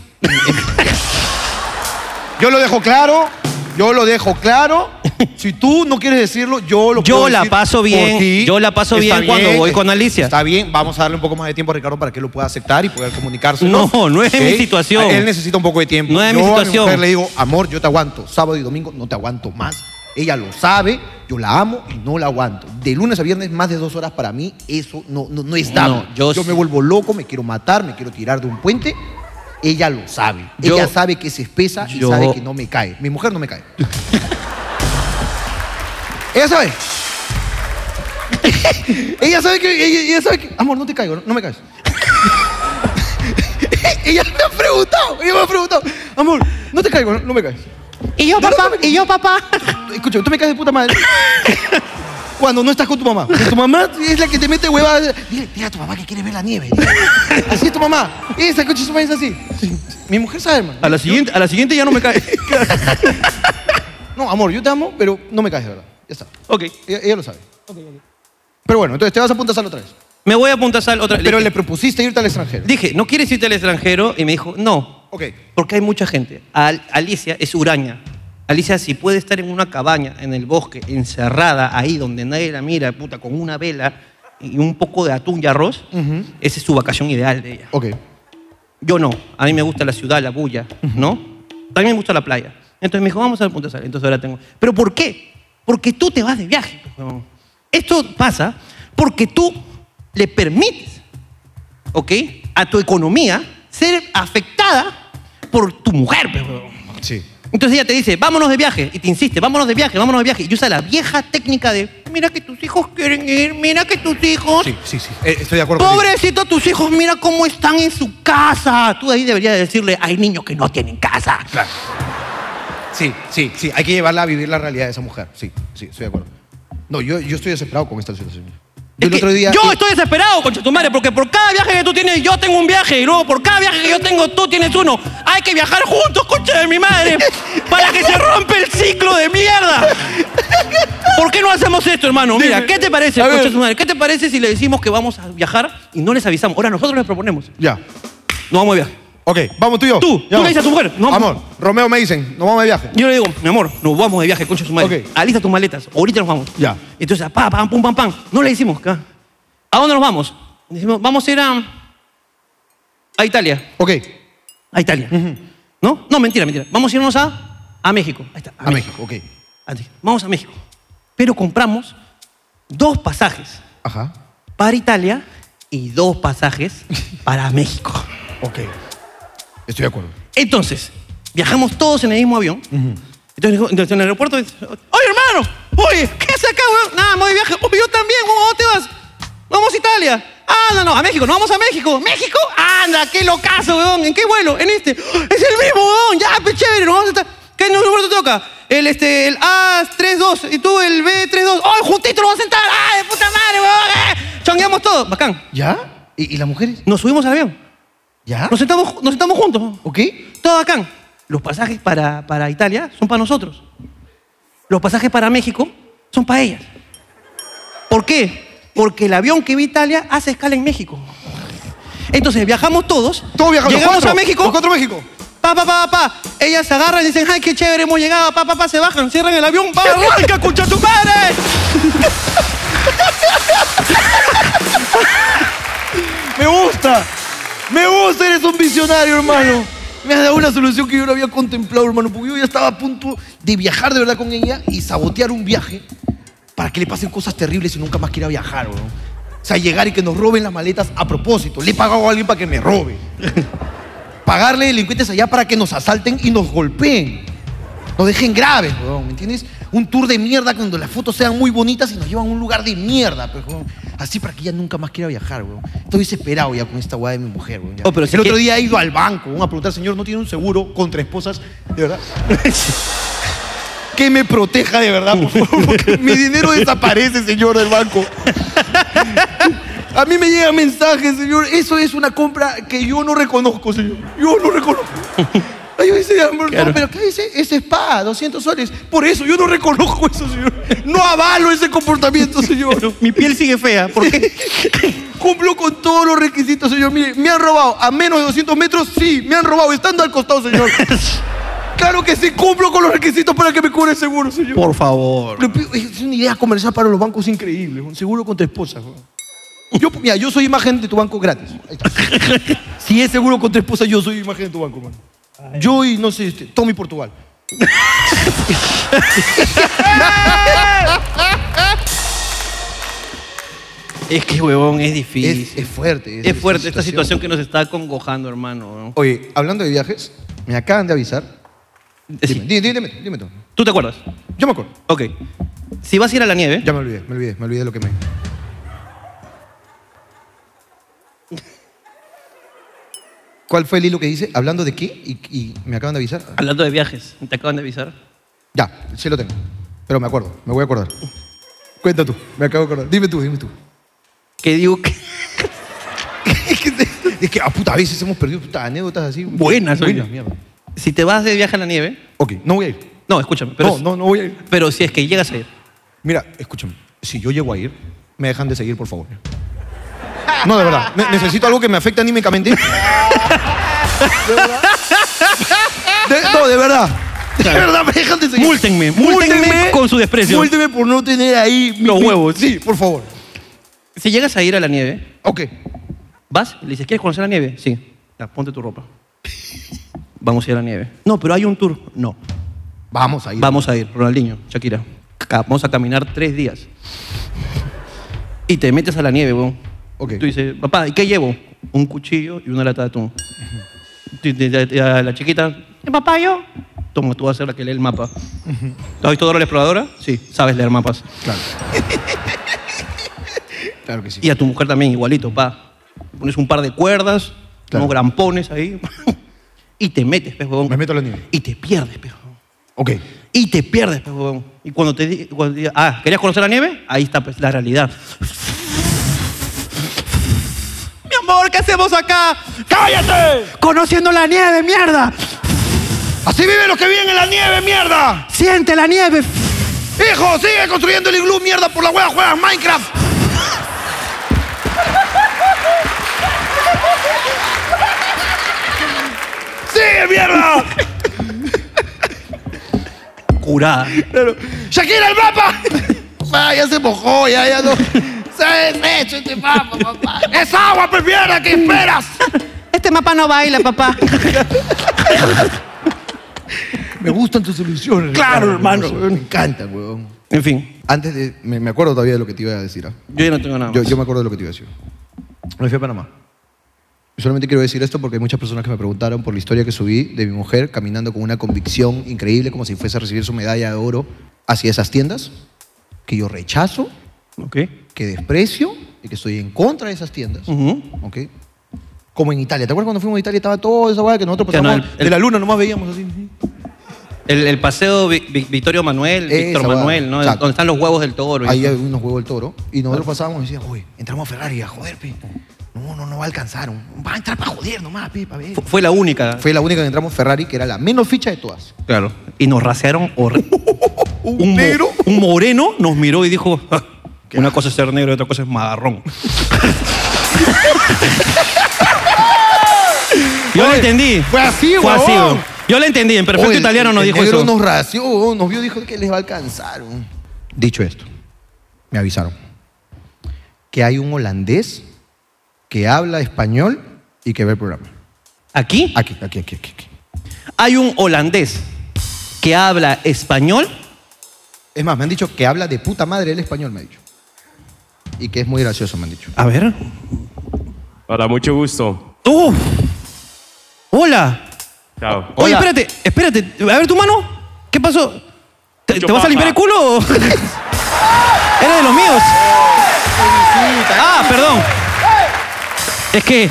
Speaker 11: Yo lo dejo claro, yo lo dejo claro. Si tú no quieres decirlo, yo lo
Speaker 1: Yo
Speaker 11: puedo
Speaker 1: la
Speaker 11: decir
Speaker 1: paso
Speaker 11: por
Speaker 1: bien,
Speaker 11: ti.
Speaker 1: yo la paso
Speaker 11: Está
Speaker 1: bien cuando voy con Alicia.
Speaker 11: Está bien, vamos a darle un poco más de tiempo a Ricardo para que lo pueda aceptar y poder comunicarse.
Speaker 1: No, no es mi situación.
Speaker 11: Él necesita un poco de tiempo.
Speaker 1: No es
Speaker 11: Yo
Speaker 1: mi
Speaker 11: a
Speaker 1: situación.
Speaker 11: mujer le digo, amor, yo te aguanto. Sábado y domingo no te aguanto más.
Speaker 2: Ella lo sabe, yo la amo y no la aguanto. De lunes a viernes, más de dos horas para mí, eso no, no, no es dable.
Speaker 1: No, yo sí.
Speaker 2: me vuelvo loco, me quiero matar, me quiero tirar de un puente. Ella lo sabe.
Speaker 1: Yo-
Speaker 2: ella sabe que se espesa y
Speaker 1: Yo-
Speaker 2: sabe que no me cae. Mi mujer no me cae. ella sabe. ella sabe que. Ella, ella sabe que. Amor, no te caigo, no, no me caes. ella me ha preguntado, ella me ha preguntado. Amor, no te caigo, no, no me caes.
Speaker 12: Y yo, papá, y yo, papá.
Speaker 2: Escucha, tú me caes de puta madre. Cuando no estás con tu mamá. Porque Tu mamá es la que te mete hueva. Dile, dile a tu mamá que quiere ver la nieve. Dile. Así es tu mamá. Esa coche su mamá es así. Mi mujer sabe, hermano.
Speaker 1: A la siguiente, a la siguiente ya no me cae.
Speaker 2: No, amor, yo te amo, pero no me caes de verdad. Ya está.
Speaker 1: Ok.
Speaker 2: Ella, ella lo sabe. Pero bueno, entonces te vas a Punta Sal otra vez.
Speaker 1: Me voy a Punta Sal otra
Speaker 2: Pero
Speaker 1: dije-
Speaker 2: le propusiste irte al extranjero.
Speaker 1: Dije, ¿no quieres irte al extranjero? Y me dijo, no.
Speaker 2: Ok.
Speaker 1: Porque hay mucha gente. Al- Alicia es huraña. Alicia, si puede estar en una cabaña, en el bosque, encerrada, ahí donde nadie la mira, puta, con una vela y un poco de atún y arroz, esa es su vacación ideal de ella.
Speaker 2: Ok.
Speaker 1: Yo no. A mí me gusta la ciudad, la bulla, ¿no? También me gusta la playa. Entonces me dijo, vamos al Punta Sal. Entonces ahora tengo... ¿Pero por qué? Porque tú te vas de viaje. pues, huevón. Esto pasa porque tú le permites, ¿ok? A tu economía ser afectada por tu mujer, pe, huevón.
Speaker 2: Sí.
Speaker 1: Entonces ella te dice, vámonos de viaje. Y te insiste, vámonos de viaje, vámonos de viaje. Y usa la vieja técnica de, mira que tus hijos quieren ir, mira que tus hijos...
Speaker 2: Sí, sí, sí. Eh, estoy de acuerdo contigo.
Speaker 1: Pobrecito tus hijos, mira cómo están en su casa. Tú ahí deberías decirle, hay niños que no tienen casa.
Speaker 2: Claro. Sí, sí, sí. Hay que llevarla a vivir la realidad de esa mujer. Sí, sí, estoy de acuerdo. No, yo, yo estoy desesperado con esta situación. Yo el otro día...
Speaker 1: Yo estoy desesperado, concha tu madre, porque por cada viaje que tú tienes, yo tengo un viaje. Y luego por cada viaje que yo tengo, tú tienes uno. Hay que viajar juntos, concha de mi madre, para que se rompa el ciclo de mierda. ¿Por qué no hacemos esto, hermano? Mira, ¿qué te parece,
Speaker 2: A ver.
Speaker 1: concha de tu madre? ¿Qué te parece si le decimos que vamos a viajar y no les avisamos? Ahora nosotros les proponemos.
Speaker 2: Ya.
Speaker 1: No vamos de viaje.
Speaker 2: Ok, vamos tú y yo.
Speaker 1: Tú, tú le dices a tu mujer. No,
Speaker 2: Amor, Romeo me dicen, nos vamos de viaje.
Speaker 1: Yo le digo, mi amor, nos vamos de viaje, concha de su madre. Alista tus maletas, ahorita nos vamos.
Speaker 2: Ya.
Speaker 1: Entonces, pa, pam, pum, pam, pam. No le decimos, ¿ca? ¿a dónde nos vamos? Decimos, vamos a ir a. a Italia.
Speaker 2: Ok.
Speaker 1: A Italia. ¿No? No, mentira, mentira. Vamos a irnos a. a México. Ahí está.
Speaker 2: A México, ok.
Speaker 1: Así, Vamos a México. Pero compramos dos pasajes
Speaker 2: Ajá.
Speaker 1: para Italia y dos pasajes para México.
Speaker 2: Ok. Estoy de acuerdo.
Speaker 1: Entonces, viajamos todos en el mismo avión. Entonces, dijo- entonces en el aeropuerto dice, oye hermano, oye, ¿qué haces acá, weón? Nada, me voy de viaje. Oye, yo también, weón, ¿a dónde vas? Vamos a Italia. Ah, no, no, a México, no vamos a México. ¿México? Anda, qué locazo, weón. ¿En qué vuelo? En este. Es el mismo, weón. Ya, pues chévere, nos vamos a estar. ¿Qué número te toca? El, este, el A32 y tú el B32. ¡Ay, ¡Oh, juntito nos vamos a sentar! ¡Ay, de puta madre, weón! Changueamos todo. Bacán.
Speaker 2: ¿Ya? ¿Y, y las mujeres?
Speaker 1: Nos subimos al avión.
Speaker 2: ¿Ya?
Speaker 1: Nos sentamos, nos sentamos juntos.
Speaker 2: ¿Ok?
Speaker 1: Todo bacán. Los pasajes para, para Italia son para nosotros. Los pasajes para México son para ellas. ¿Por qué? Porque el avión que va a Italia hace escala en México. Entonces viajamos todos.
Speaker 13: Todos viajamos, los
Speaker 1: Llegamos
Speaker 13: cuatro,
Speaker 1: a México.
Speaker 13: los cuatro a México.
Speaker 1: Pa, pa, pa, pa. Ellas se agarran y dicen, ay, qué chévere, hemos llegado. Pa, pa, pa, se bajan, cierran el avión. Pa, arranca, concha tu madre.
Speaker 5: Me gusta. Me gusta, eres un visionario, hermano.
Speaker 2: Me has dado una solución que yo no había contemplado, hermano, porque yo ya estaba a punto de viajar de verdad con ella y sabotear un viaje para que le pasen cosas terribles y nunca más quiera viajar, weón. O sea, llegar y que nos roben las maletas a propósito. Le he pagado a alguien para que me robe. Pagarle delincuentes allá para que nos asalten y nos golpeen. Nos dejen graves, weón, ¿me entiendes? Un tour de mierda cuando las fotos sean muy bonitas y nos llevan a un lugar de mierda, pues, weón. Así para que ella nunca más quiera viajar, weón. Estoy desesperado ya con esta weá de mi mujer, weón. ya.
Speaker 1: Oh, pero si
Speaker 2: El otro
Speaker 1: que-
Speaker 2: día he ido al banco, weón, a preguntar, señor, ¿no tiene un seguro contra esposas? De verdad. que me proteja de verdad, por favor, porque mi dinero desaparece, señor, del banco.
Speaker 5: A mí me llegan mensajes, señor. Eso es una compra que yo no reconozco, señor. Yo no reconozco. Ay, yo dice, amor, no,
Speaker 13: Claro.
Speaker 5: pero ¿qué dice? Es spa, 200 soles. Por eso, yo no reconozco eso, señor. No avalo ese comportamiento, señor.
Speaker 1: Mi piel sigue fea, ¿por qué?
Speaker 5: Cumplo con todos los requisitos, señor. Mire, me han robado a menos de 200 metros, sí, me han robado estando al costado, señor. claro que sí, cumplo con los requisitos para que me cubra el seguro, señor.
Speaker 1: Por favor.
Speaker 5: Lo pi- Es una idea comercial para los bancos increíble. Un seguro con tu esposa. weón. Yo, mira, yo soy imagen de tu banco gratis. Ahí está. si es seguro con tu esposa, yo soy imagen de tu banco, mano. Yo y, no sé, este, Tommy Portugal.
Speaker 1: Es que, huevón, es difícil. Es,
Speaker 2: fuerte.
Speaker 1: Es, fuerte esta situación que nos está congojando, hermano. ¿no?
Speaker 2: Oye, hablando de viajes, me acaban de avisar. Dime, dime, dime, dime, dime tú.
Speaker 1: Eh, ¿Tú te acuerdas?
Speaker 2: Yo me acuerdo.
Speaker 1: Ok. Si vas a ir a la nieve.
Speaker 2: Ya me olvidé, me olvidé, me olvidé de lo que me. ¿Cuál fue el hilo que dice? ¿Hablando de qué? Y, y me acaban de avisar.
Speaker 1: Hablando de viajes, te acaban de avisar.
Speaker 2: Ya, sí lo tengo. Pero me acuerdo, me voy a acordar. Cuenta tú, me acabo de acordar. Dime tú, dime tú.
Speaker 1: Que digo que.
Speaker 2: es que a puta, a veces hemos perdido puta, anécdotas así.
Speaker 1: Buenas, oye.
Speaker 2: buenas, mierda.
Speaker 1: Si te vas de viaje a la nieve.
Speaker 2: Ok, no voy a ir.
Speaker 1: No, escúchame.
Speaker 2: no,
Speaker 1: Pero
Speaker 2: no, no voy a ir.
Speaker 1: Pero si es que llegas a ir.
Speaker 2: Mira, escúchame, si yo llego a ir, me dejan de seguir, por favor. No, de verdad, ne- necesito algo que me afecte anímicamente. De- no, de verdad. De
Speaker 1: Claro.
Speaker 2: verdad, me dejan de seguir.
Speaker 1: Múltenme, múltenme con su desprecio.
Speaker 2: Múltenme por no tener ahí mi-
Speaker 1: Los
Speaker 2: mi-
Speaker 1: huevos.
Speaker 2: Sí, por favor.
Speaker 1: Si llegas a ir a la nieve.
Speaker 2: Ok.
Speaker 1: Vas, le dices, ¿quieres conocer la nieve? Sí. Ya, ponte tu ropa. Vamos a ir a la nieve. No, pero hay un tour. No.
Speaker 2: Vamos a ir.
Speaker 1: Vamos a ir, Ronaldinho, Shakira. Ca- Vamos a caminar tres días. Y te metes a la nieve, weón. Tú dices, papá, ¿y qué llevo? Un cuchillo y una lata de atún. Tú dices, A la chiquita,
Speaker 14: Papá, yo.
Speaker 1: toma, tú vas a ser la que lee el mapa. ¿Tú has visto Dora la Exploradora? Sí, sabes leer mapas. Claro.
Speaker 2: Claro que sí.
Speaker 1: Y a tu mujer también, igualito, pa. Pones un par de cuerdas, unos grampones ahí, y te metes, pez huevón. Me meto a la nieve. Y te pierdes, pez huevón. Ok. Y te pierdes, pez huevón. Y cuando te, di- cuando te diga, ah, ¿querías conocer la nieve? Ahí está, pues, la realidad.
Speaker 14: Mi amor, ¿qué hacemos acá? ¡Cállate! Conociendo la nieve, mierda.
Speaker 5: Así viven los que viven en la nieve, mierda.
Speaker 14: Siente la nieve.
Speaker 5: Hijo, sigue construyendo el iglú, mierda, por la hueá juegas Minecraft. ¡Sigue, mierda!
Speaker 1: Curada.
Speaker 5: Claro. ¡Shakira, el mapa! Ah, ya se mojó, ya, ya no. Se ha deshecho este mapa, papá. ¡Es agua, pues, mierda, ¿qué esperas!
Speaker 14: Este mapa no baila, papá.
Speaker 2: Me gustan tus soluciones.
Speaker 5: Claro,
Speaker 2: hermano. Me encantan, weón.
Speaker 1: En fin.
Speaker 2: Antes de. Me, me acuerdo todavía de lo que te iba a decir. ¿ah?
Speaker 1: Yo ya no tengo nada.
Speaker 2: Yo, yo me acuerdo de lo que te iba a decir. Me fui a Panamá. Y Solamente quiero decir esto porque hay muchas personas que me preguntaron por la historia que subí de mi mujer caminando con una convicción increíble, como si fuese a recibir su medalla de oro hacia esas tiendas, que yo rechazo, que desprecio y que estoy en contra de esas tiendas. ¿ok? Como en Italia. ¿Te acuerdas cuando fuimos a Italia? Estaba toda esa hueá que nosotros
Speaker 1: Ya no,
Speaker 2: pasábamos
Speaker 1: el- el-
Speaker 2: de la luna, nomás veíamos así.
Speaker 1: El, el paseo Vi- Vi- Victorio Manuel,
Speaker 2: Esa
Speaker 1: Víctor
Speaker 2: hueá.
Speaker 1: Manuel, ¿no?
Speaker 2: Exacto.
Speaker 1: Donde están los huevos del toro.
Speaker 2: Ahí
Speaker 1: ¿viste?
Speaker 2: hay unos huevos del toro. Y nosotros
Speaker 1: Claro.
Speaker 2: pasábamos y decíamos, uy, entramos a Ferrari, a joder, pe. No, no, no va a alcanzar. un- Va a entrar para joder nomás, pe, pa' ver.
Speaker 1: Fu- Fue la única.
Speaker 2: Fue la única que entramos Ferrari, que era la menos ficha de todas.
Speaker 1: Claro. Y nos rasearon horri- un, mo- un moreno nos miró y dijo, "Ja, una cosa es ser negro y otra cosa es marrón. Yo lo entendí. Fue
Speaker 2: así, huevón.
Speaker 1: así, huevón. Yo lo entendí. En perfecto
Speaker 2: Oye, el-
Speaker 1: italiano nos
Speaker 2: el
Speaker 1: dijo
Speaker 2: negro
Speaker 1: eso.
Speaker 2: nos ració, huevón, nos vio, dijo que les va a alcanzar. huevón". Dicho esto, me avisaron que hay un holandés que habla español y que ve el programa.
Speaker 1: ¿Aquí?
Speaker 2: Aquí, aquí, aquí, aquí. aquí.
Speaker 1: Hay un holandés que habla español.
Speaker 2: Es más, me han dicho que habla de puta madre el español, me han dicho. Y que es muy gracioso, me han dicho.
Speaker 1: A ver.
Speaker 15: Para mucho gusto.
Speaker 1: ¡Uf! ¡Hola!
Speaker 15: Chao.
Speaker 1: Oye, espérate, espérate. A ver tu mano. ¿Qué pasó? ¿Te,
Speaker 15: Yo
Speaker 1: te vas
Speaker 15: papa.
Speaker 1: a limpiar el culo o...? Eres de los míos. Ah, perdón. Es que...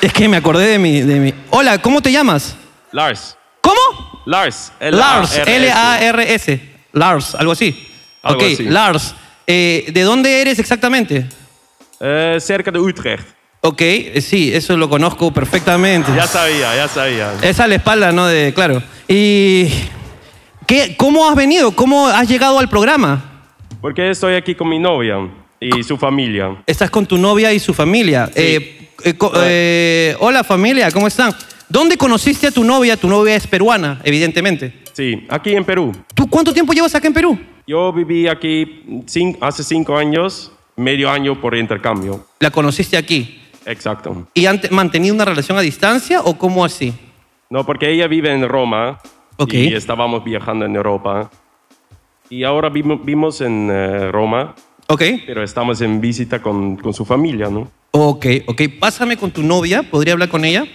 Speaker 1: Es que me acordé de mi... De mi... Hola, ¿cómo te llamas?
Speaker 15: Lars.
Speaker 1: ¿Cómo?
Speaker 15: Lars.
Speaker 1: Lars,
Speaker 15: L-A-R-S.
Speaker 1: L-A-R-s. Lars, algo así.
Speaker 15: Algo
Speaker 1: ok,
Speaker 15: así.
Speaker 1: Lars, eh, ¿de dónde eres exactamente?
Speaker 15: Eh, cerca de Utrecht.
Speaker 1: Ok, eh, sí, eso lo conozco perfectamente.
Speaker 15: Ya sabía, ya sabía.
Speaker 1: Es a la espalda, ¿no? De, claro. ¿Y qué, cómo has venido? ¿Cómo has llegado al programa?
Speaker 15: Porque estoy aquí con mi novia y su familia.
Speaker 1: Estás con tu novia y su familia. Eh, eh, co- eh, hola familia, ¿cómo están? ¿Dónde conociste a tu novia? Tu novia es peruana, evidentemente.
Speaker 15: Sí, aquí en Perú.
Speaker 1: ¿Tú cuánto tiempo llevas acá en Perú?
Speaker 15: Yo viví aquí cin- hace cinco años, medio año por intercambio.
Speaker 1: La conociste aquí.
Speaker 15: Exacto.
Speaker 1: ¿Y han te- mantenido una relación a distancia o cómo así?
Speaker 15: No, porque ella vive en Roma
Speaker 1: Ok.
Speaker 15: y estábamos viajando en Europa. Y ahora vimo- vimos en eh, Roma.
Speaker 1: Ok.
Speaker 15: Pero estamos en visita con, con su familia, ¿no?
Speaker 1: Ok, ok. Pásame con tu novia, ¿podría hablar con ella?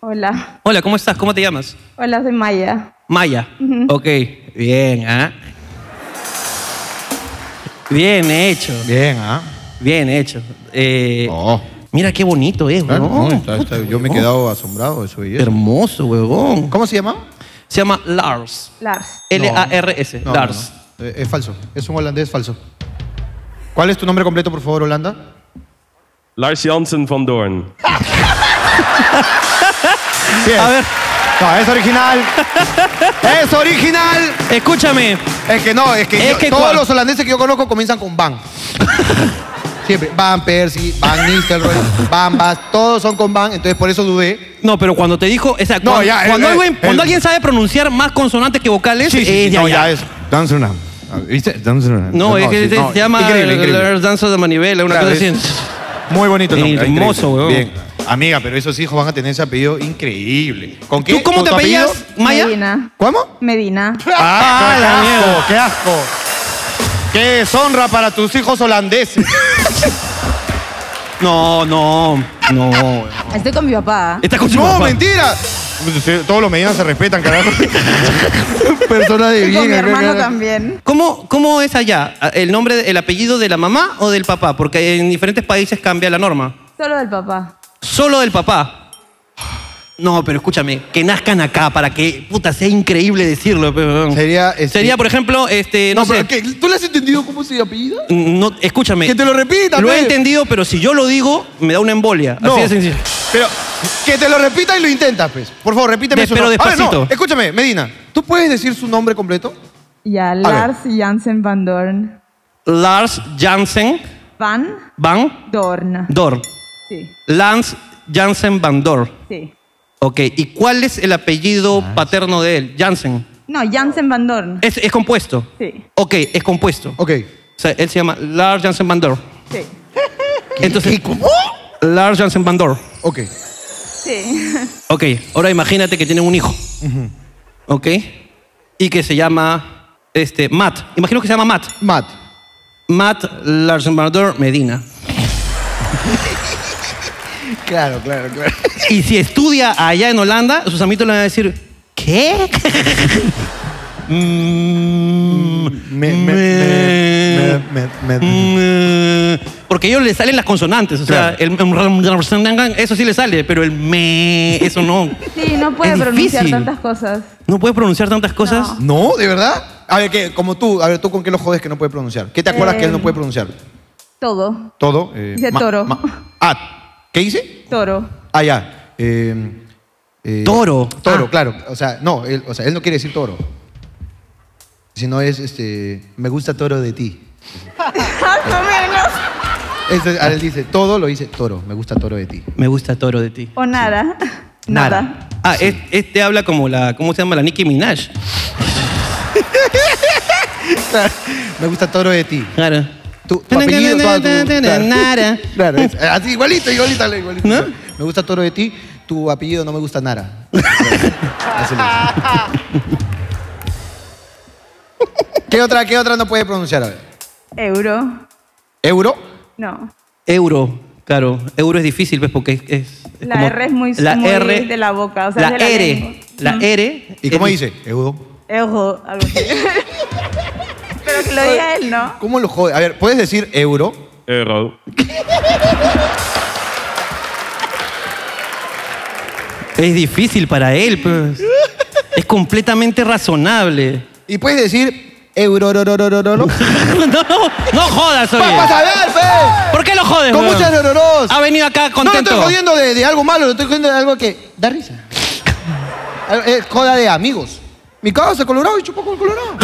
Speaker 16: Hola,
Speaker 1: Hola, ¿cómo estás? ¿Cómo te llamas?
Speaker 16: hola, soy Maya.
Speaker 1: Maya.
Speaker 16: Ujú.
Speaker 1: Ok, bien, ¿ah? Bien hecho. Bien, ¿ah? Bien hecho. Eh, Mira qué bonito es,
Speaker 2: Oh. Claro,
Speaker 1: huevón.
Speaker 2: no, está- está- yo me he
Speaker 1: Huevón.
Speaker 2: quedado asombrado de su belleza.
Speaker 1: Hermoso, huevón.
Speaker 2: ¿Cómo se llama?
Speaker 1: Se llama Lars.
Speaker 16: Lars.
Speaker 1: L-A-R-S,
Speaker 2: No, no,
Speaker 1: Lars.
Speaker 2: no. Eh, Es falso. Es un holandés falso. ¿Cuál es tu nombre completo, por favor, Holanda?
Speaker 15: Lars Janssen van Doorn.
Speaker 2: A ver. No, es original. es original.
Speaker 1: Escúchame.
Speaker 2: Es que no, es que,
Speaker 13: Es
Speaker 2: yo-
Speaker 13: que
Speaker 2: todos
Speaker 13: cua-
Speaker 2: los holandeses que yo conozco comienzan con Van. Siempre. Van Persie, Van Nistelrooy, Van Bas, todos son con Van, entonces por eso dudé.
Speaker 1: No, pero cuando te dijo, o sea,
Speaker 2: No,
Speaker 1: cuando,
Speaker 2: ya,
Speaker 1: cuando
Speaker 2: eh,
Speaker 1: alguien,
Speaker 2: eh,
Speaker 1: cuando
Speaker 2: eh.
Speaker 1: alguien sabe pronunciar más consonantes que vocales, es de
Speaker 2: no,
Speaker 1: allá.
Speaker 2: ya es. Dan Surinam. ¿Viste? Dan Surinam.
Speaker 1: No, es que
Speaker 2: sí,
Speaker 1: se,
Speaker 2: no,
Speaker 1: se llama
Speaker 2: increíble, increíble.
Speaker 1: Lars Danza de Manivela, una
Speaker 2: Claro,
Speaker 1: cosa
Speaker 2: es-
Speaker 1: así.
Speaker 2: Muy bonito el nombre.
Speaker 1: Hermoso,
Speaker 2: increíble.
Speaker 1: huevón.
Speaker 2: Bien. Amiga, pero esos hijos van a tener ese apellido increíble. ¿Con qué?
Speaker 1: ¿Tú cómo
Speaker 2: ¿Con
Speaker 1: te
Speaker 2: tu apellido?
Speaker 1: apellidas, Maya?
Speaker 16: Medina.
Speaker 2: ¿Cómo?
Speaker 16: Medina.
Speaker 2: ¡Ah,
Speaker 16: la
Speaker 2: qué asco!
Speaker 16: mierda.
Speaker 2: ¡Qué asco! ¡Qué deshonra para tus hijos holandeses!
Speaker 1: No, no, no. weón.
Speaker 10: Estoy con mi papá.
Speaker 1: Estás con su
Speaker 2: ¡No,
Speaker 1: papá.
Speaker 2: mentira! Todos los medianos se respetan, carajo. Persona de bien.
Speaker 10: también.
Speaker 1: ¿Cómo, ¿Cómo es allá? ¿El nombre, el apellido de la mamá o del papá? Porque en diferentes países cambia la norma.
Speaker 10: Solo del papá.
Speaker 1: Solo del papá. No, pero escúchame, que nazcan acá para que, puta, sea increíble decirlo. Sería, Sería por ejemplo, este, no,
Speaker 17: No, pero
Speaker 1: sé.
Speaker 17: ¿qué? ¿Tú le has entendido cómo se apellida?
Speaker 1: No, escúchame.
Speaker 17: Que te lo repita,
Speaker 1: Lo he
Speaker 17: pe.
Speaker 1: entendido, pero si yo lo digo, me da una embolia.
Speaker 17: No.
Speaker 1: Así de sencillo.
Speaker 2: Pero que te lo repita y lo intentas, pues. Por favor, repíteme
Speaker 1: Ve,
Speaker 2: su
Speaker 1: pero
Speaker 2: nombre. A ver, no,
Speaker 1: despacito.
Speaker 2: escúchame, Medina. ¿Tú puedes decir su nombre completo?
Speaker 18: Ya, Lars Jansen Van Dorn.
Speaker 1: Lars Jansen
Speaker 18: Van
Speaker 1: Van
Speaker 18: Dorn.
Speaker 1: Dor.
Speaker 18: Sí,
Speaker 1: Lance Jansen Van Dor.
Speaker 18: sí.
Speaker 1: Ok, ¿y cuál es el apellido paterno de él? Jansen.
Speaker 18: No, Jansen Van Dorn.
Speaker 1: ¿Es, es compuesto?
Speaker 18: Sí,
Speaker 1: Ok, es compuesto. Ok. O sea, él se llama Lars Jansen Van Dor.
Speaker 18: sí,
Speaker 1: Entonces, ¿Cómo? Lars Jansen Van Dor. Ok.
Speaker 18: sí.
Speaker 1: Ok, ahora imagínate que tienen un hijo. ¿Ok? Y que se llama este, Matt. Imagino que se llama Matt. Matt. Matt Larsen Van Dor Medina.
Speaker 19: Claro, claro, claro.
Speaker 1: Y si estudia allá en Holanda, sus amigos le van a decir, ¿qué? Mm, Porque a ellos les salen las consonantes, o sea, el- eso sí le sale, pero el me, eso no.
Speaker 18: Sí, no puede
Speaker 1: Es
Speaker 18: pronunciar
Speaker 1: difícil.
Speaker 18: tantas cosas.
Speaker 1: ¿No puedes pronunciar tantas cosas?
Speaker 2: No, ¿de verdad? A ver, ¿qué? como tú, a ver, ¿tú con qué lo jodes que no puede pronunciar? ¿Qué te acuerdas
Speaker 18: Eh,
Speaker 2: que él no puede pronunciar?
Speaker 18: Todo.
Speaker 2: Todo. eh,
Speaker 18: Dice
Speaker 2: ma-
Speaker 18: toro.
Speaker 2: ma- ah, ¿qué dice?
Speaker 18: Toro.
Speaker 2: Ah, ya. eh, eh,
Speaker 1: Toro. Ah.
Speaker 2: Toro, claro. O sea, no, él, o sea, él no quiere decir toro. Sino es, este, me gusta toro de ti.
Speaker 18: Más o menos.
Speaker 2: Eso es- a él dice, todo lo dice toro, me gusta toro de ti.
Speaker 1: Me gusta toro de ti.
Speaker 18: O nada. Nada.
Speaker 1: Ah, es- este habla como la, ¿cómo se llama? La Nicki Minaj.
Speaker 2: Me gusta toro de ti.
Speaker 1: Claro.
Speaker 2: Tu, tu apellido, toda tu- claro. Claro, es- eh, así, igualito, igualito, igualito.
Speaker 1: ¿No?
Speaker 2: Me gusta toro de ti, tu apellido no me gusta Nara. Así le dice. ¿Qué otra, ¿Qué otra no puede pronunciar? A ver.
Speaker 18: Euro.
Speaker 2: ¿Euro?
Speaker 18: No.
Speaker 1: Euro, claro. Euro es difícil, ¿ves? Porque es. es
Speaker 18: La
Speaker 1: como-
Speaker 18: R es muy,
Speaker 1: La
Speaker 18: muy
Speaker 1: R.
Speaker 18: de la boca. O sea,
Speaker 1: la,
Speaker 18: es de lengua.
Speaker 1: R. La R.
Speaker 2: ¿Y cómo dice? Euro.
Speaker 18: Euro. Algo así. Pero que lo diga él, ¿no?
Speaker 2: ¿Cómo lo jode? A ver, ¿puedes decir euro?
Speaker 15: Euro.
Speaker 1: Es difícil para él, pues. es completamente razonable.
Speaker 2: ¿Y puedes decir euro? ro, ro, ro, ro, ro, ro?
Speaker 1: no, no, no jodas, oye.
Speaker 2: ¡Vamos a ver, fe!
Speaker 1: ¿Por qué lo jodes,
Speaker 2: Con
Speaker 1: weón?
Speaker 2: muchas roros.
Speaker 1: Ha venido acá contento.
Speaker 2: No lo estoy jodiendo de, de algo malo, lo estoy jodiendo de algo que da risa. Al- Es joda de amigos. Mi casa se colorado y chupó con colorado.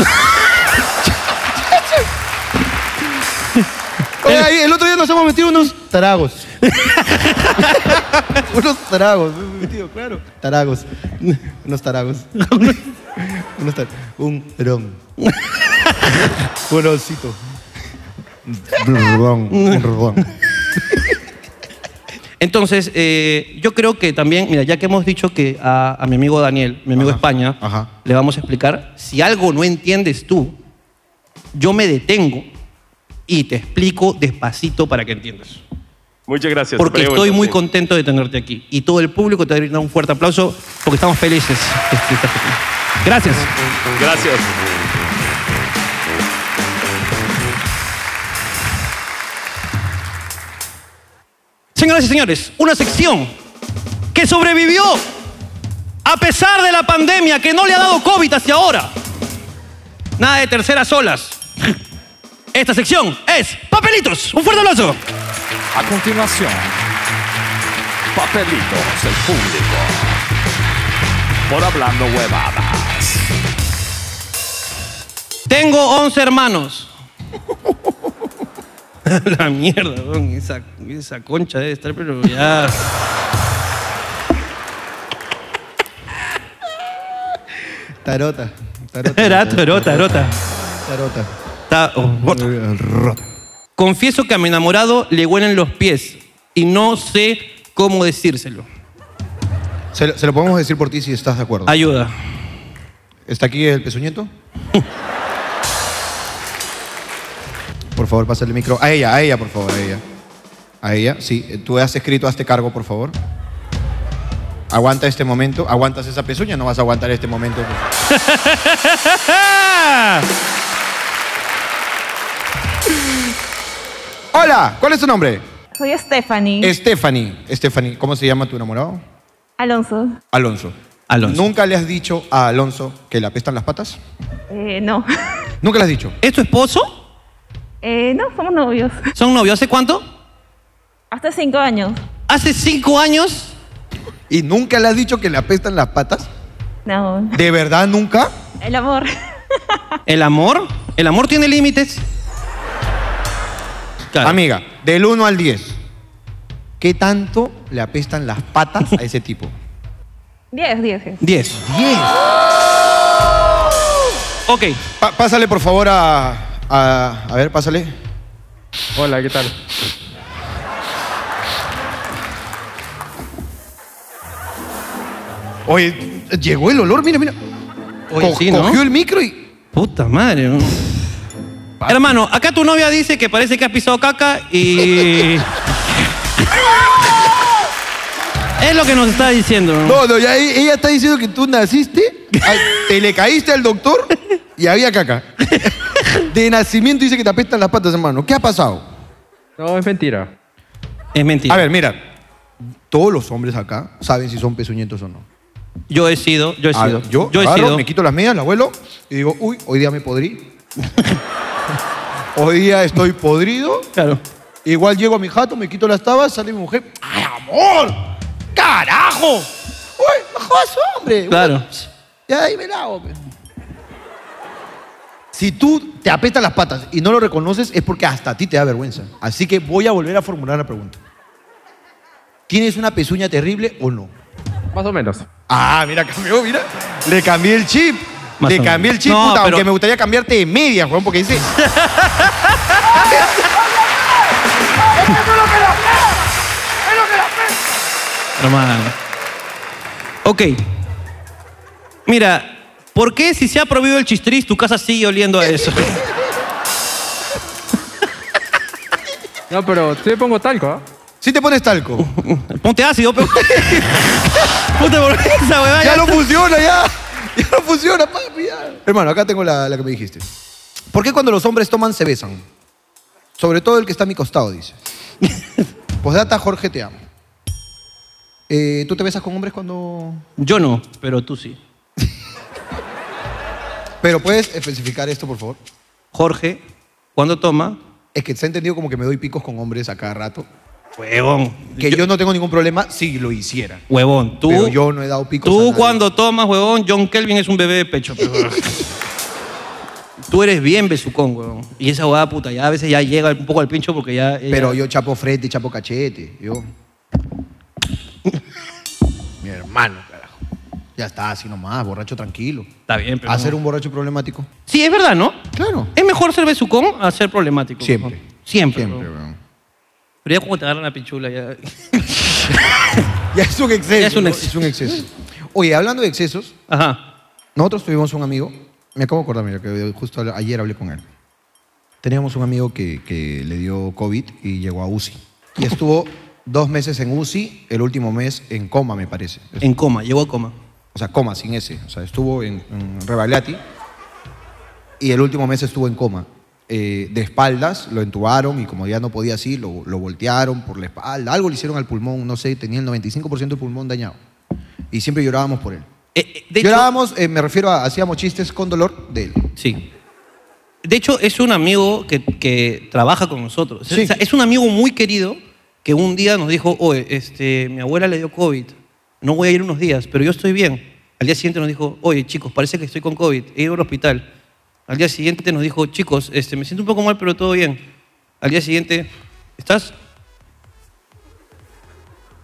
Speaker 2: Oye, ahí, el otro día nos hemos metido unos taragos. unos taragos, hemos metido, claro. Taragos. Unos taragos. unos tar- Un ron. un roncito. Un ron, un ron.
Speaker 1: Entonces, eh, yo creo que también, mira, ya que hemos dicho que a, a mi amigo Daniel, mi amigo España, le vamos a explicar, si algo no entiendes tú, yo me detengo y te explico despacito para que entiendas.
Speaker 15: Muchas gracias.
Speaker 1: Porque
Speaker 15: Pero
Speaker 1: estoy
Speaker 15: bueno,
Speaker 1: muy
Speaker 15: sí.
Speaker 1: contento de tenerte aquí. Y todo el público te brinda un fuerte aplauso porque estamos felices que estás aquí. Gracias.
Speaker 15: Gracias.
Speaker 1: Señoras y señores, una sección que sobrevivió a pesar de la pandemia que no le ha dado COVID hacia ahora. Nada de terceras olas. Esta sección es Papelitos. Un fuerte aplauso.
Speaker 3: A continuación, papelitos del público. Por hablando huevadas.
Speaker 1: Tengo 11 hermanos. la mierda, weón, esa, esa concha debe estar, pero ya.
Speaker 2: Tarota. Tarota.
Speaker 1: Era tarota, tarota.
Speaker 2: Tarota.
Speaker 1: Ta- oh, rota. Confieso que a mi enamorado le huelen los pies y no sé cómo decírselo.
Speaker 2: Se, lo- se lo podemos decir por ti si estás de acuerdo.
Speaker 1: Ayuda.
Speaker 2: ¿Está aquí el pezuñeto? por favor, pásale el micro. A ella, a ella, por favor, a ella. A ella, sí. Tú has escrito, hazte cargo, por favor. Aguanta este momento. Aguantas esa pezuña, no vas a aguantar este momento. Hola, ¿cuál es tu nombre?
Speaker 16: Soy Stephanie.
Speaker 2: Stephanie. Stephanie, ¿cómo se llama tu enamorado?
Speaker 16: Alonso.
Speaker 2: Alonso. Alonso. ¿Nunca le has dicho a Alonso que le apestan las patas?
Speaker 16: Eh, no.
Speaker 2: ¿Nunca le has dicho?
Speaker 1: ¿Es tu esposo?
Speaker 16: Eh, no, somos novios.
Speaker 1: ¿Son novios? ¿Hace cuánto?
Speaker 16: Hasta cinco años.
Speaker 1: ¿Hace cinco años?
Speaker 2: ¿Y nunca le has dicho que le apestan las patas?
Speaker 16: No.
Speaker 2: ¿De verdad nunca?
Speaker 16: El amor.
Speaker 1: ¿El amor? ¿El amor tiene límites?
Speaker 2: Amiga, del 1 al 10, ¿qué tanto le apestan las patas a ese tipo?
Speaker 16: Diez, diez. diez.
Speaker 1: 10.
Speaker 2: 10.
Speaker 1: Ok.
Speaker 2: pásale, por favor, a, a. A ver, pásale.
Speaker 6: Hola, ¿qué tal?
Speaker 2: Oye, llegó el olor, mira, mira.
Speaker 1: Oye,
Speaker 2: Co-
Speaker 1: sí, ¿no?
Speaker 2: Cogió el micro y.
Speaker 1: Puta madre. ¿no? Hermano, acá tu novia dice que parece que has pisado caca y. es lo que nos está diciendo. ¿no?
Speaker 2: No, no, ya e- ella está diciendo que tú naciste, ay, te le caíste al doctor y había caca. De nacimiento dice que te apestan las patas, hermano. ¿Qué ha pasado?
Speaker 6: No, es mentira.
Speaker 1: Es mentira.
Speaker 2: A ver, mira. Todos los hombres acá saben si son pezuñentos o no.
Speaker 1: Yo he sido, yo he
Speaker 2: A
Speaker 1: sido.
Speaker 2: ver, Ah, Yo,
Speaker 1: he
Speaker 2: agarro,
Speaker 1: sido.
Speaker 2: me quito las medias, la abuelo, y digo, uy, hoy día me podrí. hoy día estoy podrido.
Speaker 1: Claro.
Speaker 2: Igual llego a mi jato, me quito las tabas, sale mi mujer. ¡Ay, amor! ¡Carajo! ¡Uy, no jodas, hombre!
Speaker 1: Claro.
Speaker 2: Ya ahí me lavo. pe. Si tú te apestas las patas y no lo reconoces, es porque hasta a ti te da vergüenza. Así que voy a volver a formular la pregunta. ¿Tienes una pezuña terrible o no?
Speaker 6: Más o menos.
Speaker 2: Ah, mira, cambió, mira. Le cambié el chip.
Speaker 6: Más
Speaker 2: Le
Speaker 6: o
Speaker 2: cambié
Speaker 6: menos.
Speaker 2: el chip,
Speaker 6: No,
Speaker 2: puta,
Speaker 6: pero-
Speaker 2: aunque me gustaría cambiarte de media, Juan, porque dice.
Speaker 1: Hermano. Ok. Mira, ¿por qué si se ha prohibido el chistris, tu casa sigue oliendo a eso?
Speaker 6: No, pero sí me pongo talco, ¿ah?
Speaker 2: Sí te pones talco.
Speaker 1: Uh, Ponte ácido, pero. Ponte por esa huevada.
Speaker 2: ya no funciona, ya. Ya no funciona, papi. ya. Hermano, acá tengo la, la que me dijiste. ¿Por qué cuando los hombres toman se besan? Sobre todo el que está a mi costado, dice. Posdata, Jorge, te amo. Eh, ¿Tú te besas con hombres cuando.?
Speaker 1: Yo no, pero tú sí.
Speaker 2: Pero puedes especificar esto, por favor.
Speaker 1: Jorge, ¿cuándo toma?
Speaker 2: Es que se ha entendido como que me doy picos con hombres a cada rato.
Speaker 1: Huevón.
Speaker 2: Que yo, no tengo ningún problema si lo hiciera.
Speaker 1: Huevón, tú.
Speaker 2: Pero yo no he dado picos. a
Speaker 1: Tú
Speaker 2: nadie.
Speaker 1: cuando tomas, huevón, John Kelvin es un bebé de pecho. pero- Tú eres bien besucón, huevón. Y esa huevada puta, ya a veces ya llega un poco al pincho porque ya... ella-
Speaker 2: Pero yo chapo frente, chapo cachete. Yo. Mi hermano, carajo. Ya está, así nomás, borracho tranquilo.
Speaker 1: Está bien, pero...
Speaker 2: Hacer un borracho problemático.
Speaker 1: Sí, es verdad, ¿no?
Speaker 2: Claro.
Speaker 1: Es mejor ser besucón a ser problemático.
Speaker 2: Siempre.
Speaker 1: huevón. Siempre.
Speaker 2: Siempre,
Speaker 1: huevón. Pero ya como te agarran la pinchula, ya...
Speaker 2: Ya es un exceso.
Speaker 1: Ya es un
Speaker 2: ¿no?
Speaker 1: exceso.
Speaker 2: Es un exceso. Oye, hablando de excesos, nosotros tuvimos un amigo, me acabo de acordar, mira, que justo habla- ayer hablé con él. Teníamos un amigo que, que le dio COVID y llegó a UCI. Y estuvo dos meses en UCI, el último mes en coma, me parece.
Speaker 1: En coma, llegó a coma.
Speaker 2: O sea, coma, sin ese. O sea, estuvo en, en Revalati y el último mes estuvo en coma. Eh, de espaldas, lo entubaron y como ya no podía así, lo, lo voltearon por la espalda. Algo le hicieron al pulmón, no sé, tenía el 95% del pulmón dañado. Y siempre llorábamos por él. llorábamos, eh, me refiero a, hacíamos chistes con dolor de él.
Speaker 1: Sí. De hecho, es un amigo que, que trabaja con nosotros. O sea, es un amigo muy querido que un día nos dijo, oye, este, mi abuela le dio COVID, no voy a ir unos días, pero yo estoy bien. Al día siguiente nos dijo, oye, chicos, parece que estoy con COVID, he ido al hospital. Al día siguiente nos dijo, chicos, este, me siento un poco mal, pero todo bien. Al día siguiente, ¿estás?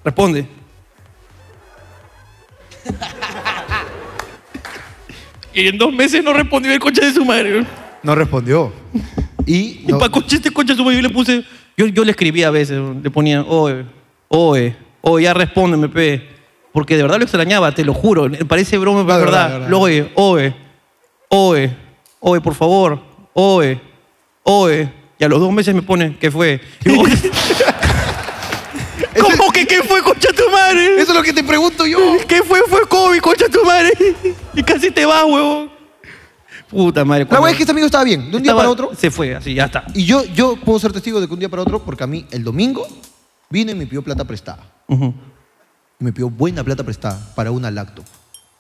Speaker 1: Responde. Y en dos meses no respondió el coche de su madre.
Speaker 2: No respondió. Y,
Speaker 1: Y para coche este coche su madre, yo le puse. Yo, yo le escribía a veces, le ponía, oe, oe, oe, ya respóndeme, pe. Porque de verdad lo extrañaba, te lo juro. Parece broma, pero es
Speaker 2: de verdad,
Speaker 1: verdad. Lo oe, oe, oe, oe, por favor, oe, oe. Y a los dos meses me pone, ¿qué fue? Y yo,
Speaker 20: ¿Cómo que qué fue, concha tu madre? Eso es lo que te pregunto yo. ¿Qué fue? Fue COVID, concha tu madre. Y casi te vas, huevón.
Speaker 1: Puta madre.
Speaker 2: La wea es que este amigo estaba bien, de un día para otro.
Speaker 1: Se fue, así ya está.
Speaker 2: Y yo, yo puedo ser testigo de que un día para otro, porque a mí el domingo vino y me pidió plata prestada. Y me pidió buena plata prestada para una laptop.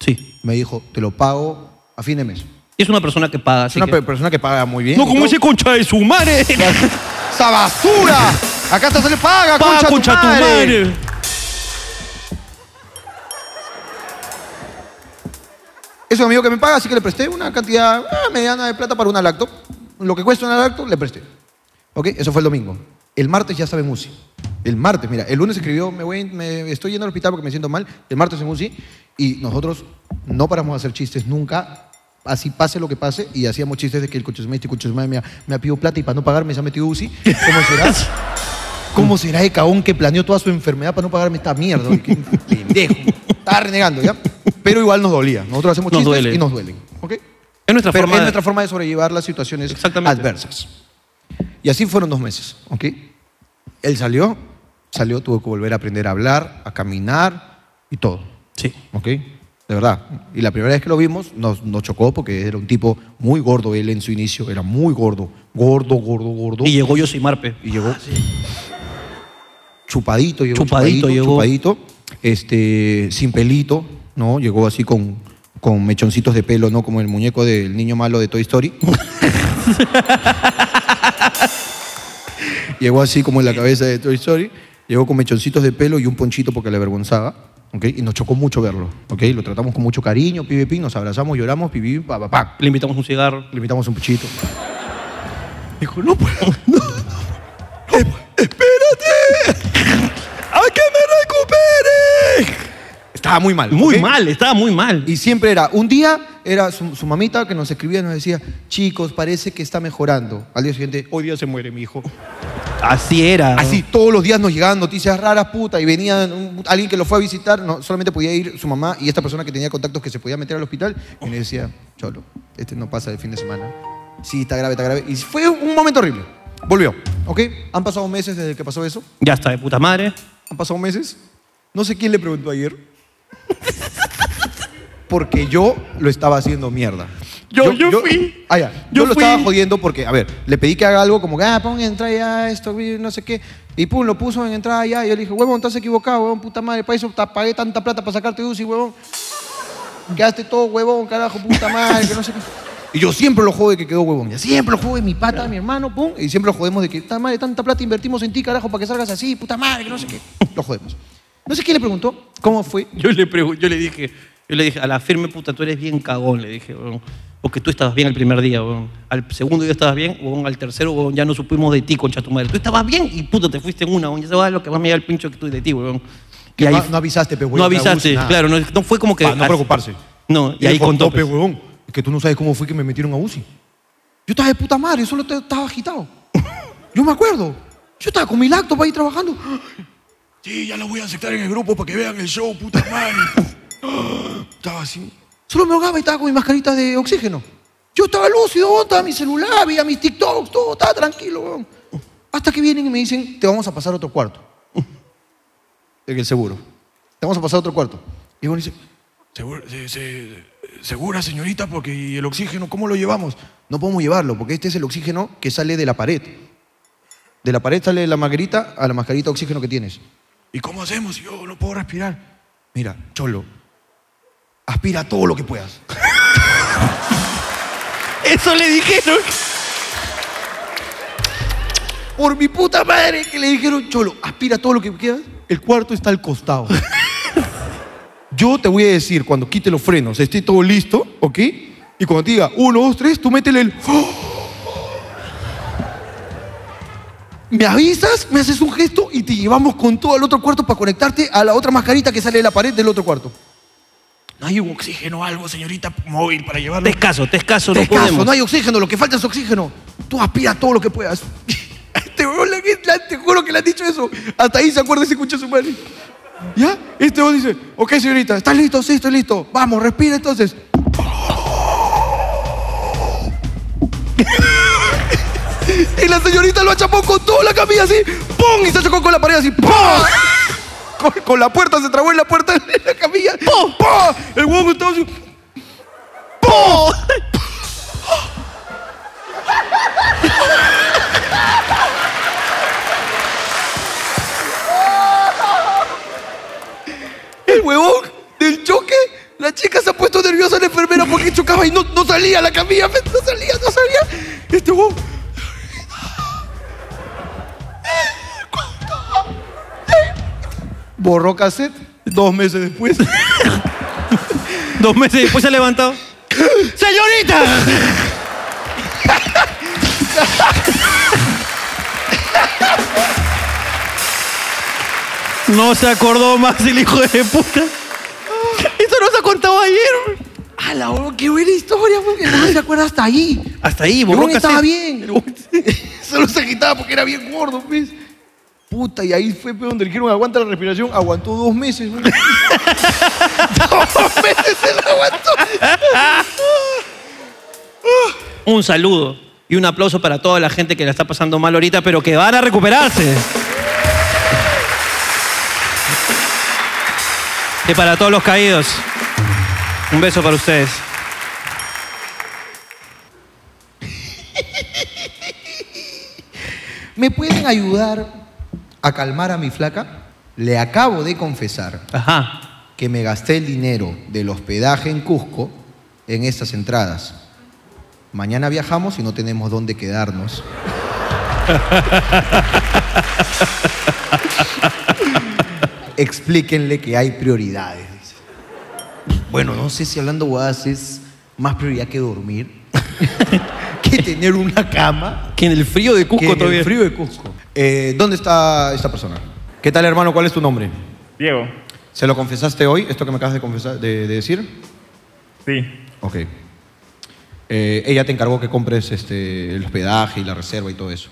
Speaker 1: Sí.
Speaker 2: Me dijo, te lo pago a fin de mes.
Speaker 1: Y es una persona que paga. Es
Speaker 2: una pe- persona que paga muy bien.
Speaker 1: No como ese concha de su madre.
Speaker 2: ¡Esa basura! Acá está, se le paga,
Speaker 20: Paga,
Speaker 2: concha,
Speaker 20: concha tu
Speaker 2: tu madre.
Speaker 20: madre.
Speaker 2: Es un amigo que me paga, así que le presté una cantidad ah, mediana de plata para una laptop. Lo que cuesta una laptop, le presté. ¿Ok? Eso fue el domingo. El martes ya sabe Musi. El martes, mira, el lunes escribió, me, voy, me estoy yendo al hospital porque me siento mal. El martes en Musi. Y nosotros no paramos de hacer chistes nunca. Así pase lo que pase. Y hacíamos chistes de que el cochesme, este cochesme me, ha- me ha pedido plata y para no pagarme se ha metido UCI. ¿Cómo será? ¿Cómo será de caón que planeó toda su enfermedad para no pagarme esta mierda? Qué pendejo. Estaba renegando, ¿ya? Pero igual nos dolía. Nosotros hacemos
Speaker 1: Nos
Speaker 2: chistes
Speaker 1: duele.
Speaker 2: y nos duelen. ¿ok?
Speaker 1: Es nuestra
Speaker 2: Pero
Speaker 1: forma
Speaker 2: es
Speaker 1: de-
Speaker 2: nuestra forma de sobrellevar las situaciones adversas. Y así fueron dos meses, ¿ok? Él salió, salió, tuvo que volver a aprender a hablar, a caminar y todo.
Speaker 1: Sí.
Speaker 2: ¿Ok? De verdad. Y la primera vez que lo vimos nos, nos chocó porque era un tipo muy gordo. Él en su inicio era muy gordo. Gordo, gordo, gordo.
Speaker 1: Y llegó yo soy Marpe.
Speaker 2: Y llegó. Chupadito llegó.
Speaker 1: Chupadito llegó.
Speaker 2: Chupadito. Este, sin pelito, ¿no? Llegó así con, con mechoncitos de pelo, ¿no? Como el muñeco del niño malo de Toy Story. llegó así como en la cabeza de Toy Story. Llegó con mechoncitos de pelo y un ponchito porque le avergonzaba. ¿ok? Y nos chocó mucho verlo. ¿ok? Lo tratamos con mucho cariño, pibe, pi, nos abrazamos, lloramos, pibi, pa, pa, pa.
Speaker 1: Le invitamos un cigarro.
Speaker 2: Le invitamos un puchito.
Speaker 20: Dijo, no puedo. No, no, espérate. A que me recupere.
Speaker 2: Estaba muy mal.
Speaker 1: Muy mal, estaba muy mal.
Speaker 2: Y siempre era, un día era su, su mamita que nos escribía y nos decía, chicos, parece que está mejorando. Al día siguiente, hoy día se muere mi hijo.
Speaker 1: Así era. ¿no?
Speaker 2: Así, todos los días nos llegaban noticias raras, puta, y venía un- alguien que lo fue a visitar, no, solamente podía ir su mamá y esta persona que tenía contactos que se podía meter al hospital, y le decía, cholo, este no pasa el fin de semana. Sí, está grave, está grave. Y fue un momento horrible. Volvió, ¿ok? Han pasado meses desde que pasó eso.
Speaker 1: Ya está, de puta madre.
Speaker 2: Han pasado meses. No sé quién le preguntó ayer. Porque yo lo estaba haciendo mierda.
Speaker 20: Yo, yo, fui.
Speaker 2: Ah, ya. Yo, lo estaba jodiendo porque, a ver, le pedí que haga algo como que, ah, pon en entrada ya esto, güey, no sé qué. Y pum, lo puso en entrada ya. Y yo le dije, huevón, estás equivocado, huevón, puta madre, para eso te pagué tanta plata para sacarte de UCI, huevón. Quedaste todo huevón, carajo, puta madre, que no sé qué. Y yo siempre lo jodo de que quedó huevón. Ya siempre lo jodo de mi pata, mi hermano, pum. Y siempre lo jodemos de que, puta madre, tanta plata invertimos en ti, carajo, para que salgas así, puta madre, que no sé qué. Lo jodemos. No sé quién le preguntó cómo fue.
Speaker 1: Yo le, pregun- yo le dije, yo le dije, a la firme puta, tú eres bien cagón, le dije, weón. Porque tú estabas bien el primer día, weón. Al segundo día estabas bien, weón. Al tercero, weón, ya no supimos de ti, concha tu madre. Tú estabas bien y puta, te fuiste en una, weón. Ya sabes lo que más me llega el pincho que tú de ti, weón. Y
Speaker 2: Que
Speaker 1: ahí-
Speaker 2: no, no avisaste, pe, huevón,
Speaker 1: no avisaste,
Speaker 2: nada.
Speaker 1: claro. No, no fue como que...
Speaker 2: Pa' no preocuparse.
Speaker 1: No, y, ahí
Speaker 2: le
Speaker 1: contó.
Speaker 2: pe,
Speaker 1: pues.
Speaker 2: huevón, es que tú no sabes cómo fue que me metieron a UCI. Yo estaba de puta madre, solo te- estaba agitado. Yo me acuerdo. Yo estaba con mi lacto para ir trabajando.
Speaker 3: Sí, ya lo voy a aceptar en el grupo para que vean el show, puta madre. Estaba así.
Speaker 2: Solo me ahogaba y estaba con mi mascarita de oxígeno. Yo estaba lúcido, huevón, estaba mi celular, veía mis TikToks, todo, estaba tranquilo. huevón. Hasta que vienen y me dicen, te vamos a pasar a otro cuarto. En el seguro. Te vamos a pasar a otro cuarto. Y bueno, dice,
Speaker 3: Segura, se- se- segura, señorita, porque ¿y el oxígeno, ¿cómo lo
Speaker 2: llevamos? No podemos llevarlo porque este es el oxígeno que sale de la pared. De la pared sale la margarita a la mascarita de oxígeno que tienes.
Speaker 3: ¿Y cómo hacemos? Yo no puedo respirar.
Speaker 2: Mira, Cholo, aspira todo lo que puedas.
Speaker 20: Eso le dijeron.
Speaker 2: Por mi puta madre que le dijeron, Cholo, aspira todo lo que quieras. El cuarto está al costado. Yo te voy a decir cuando quite los frenos, esté todo listo, ¿ok? Y cuando te diga, uno, dos, tres, tú métele el... ¡Oh! Me avisas, me haces un gesto y te llevamos con todo al otro cuarto para conectarte a la otra mascarita que sale de la pared del otro cuarto.
Speaker 3: No hay un oxígeno o algo, señorita, móvil para llevarlo.
Speaker 1: Te escaso, te escaso, no
Speaker 2: Te escaso,
Speaker 1: podemos.
Speaker 2: no hay oxígeno, lo que falta es oxígeno. Tú aspira todo lo que puedas. Este huevón le- le- te juro que le han dicho eso. Hasta ahí se acuerda y se escucha su madre. ¿Ya? Este vos dice, ok señorita, ¿estás listo? Sí, estoy listo. Vamos, respira entonces. y la señorita lo achapó con toda la camilla así, ¡pum! Y se chocó con la pared así, ¡pum!
Speaker 13: con, con la puerta, se trabó en la puerta de la camilla. ¡Po! ¡Po! El huevón estaba así. ¡Po! El huevón del choque. La chica se ha puesto nerviosa la enfermera porque chocaba y no, no salía la camilla, fe, no salía, no salía. Este huevón.
Speaker 2: ¿Eh?
Speaker 5: Borró cassette dos meses después.
Speaker 1: Dos meses después se ha levantado.
Speaker 14: ¡Señorita!
Speaker 1: No se acordó más el hijo de puta.
Speaker 13: Eso nos ha contado ayer. ¡Hala, huevón, qué buena historia! Porque el huevón se acuerda hasta ahí.
Speaker 1: Hasta ahí,
Speaker 13: El huevón
Speaker 1: borró
Speaker 13: estaba
Speaker 1: cassette.
Speaker 13: bien. el huevón- Solo se agitaba porque era bien gordo, pues.
Speaker 5: Puta, y ahí fue pe, donde le dijeron aguanta la respiración. Aguantó dos meses. ¿no?
Speaker 13: dos meses se lo aguantó.
Speaker 1: Un saludo y un aplauso para toda la gente que la está pasando mal ahorita, pero que van a recuperarse. Y para todos los caídos, un beso para ustedes.
Speaker 2: ¿Me pueden ayudar a calmar a mi flaca? Le acabo de confesar que me gasté el dinero del hospedaje en Cusco en estas entradas. Mañana viajamos y no tenemos dónde quedarnos. Explíquenle que hay prioridades. dice. Bueno, no sé si hablando guadas es más prioridad que dormir, que tener una cama.
Speaker 1: Que en el frío de
Speaker 2: Cusco
Speaker 5: todavía.
Speaker 2: el frío de Cusco. Eh, ¿Dónde está esta persona? ¿Qué tal, hermano? ¿Cuál es tu nombre?
Speaker 21: Diego.
Speaker 2: ¿Se lo confesaste hoy, esto que me acabas de, confesar, de, de decir?
Speaker 21: Sí.
Speaker 2: Ok. Eh, ella te encargó que compres este, el hospedaje y la reserva y todo eso.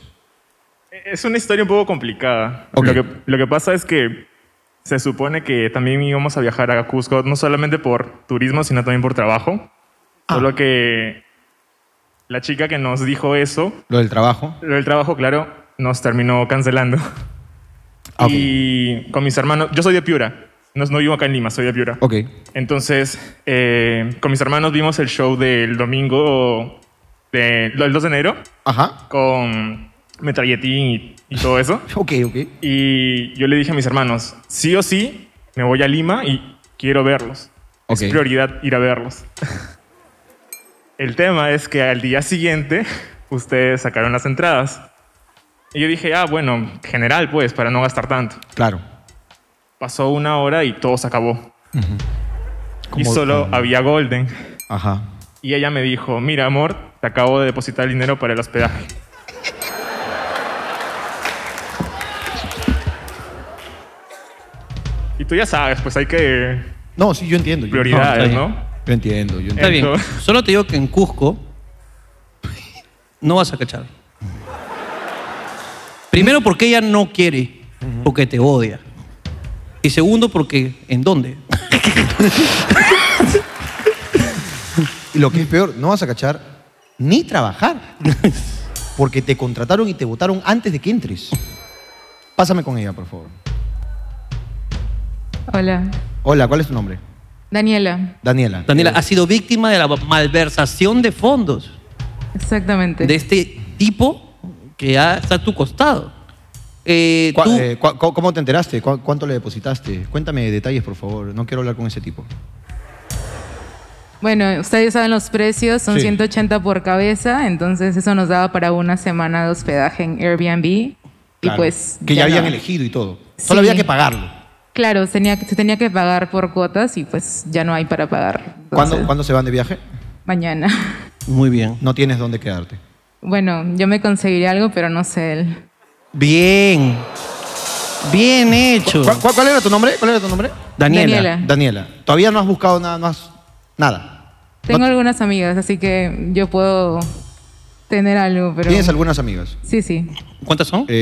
Speaker 21: Es una historia un poco complicada. Lo, que, lo que pasa es que se supone que también íbamos a viajar a Cusco, no solamente por turismo, sino también por trabajo.
Speaker 2: Ah.
Speaker 21: Solo que la chica que nos dijo eso,
Speaker 2: Lo del trabajo.
Speaker 21: lo del trabajo, claro, nos terminó cancelando.
Speaker 2: Ah,
Speaker 21: Y con mis hermanos, yo soy de Piura, no, no vivo acá en Lima, soy de Piura.
Speaker 2: Ok.
Speaker 21: Entonces, eh, con mis hermanos vimos el show del domingo, de- el 2 de enero, con metralletín y, y todo eso.
Speaker 2: ok, ok.
Speaker 21: Y yo le dije a mis hermanos, sí o sí, me voy a Lima y quiero verlos.
Speaker 2: Ok.
Speaker 21: Es prioridad ir a verlos. el tema es que al día siguiente ustedes sacaron las entradas. Y yo dije, ah, bueno, general pues, para no gastar tanto.
Speaker 2: Claro.
Speaker 21: Pasó una hora y todo se acabó. Y solo había Golden.
Speaker 2: Ajá.
Speaker 21: Y ella me dijo, mira amor, te acabo de depositar el dinero para el hospedaje. y tú ya sabes, pues hay que...
Speaker 2: No, sí, yo entiendo.
Speaker 21: Prioridades, ¿no?
Speaker 2: Yo entiendo, yo
Speaker 1: Está bien.
Speaker 2: entiendo.
Speaker 1: Solo te digo que en Cusco no vas a cachar. Primero porque ella no quiere, porque te odia. Y segundo porque ¿en dónde?
Speaker 2: Y lo que es peor, no vas a cachar ni trabajar. Porque te contrataron y te votaron antes de que entres. Pásame con ella, por favor.
Speaker 16: Hola,
Speaker 2: Hola, ¿cuál es tu nombre?
Speaker 16: Daniela.
Speaker 2: Daniela. Eh.
Speaker 1: Daniela ha sido víctima de la malversación de fondos
Speaker 16: Exactamente.
Speaker 1: de este tipo que ha- está a tu costado. Eh,
Speaker 2: ¿Cuá-
Speaker 1: tú-
Speaker 2: eh, cuá- ¿Cómo te enteraste? ¿Cuá- ¿Cuánto le depositaste? Cuéntame detalles, por favor. No quiero hablar con ese tipo.
Speaker 16: Bueno, ustedes saben los precios, son
Speaker 2: Sí.
Speaker 16: 180 por cabeza, entonces eso nos daba para una semana de hospedaje en Airbnb. Y
Speaker 2: Claro.
Speaker 16: pues.
Speaker 2: que ya,
Speaker 16: no.
Speaker 2: habían elegido y todo. Solo
Speaker 16: Sí.
Speaker 2: había que pagarlo.
Speaker 16: Claro, tenía, se tenía que pagar por cuotas y pues ya no hay para pagar.
Speaker 2: ¿Cuándo, ¿Cuándo se van de viaje?
Speaker 16: Mañana.
Speaker 1: Muy bien.
Speaker 2: No tienes dónde quedarte.
Speaker 16: Bueno, yo me conseguiré algo, pero no sé él.
Speaker 1: Bien. Bien hecho.
Speaker 2: ¿Cuál, cuál- cuál era tu nombre? ¿Cuál era tu nombre?
Speaker 16: Daniela. Daniela.
Speaker 2: Daniela. Todavía no has buscado nada, no has nada.
Speaker 16: Tengo algunas amigas, así que yo puedo tener algo, pero.
Speaker 2: Tienes algunas amigas. Eh,
Speaker 16: Sí, sí.
Speaker 1: ¿Cuántas son?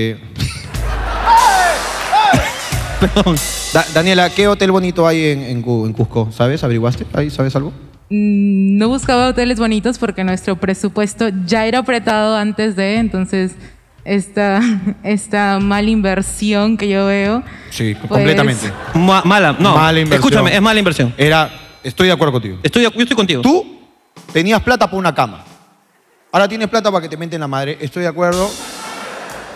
Speaker 2: Perdón. Da- Daniela, ¿qué hotel bonito hay en, en Cu- en Cusco? ¿Sabes? ¿Averiguaste? ¿Ahí sabes algo?
Speaker 16: Mm, No buscaba hoteles bonitos porque nuestro presupuesto ya era apretado antes de, entonces esta, esta mala inversión que yo veo.
Speaker 2: Sí,
Speaker 16: Pues-
Speaker 2: completamente.
Speaker 1: mala, no.
Speaker 2: Mala inversión.
Speaker 1: Escúchame, es mala inversión.
Speaker 2: Era, estoy de acuerdo contigo.
Speaker 1: Estoy, yo estoy contigo.
Speaker 2: Tú tenías plata para una cama. Ahora tienes plata para que te meten la madre. Estoy de acuerdo.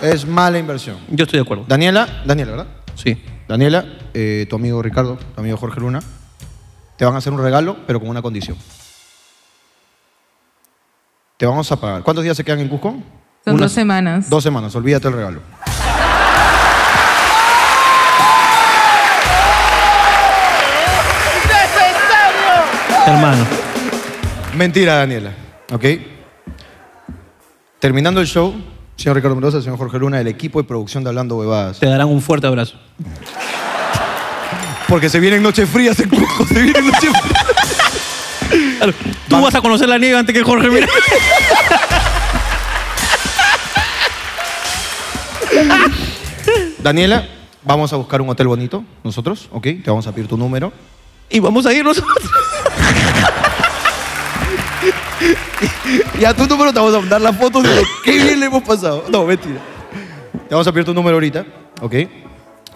Speaker 2: Es mala inversión.
Speaker 1: Yo estoy de acuerdo.
Speaker 2: Daniela, Daniela, ¿verdad?
Speaker 1: Sí.
Speaker 2: Daniela, eh, tu amigo Ricardo, tu amigo Jorge Luna, te van a hacer un regalo, pero con una condición. Te vamos a pagar. ¿Cuántos días se quedan en Cusco?
Speaker 16: Son
Speaker 2: Unas-
Speaker 16: dos semanas.
Speaker 2: Dos semanas, olvídate el regalo.
Speaker 1: Hermano.
Speaker 2: Mentira, Daniela. ¿Ok? Terminando el show, señor Ricardo Mendoza, señor Jorge Luna, el equipo de producción de Hablando Huevadas.
Speaker 1: Te darán un fuerte abrazo.
Speaker 2: Porque se vienen noches frías en Cusco, se vienen noches frías.
Speaker 1: Tú vas a conocer la nieve antes que Jorge, mira.
Speaker 2: Daniela, vamos a buscar un hotel bonito, nosotros, ¿ok? Te vamos a pedir tu número.
Speaker 1: Y vamos a ir nosotros.
Speaker 2: Ya tu número te vamos a mandar las fotos de lo que bien le hemos pasado. No, mentira. Te vamos a pedir tu número ahorita, ¿ok?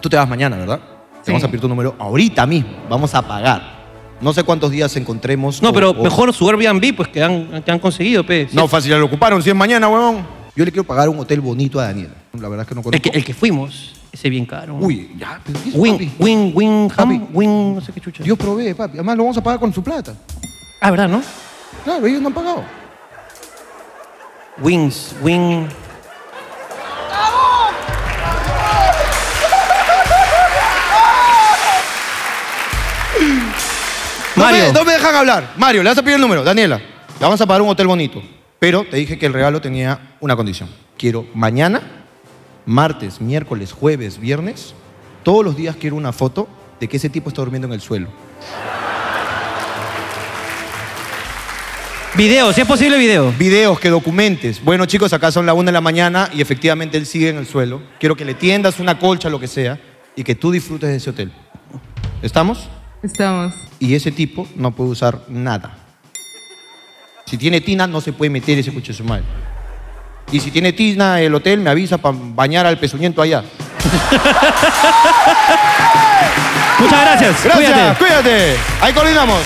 Speaker 2: Tú te vas mañana, ¿verdad? Te vamos a pedir tu número ahorita mismo. Vamos a pagar. No sé cuántos días encontremos.
Speaker 1: No,
Speaker 2: o-
Speaker 1: pero
Speaker 2: o-
Speaker 1: mejor su Airbnb, pues que han, que han conseguido, pe.
Speaker 2: Oh, No, fácil, ya lo ocuparon. Si es mañana, huevón. Yo le quiero pagar un hotel bonito a Daniela. La verdad es que no conozco.
Speaker 1: El que, el que fuimos, ese bien caro.
Speaker 2: Uy, ya. pero ¿qué es, papi?
Speaker 1: Win, win, win, ham, win, no sé qué chucha.
Speaker 2: Dios provee, papi. Además, lo vamos a pagar con su plata.
Speaker 1: Ah, ¿verdad, no?
Speaker 2: Claro, ellos no han pagado.
Speaker 1: Wings, wing.
Speaker 2: Mario. No me, no me dejan hablar. Mario, le vas a pedir el número. Daniela, le vamos a pagar un hotel bonito. Pero te dije que el regalo tenía una condición. Quiero mañana, martes, miércoles, jueves, viernes, todos los días quiero una foto de que ese tipo está durmiendo en el suelo.
Speaker 1: Videos, si es posible, video.
Speaker 2: Videos que documentes. Bueno, chicos, acá son la una de la mañana y efectivamente él sigue en el suelo. Quiero que le tiendas una colcha, lo que sea, y que tú disfrutes de ese hotel. ¿Estamos?
Speaker 16: Estamos.
Speaker 2: Y ese tipo no puede usar nada. Si tiene tina, no se puede meter ese coche de su madre. Y si tiene tina, el hotel me avisa para bañar al pezuñento allá.
Speaker 1: Muchas gracias.
Speaker 2: Gracias, cuídate. Ahí coordinamos.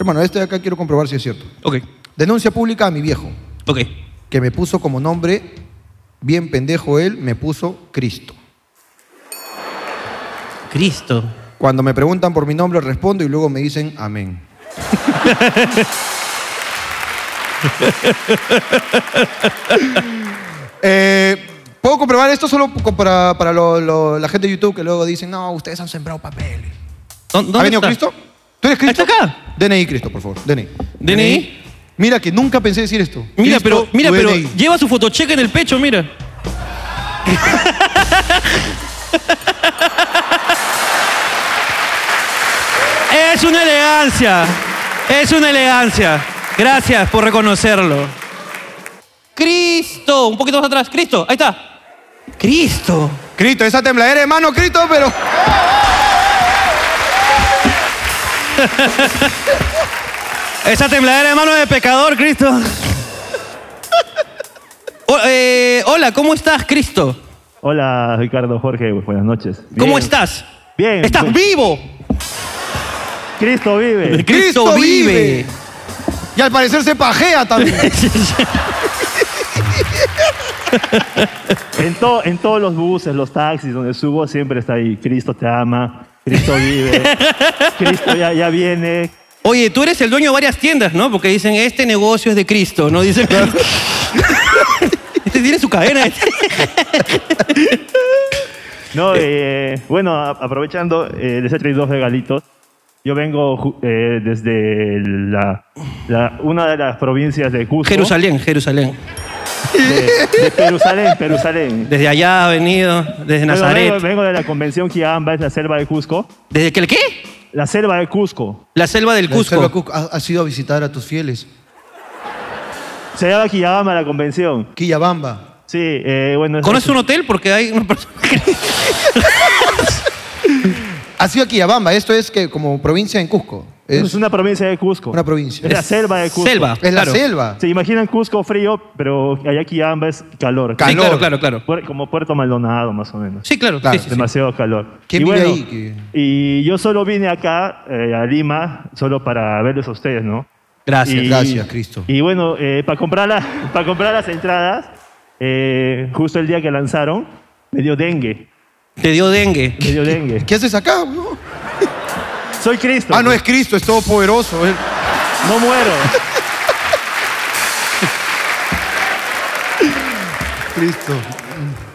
Speaker 2: Hermano, este de acá quiero comprobar si es cierto.
Speaker 1: Ok.
Speaker 2: Denuncia pública a mi viejo,
Speaker 1: Ok.
Speaker 2: que me puso como nombre, bien pendejo él, me puso Cristo.
Speaker 1: Cristo.
Speaker 2: Cuando me preguntan por mi nombre, respondo y luego me dicen amén. Eh, ¿Puedo comprobar esto solo co- para, para lo- lo- la gente de YouTube que luego dicen, no, ustedes han sembrado papeles?
Speaker 1: ¿Dónde
Speaker 2: ¿Ha venido
Speaker 1: está?
Speaker 2: Cristo? ¿Tú eres Cristo? acá? DNI, Cristo, por favor. DNI.
Speaker 1: DNI.
Speaker 2: Mira que nunca pensé decir esto.
Speaker 1: Mira,
Speaker 2: Cristo,
Speaker 1: pero, mira,
Speaker 2: tu
Speaker 1: pero
Speaker 2: DNI.
Speaker 1: lleva su fotocheca en el pecho, mira. es una elegancia. Es una elegancia. Gracias por reconocerlo. Cristo, un poquito más atrás. Cristo, ahí está. Cristo.
Speaker 2: Cristo, esa tembladera, hermano, Cristo, pero.
Speaker 1: Esa tembladera de mano de pecador, Cristo. O- eh, hola, ¿cómo estás, Cristo?
Speaker 22: Hola, Ricardo, Jorge, buenas noches.
Speaker 1: ¿Cómo
Speaker 22: Bien.
Speaker 1: estás?
Speaker 22: Bien.
Speaker 1: ¡Estás
Speaker 22: Pues,
Speaker 1: vivo!
Speaker 22: Cristo vive.
Speaker 1: Cristo vive.
Speaker 2: Y al parecer se pajea también.
Speaker 22: En, to- en todos los buses, los taxis, donde subo, siempre está ahí. Cristo te ama, Cristo vive, Cristo ya, ya viene.
Speaker 1: Oye, tú eres el dueño de varias tiendas, ¿no? Porque dicen, este negocio es de Cristo, ¿no? Dicen, este tiene su cadena.
Speaker 22: No, eh, bueno, a- aprovechando, eh, les he traído dos regalitos. Yo vengo ju- eh, desde la, la- una de las provincias de Cusco.
Speaker 1: Jerusalén, Jerusalén.
Speaker 22: De, de Jerusalén, Jerusalén.
Speaker 1: Desde allá ha venido, desde
Speaker 22: Bueno,
Speaker 1: Nazaret.
Speaker 22: Vengo, vengo de la convención Quiamba, es la selva de Cusco.
Speaker 1: ¿Desde qué? qué?
Speaker 22: La selva de Cusco.
Speaker 1: La selva del
Speaker 22: Cusco.
Speaker 2: Selva Cusco. Ha- Has ido a visitar a tus fieles.
Speaker 22: Se llama Quillabamba la convención.
Speaker 2: Quillabamba.
Speaker 22: Sí, eh, bueno. es-
Speaker 1: ¿Conoces un hotel? Porque hay una persona...
Speaker 2: Ha sido Quillabamba, esto es que como provincia en Cusco.
Speaker 22: Es, una provincia de Cusco. Una provincia. Es la
Speaker 23: Es
Speaker 22: selva de Cusco.
Speaker 23: selva, Es la claro. selva.
Speaker 22: Se imaginan Cusco frío, pero Arequipa es calor.
Speaker 23: Sí, Calor. claro, claro,
Speaker 22: Puer- como Puerto Maldonado, más o menos.
Speaker 1: Sí, claro.
Speaker 23: Claro. sí, sí, sí.
Speaker 22: Demasiado calor.
Speaker 23: ¿Quién vive ahí? ¿Qué-
Speaker 22: Y yo solo vine acá, eh, a Lima, solo para verles a ustedes, ¿no?
Speaker 23: Gracias,
Speaker 22: Y-
Speaker 23: gracias, Cristo.
Speaker 22: Y bueno, eh, para comprar, las- para comprar las entradas, eh, justo el día que lanzaron, me dio dengue.
Speaker 1: Te dio dengue.
Speaker 22: Me dio dengue.
Speaker 2: ¿Qué haces acá, bro?
Speaker 22: Soy Cristo.
Speaker 2: Ah, no es Cristo, es todopoderoso. él.
Speaker 22: No muero.
Speaker 2: Cristo.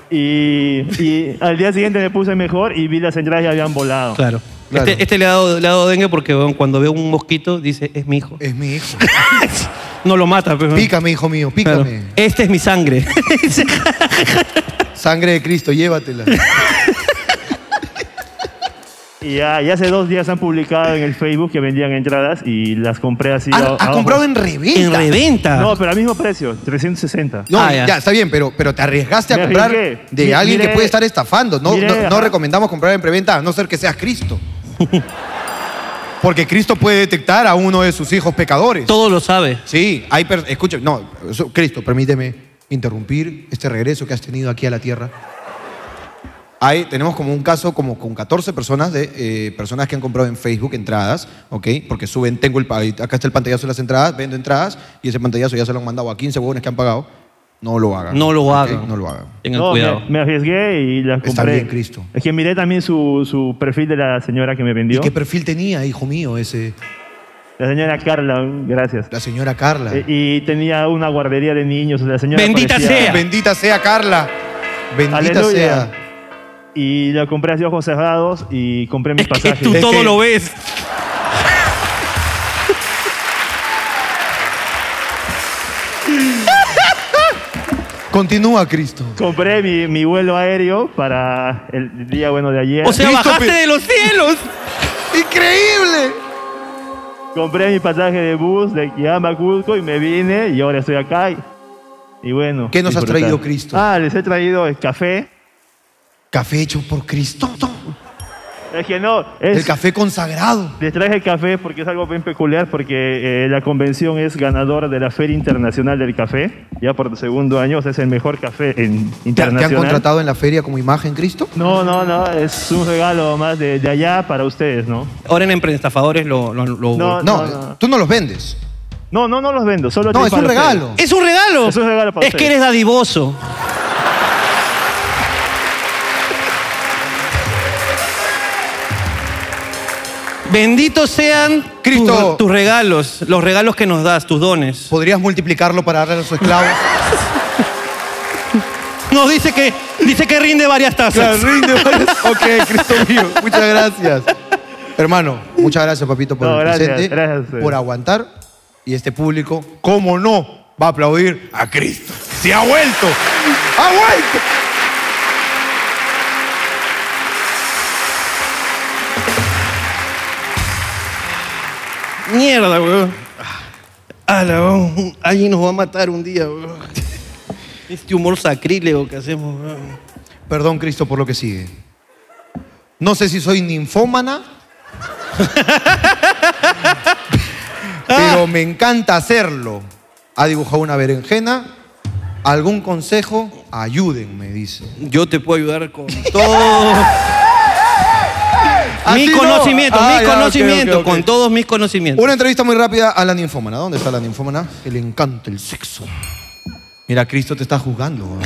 Speaker 22: Y, y al día siguiente me puse mejor y vi las entradas y habían volado.
Speaker 1: Claro. Este, este le, ha dado, le ha dado dengue porque weón, cuando ve un mosquito dice, es mi hijo.
Speaker 23: Es mi hijo.
Speaker 1: no lo mata. Pero,
Speaker 23: Pícame, hijo mío,
Speaker 1: Claro.
Speaker 23: pícame.
Speaker 1: Este es mi sangre.
Speaker 23: Sangre de Cristo, llévatela.
Speaker 22: Y ya, y hace dos días han publicado en el Facebook que vendían entradas y las compré así.
Speaker 23: Ah, has comprado en reventa. En reventa.
Speaker 22: No, pero al mismo precio, 360.
Speaker 23: No,
Speaker 1: Ah,
Speaker 23: ya. está bien, pero, pero te arriesgaste a
Speaker 22: Me
Speaker 23: comprar
Speaker 22: arriesgué.
Speaker 23: de
Speaker 22: Mi-
Speaker 23: alguien que
Speaker 22: miré-
Speaker 23: puede estar estafando. No,
Speaker 22: miré,
Speaker 23: no- no
Speaker 22: ajá.
Speaker 23: recomendamos comprar en preventa a no ser que seas Cristo.
Speaker 2: Porque Cristo puede detectar a uno de sus hijos pecadores.
Speaker 1: Todo lo sabe.
Speaker 2: Sí, hay per- escucha, no, eso- Cristo, permíteme interrumpir este regreso que has tenido aquí a la tierra. Hay, tenemos como un caso como con 14 personas de eh, personas que han comprado en Facebook entradas, ¿ok? Porque suben, tengo el pa- acá está el pantallazo de las entradas, vendo entradas y ese pantallazo ya se lo han mandado a 15 huevones que han pagado. No lo hagan.
Speaker 1: No lo
Speaker 2: ¿ok?
Speaker 1: hagan.
Speaker 2: No lo hagan.
Speaker 22: No, Me, me arriesgué y las compré.
Speaker 2: Está bien, Cristo.
Speaker 22: Es que miré también su, su perfil de la señora que me vendió.
Speaker 2: ¿Qué perfil tenía, hijo mío, ese?
Speaker 22: La señora Carla, gracias. Eh,
Speaker 2: La señora Carla.
Speaker 22: y tenía una guardería de niños. La señora
Speaker 2: Bendita
Speaker 22: parecía-
Speaker 2: sea. Bendita sea, Carla. Bendita
Speaker 22: Aleluya.
Speaker 2: sea.
Speaker 22: Y la compré así ojos cerrados y compré mis pasajes.
Speaker 1: Tú todo lo ves.
Speaker 2: Continúa, Cristo.
Speaker 22: Compré mi, mi vuelo aéreo para el día bueno de ayer.
Speaker 1: O sea, bajaste de los cielos.
Speaker 2: ¡Increíble!
Speaker 22: Compré mi pasaje de bus de Quillamba a Cusco y me vine y ahora estoy acá. Y, y bueno.
Speaker 2: ¿Qué nos has
Speaker 22: disfrutar.
Speaker 2: traído, Cristo?
Speaker 22: Ah, les he traído el café.
Speaker 2: Café hecho por Cristo.
Speaker 22: Es que no. es-
Speaker 2: El café consagrado.
Speaker 22: Les traje el café porque es algo bien peculiar, porque eh, la convención es ganadora de la Feria Internacional del Café, ya por segundo año, o sea, es el mejor café en,
Speaker 2: ¿Te, te
Speaker 22: internacional.
Speaker 2: han contratado en la feria como imagen, Cristo?
Speaker 22: No, no, no, es un regalo más de, de allá para ustedes, ¿no?
Speaker 1: Ahora en emprestafadores lo... lo- lo-
Speaker 22: No, no, no.
Speaker 2: tú no los vendes.
Speaker 22: No, no, no los vendo, solo
Speaker 1: No,
Speaker 22: tengo
Speaker 1: es
Speaker 22: para
Speaker 1: un
Speaker 22: ustedes.
Speaker 1: regalo. Es un regalo.
Speaker 22: Es un regalo para
Speaker 1: Es que
Speaker 22: ustedes.
Speaker 1: eres dadivoso. Benditos sean
Speaker 2: Cristo.
Speaker 1: tus, tus regalos, los regalos que nos das, tus dones.
Speaker 2: ¿Podrías multiplicarlo para darle a los esclavos?
Speaker 1: Nos dice que, dice que rinde varias tazas.
Speaker 2: ok, Cristo mío. Muchas gracias. Hermano, muchas gracias, papito, por
Speaker 22: No,
Speaker 2: el
Speaker 22: gracias,
Speaker 2: presente,
Speaker 22: gracias a ustedes.
Speaker 2: por aguantar. Y este público, ¿cómo no? Va a aplaudir a Cristo. ¡Se ha vuelto! ¡Ha vuelto!
Speaker 1: Mierda, weón.
Speaker 2: Ah,
Speaker 1: Ala, weón. Alguien nos va a matar un día, weón. Este humor sacrílego que hacemos, weón.
Speaker 2: Perdón, Cristo, por lo que sigue. No sé si soy ninfómana,
Speaker 1: Ah.
Speaker 2: pero me encanta hacerlo. Ha dibujado una berenjena. ¿Algún consejo? Ayúdenme, dice.
Speaker 1: Yo te puedo ayudar con todo. mi
Speaker 2: Así no.
Speaker 1: conocimiento,
Speaker 2: Ah,
Speaker 1: mi
Speaker 2: ya, ok,
Speaker 1: conocimiento,
Speaker 2: ok, ok.
Speaker 1: con todos mis conocimientos.
Speaker 2: Una entrevista muy rápida a la ninfómana. ¿Dónde está la ninfómana? Que le encanta el sexo. Mira, Cristo te está juzgando. weón.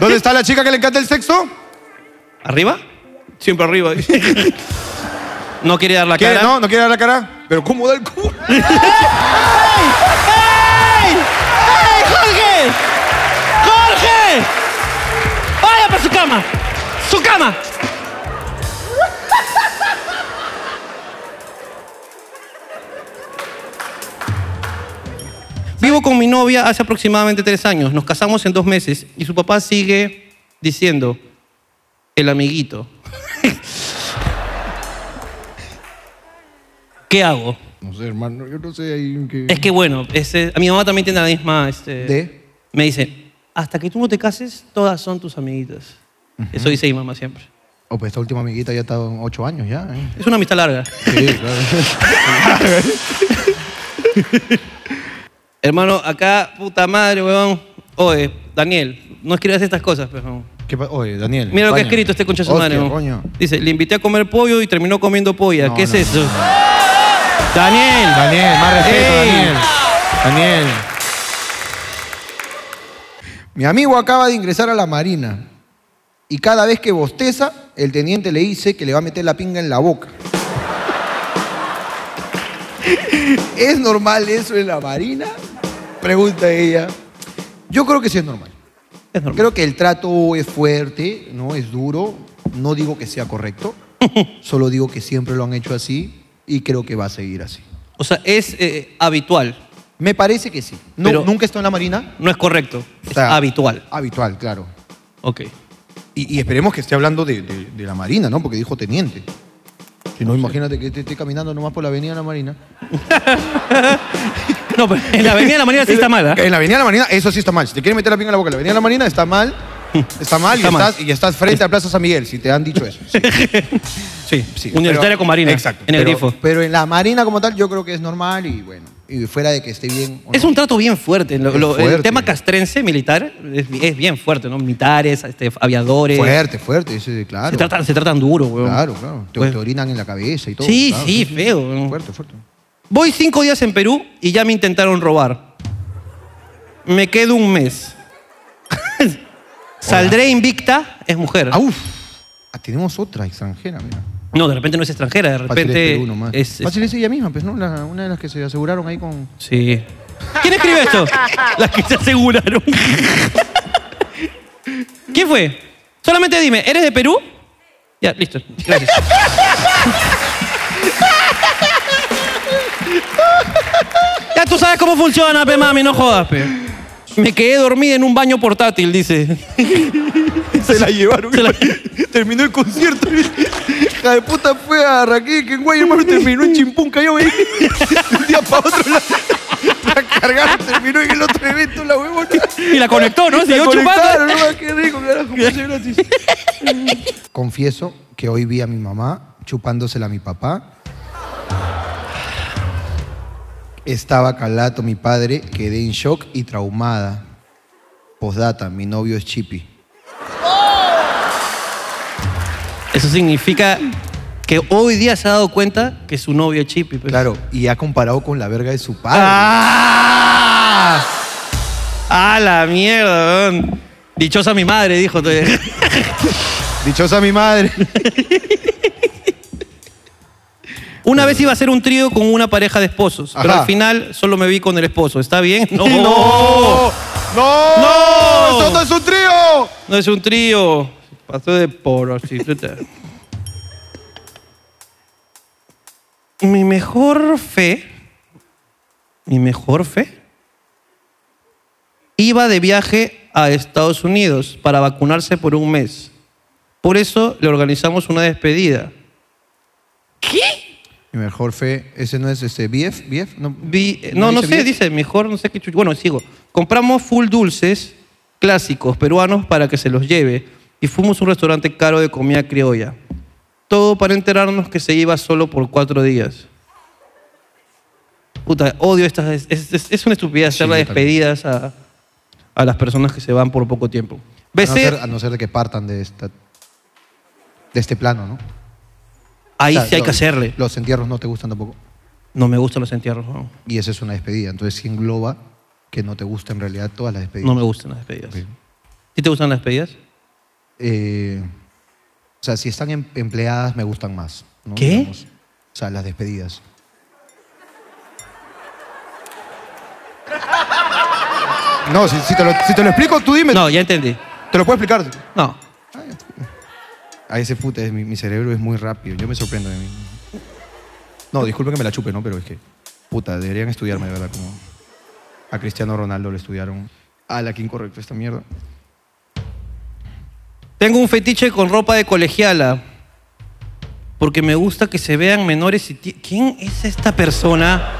Speaker 2: ¿Dónde está la chica que le encanta el sexo?
Speaker 1: ¿Arriba? Siempre arriba. no quiere dar la
Speaker 2: ¿Quiere-
Speaker 1: cara.
Speaker 2: No, no quiere dar la cara. Pero ¿cómo da el culo?
Speaker 1: ¡Ey, Jorge! ¡Jorge! ¡Vaya para su cama! ¡Su cama! Vivo con mi novia hace aproximadamente tres años. Nos casamos en dos meses y su papá sigue diciendo, el amiguito. ¿Qué hago?
Speaker 23: No sé, hermano, yo no sé ahí en qué.
Speaker 1: Es que bueno, este, mi mamá también tiene la misma. Este, Me dice, hasta que tú no te cases, todas son tus amiguitas. Eso dice mi mamá siempre.
Speaker 2: Oh, pues esta última amiguita ya está en ocho años ya. ¿eh?
Speaker 1: Es una amistad larga. Hermano, acá, puta madre, weón. Oye, Daniel, no escribas estas cosas, pero.
Speaker 2: ¿Qué pa- Oye, Daniel.
Speaker 1: Mira lo que ha
Speaker 2: coño.
Speaker 1: escrito este concha de su
Speaker 2: Hostia,
Speaker 1: madre. weón.
Speaker 2: coño.
Speaker 1: Dice, le invité a comer pollo y terminó comiendo polla. ¿Qué es eso? Daniel.
Speaker 2: Daniel, más respeto, Daniel. Daniel. Mi amigo acaba de ingresar a la marina y cada vez que bosteza, el teniente le dice que le va a meter la pinga en la boca. ¿Es normal eso en la marina? Pregunta ella. Yo creo que sí es normal. Creo que el trato es fuerte, no es duro. No digo que sea correcto, solo digo que siempre lo han hecho así y creo que va a seguir así.
Speaker 1: O sea, es eh, habitual.
Speaker 2: Me parece que sí. No,
Speaker 1: Pero-
Speaker 2: nunca está en la marina.
Speaker 1: No es correcto. Es habitual.
Speaker 2: Habitual, claro.
Speaker 1: Ok.
Speaker 2: Y, y esperemos que esté hablando de, de- de la marina, ¿no? Porque dijo teniente. Si no, imagínate que te esté caminando nomás por la avenida de la marina.
Speaker 1: no, pero en la avenida de la marina sí está mal, ¿ah?
Speaker 2: En la avenida de la marina, eso sí está mal. Si te quieren meter la pinga en la boca, en la avenida de la marina está mal. Está mal,
Speaker 1: Está
Speaker 2: y,
Speaker 1: mal.
Speaker 2: Estás, y estás frente a Plaza San Miguel, si te han dicho eso. Sí,
Speaker 1: Sí, universitaria
Speaker 2: pero-
Speaker 1: con marina.
Speaker 2: Exacto.
Speaker 1: En el
Speaker 2: pero-
Speaker 1: grifo.
Speaker 2: Pero en la marina como tal, yo creo que es normal y bueno. Y fuera de que esté bien.
Speaker 1: Es un trato bien fuerte. Lo-
Speaker 2: Es
Speaker 1: lo- El
Speaker 2: fuerte.
Speaker 1: tema castrense militar es, es bien fuerte, ¿no? Militares, este, aviadores.
Speaker 2: Fuerte, fuerte, ese, claro.
Speaker 1: Se tratan, se tratan duro, weón.
Speaker 2: Claro, claro. Te,
Speaker 1: Pues-
Speaker 2: te orinan en la cabeza y todo.
Speaker 1: Sí,
Speaker 2: claro,
Speaker 1: sí, feo. weón.
Speaker 2: Fuerte, fuerte.
Speaker 1: Voy cinco días en Perú y ya me intentaron robar. Me quedo un mes. Saldré invicta, es mujer.
Speaker 2: Ah, tenemos otra extranjera, mira.
Speaker 1: No, de repente no es extranjera, de
Speaker 2: Fácil es
Speaker 1: repente
Speaker 2: Perú nomás.
Speaker 1: es, es-
Speaker 2: Fácil es ella misma, pues, ¿no? La- una de las que se aseguraron ahí con.
Speaker 1: Sí. ¿Quién escribe esto? Las que se aseguraron. ¿Quién fue? Solamente dime, ¿eres de Perú? Ya, listo. Gracias. Ya tú sabes cómo funciona, pe mami, no jodas, pe. Me quedé dormida en un baño portátil, dice.
Speaker 2: Se la llevaron. Terminó el concierto. La de puta fue a Raquel que en Guayamarro terminó en Chimpún, cayó ahí. De un día para otro la, la cargaron, terminó en el otro evento, la huevona.
Speaker 1: Y la conectó, ¿no? Siguió
Speaker 2: conectaron,
Speaker 1: chupando.
Speaker 2: ¿no? Qué rico, carajo, puse gratis. Confieso que hoy vi a mi mamá chupándosela a mi papá. Estaba calato mi padre, quedé en shock y traumada. Postdata, mi novio es Chippy.
Speaker 1: Eso significa que hoy día se ha dado cuenta que su novio es pues. Chippy. pe.
Speaker 2: Claro, y ha comparado con la verga de su padre.
Speaker 1: ¡Ah! ¡Ah, la mierda! weón. Dichosa mi madre, dijo. todavía.
Speaker 2: Dichosa mi madre.
Speaker 1: Una vez iba a hacer un trío con una pareja de esposos, pero
Speaker 2: Ajá.
Speaker 1: al final solo me vi con el esposo. ¿Está bien? No.
Speaker 2: ¡No! ¡No!
Speaker 1: ¡No!
Speaker 2: ¡Esto no es un trío!
Speaker 1: No es un trío. Pasó de prostituta. Mi mejor fe. Mi mejor fe. Iba de viaje a Estados Unidos para vacunarse por un mes. Por eso le organizamos una despedida.
Speaker 2: Mi mejor fe, ese no es este BF, BF, no.
Speaker 1: Vi- eh, no, no, sé, dice mejor, no sé qué chucho. Bueno, sigo. Compramos full dulces clásicos peruanos para que se los lleve y fuimos a un restaurante caro de comida criolla. Todo para enterarnos que se iba solo por cuatro días. Puta, odio estas. Es, es- es una estupidez hacer las
Speaker 2: yo también.
Speaker 1: despedidas a, a las personas que se van por poco tiempo.
Speaker 2: A no
Speaker 1: Besé.
Speaker 2: ser, a no ser de que partan de esta de este plano, ¿no?
Speaker 1: ahí
Speaker 2: O sea,
Speaker 1: sí hay
Speaker 2: lo-
Speaker 1: que hacerle.
Speaker 2: Los entierros no te gustan tampoco.
Speaker 1: No me gustan los entierros. No,
Speaker 2: Y esa es una despedida. Entonces sí engloba que no te gusta en realidad todas las despedidas.
Speaker 1: No me gustan las despedidas. ¿Sí te gustan las despedidas?
Speaker 2: Eh, o sea, si están em- empleadas me gustan más. ¿no?
Speaker 1: ¿Qué?
Speaker 2: Digamos. O sea, las despedidas. No, si, si te lo, si te lo explico, tú dime.
Speaker 1: No, ya entendí.
Speaker 2: ¿Te lo puedo explicar? Ah,
Speaker 1: No.
Speaker 2: A ese puta, es mi, mi cerebro es muy rápido. Yo me sorprendo de mí. No, disculpen que me la chupe, ¿no? Pero es que, puta, deberían estudiarme, de verdad. Como a Cristiano Ronaldo le estudiaron. Ah, la que incorrecto esta mierda.
Speaker 1: Tengo un fetiche con ropa de colegiala. Porque me gusta que se vean menores y... ti- ¿Quién es esta persona?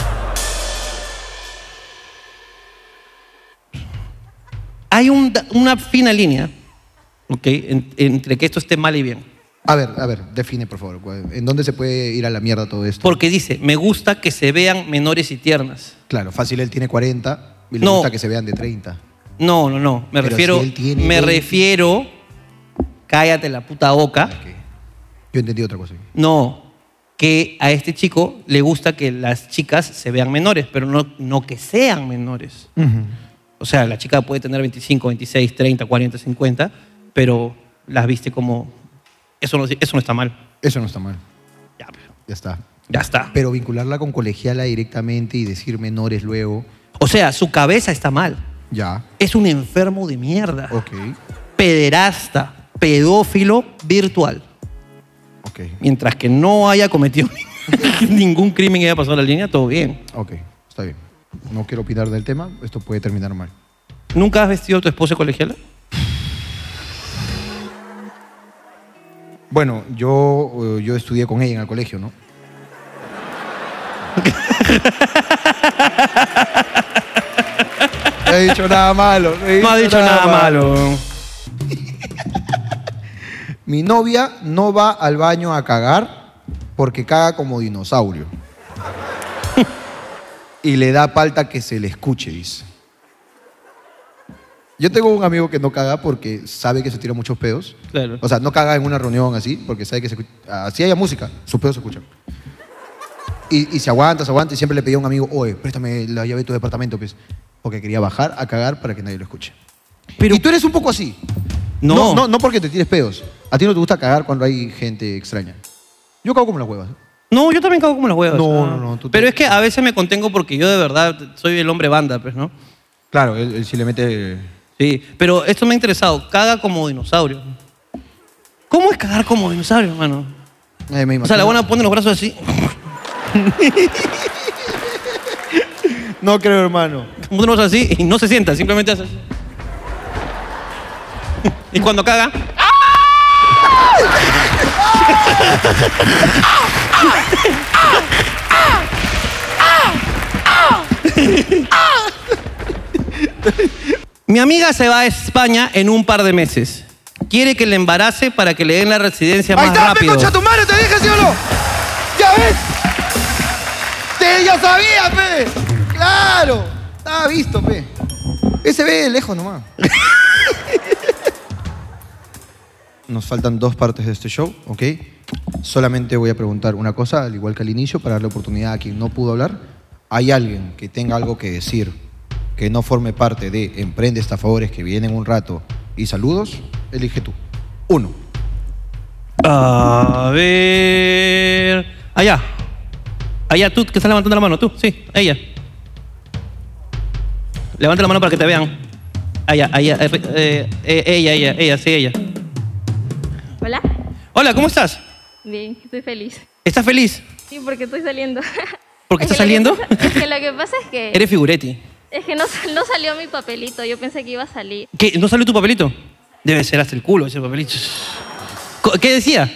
Speaker 1: Hay un da- una fina línea, ¿ok? en- entre que esto esté mal y bien.
Speaker 2: A ver, a ver, define por favor. cuál- ¿En dónde se puede ir a la mierda todo esto?
Speaker 1: Porque dice, me gusta que se vean menores y tiernas.
Speaker 2: Claro, fácil, él tiene 40 y le
Speaker 1: No.
Speaker 2: gusta que se vean de 30.
Speaker 1: No, no, no. Me
Speaker 2: Pero
Speaker 1: refiero.
Speaker 2: si él tiene
Speaker 1: me
Speaker 2: 20.
Speaker 1: refiero. Cállate la puta boca.
Speaker 2: Yo entendí otra cosa.
Speaker 1: No. Que a este chico le gusta que las chicas se vean menores, pero no, no que sean menores. O sea, la chica puede tener 25, 26, 30, 40, 50, pero las viste como. Eso no, eso no está mal.
Speaker 2: Eso no está mal. Ya está.
Speaker 1: pues. Ya está.
Speaker 2: Pero vincularla con colegiala directamente y decir menores luego.
Speaker 1: O sea, su cabeza está mal.
Speaker 2: Ya.
Speaker 1: Es un enfermo de mierda.
Speaker 2: Ok.
Speaker 1: Pederasta, pedófilo virtual.
Speaker 2: Ok.
Speaker 1: Mientras que no haya cometido ningún crimen y haya pasado la línea, todo bien.
Speaker 2: Ok, está bien. No quiero opinar del tema, esto puede terminar mal.
Speaker 1: ¿Nunca has vestido a tu esposa colegiala?
Speaker 2: Bueno, yo, eh, yo estudié con ella en el colegio, ¿no? No he dicho nada malo. he
Speaker 1: No ha dicho nada malo.
Speaker 2: Mi novia no va al baño a cagar porque caga como dinosaurio. y le da falta que se le escuche, dice. Yo tengo un amigo que no caga porque sabe que se tira muchos pedos.
Speaker 1: Claro.
Speaker 2: O sea, no caga en una reunión así, porque sabe que se escucha- así haya música, sus pedos se escuchan. Y, y se aguanta, se aguanta, y siempre le pedía a un amigo, oye, préstame la llave de tu departamento, pues, porque quería bajar a cagar para que nadie lo escuche. y tú eres un poco así.
Speaker 1: No.
Speaker 2: No, no, no porque te tires pedos. A ti no te gusta cagar cuando hay gente extraña. Yo cago como las huevas.
Speaker 1: No, yo también cago como las huevas.
Speaker 2: No,
Speaker 1: Ah.
Speaker 2: no, no. tú-
Speaker 1: Pero es que a veces me contengo porque yo de verdad soy el hombre banda, pues, ¿no?
Speaker 2: Claro, él, él sí le mete...
Speaker 1: Sí, pero esto me ha interesado. Caga como dinosaurio. ¿Cómo es cagar como dinosaurio, hermano?
Speaker 2: Eh, me
Speaker 1: O sea, la
Speaker 2: imagino.
Speaker 1: buena pone los brazos así.
Speaker 2: No creo, hermano.
Speaker 1: Pone los brazos así y no se sienta, simplemente hace así. Y cuando caga, Mi amiga se va a España en un par de meses. Quiere que le embarace para que le den la residencia
Speaker 13: Ahí
Speaker 1: más
Speaker 13: está, pe,
Speaker 1: rápido.
Speaker 13: concha tu madre, te dije, sí o no. ¿Ya ves? Te, ya sabía, pe. Claro. Estaba visto, pe.
Speaker 2: Ese ve de lejos nomás. Nos faltan dos partes de este show, ¿ok? Solamente voy a preguntar una cosa, al igual que al inicio, para darle oportunidad a quien no pudo hablar. ¿Hay alguien que tenga algo que decir que no forme parte de Emprende Estafadores que vienen un rato y saludos? Elige tú. Uno.
Speaker 1: A ver. Allá. Allá, tú que estás levantando la mano, tú. Sí, ella. Levanta la mano para que te vean. Allá, allá. eh, eh, eh, ella, ella, ella, sí, ella.
Speaker 24: Hola.
Speaker 1: Hola, ¿cómo estás?
Speaker 24: Bien, estoy feliz.
Speaker 1: ¿Estás feliz?
Speaker 24: Sí, porque estoy saliendo.
Speaker 1: ¿Porque
Speaker 24: Es
Speaker 1: estás
Speaker 24: que lo
Speaker 1: saliendo?
Speaker 24: que pasa- es que lo que pasa es que.
Speaker 1: Eres figuretti.
Speaker 24: Es que no, sal- no salió mi papelito. Yo pensé que iba a salir.
Speaker 1: ¿Qué? ¿No salió tu papelito? Debe ser hasta el culo ese papelito. Co- ¿Qué decía?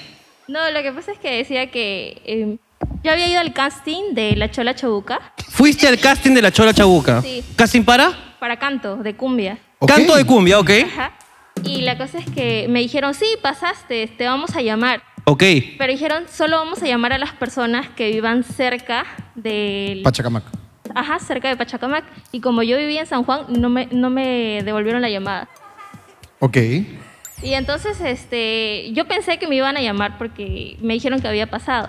Speaker 24: No, lo que pasa es que decía que. eh, yo había ido al casting de La Chola Chabuca
Speaker 1: Fuiste al casting de la Chola
Speaker 16: Ah.
Speaker 1: Chabuca.
Speaker 24: Sí.
Speaker 1: ¿Casting para?
Speaker 24: para canto de cumbia.
Speaker 1: Canto de cumbia, ok.
Speaker 24: Ajá. Y la cosa es que me dijeron, sí, pasaste, te vamos a llamar.
Speaker 1: Ok.
Speaker 24: Pero dijeron, solo vamos a llamar a las personas que vivan cerca del.
Speaker 2: Pachacamac.
Speaker 24: Ajá, cerca de Pachacamac. Y como yo vivía en San Juan, no me, no me devolvieron la llamada.
Speaker 2: Ok.
Speaker 24: Y entonces este, yo pensé que me iban a llamar porque me dijeron que había pasado.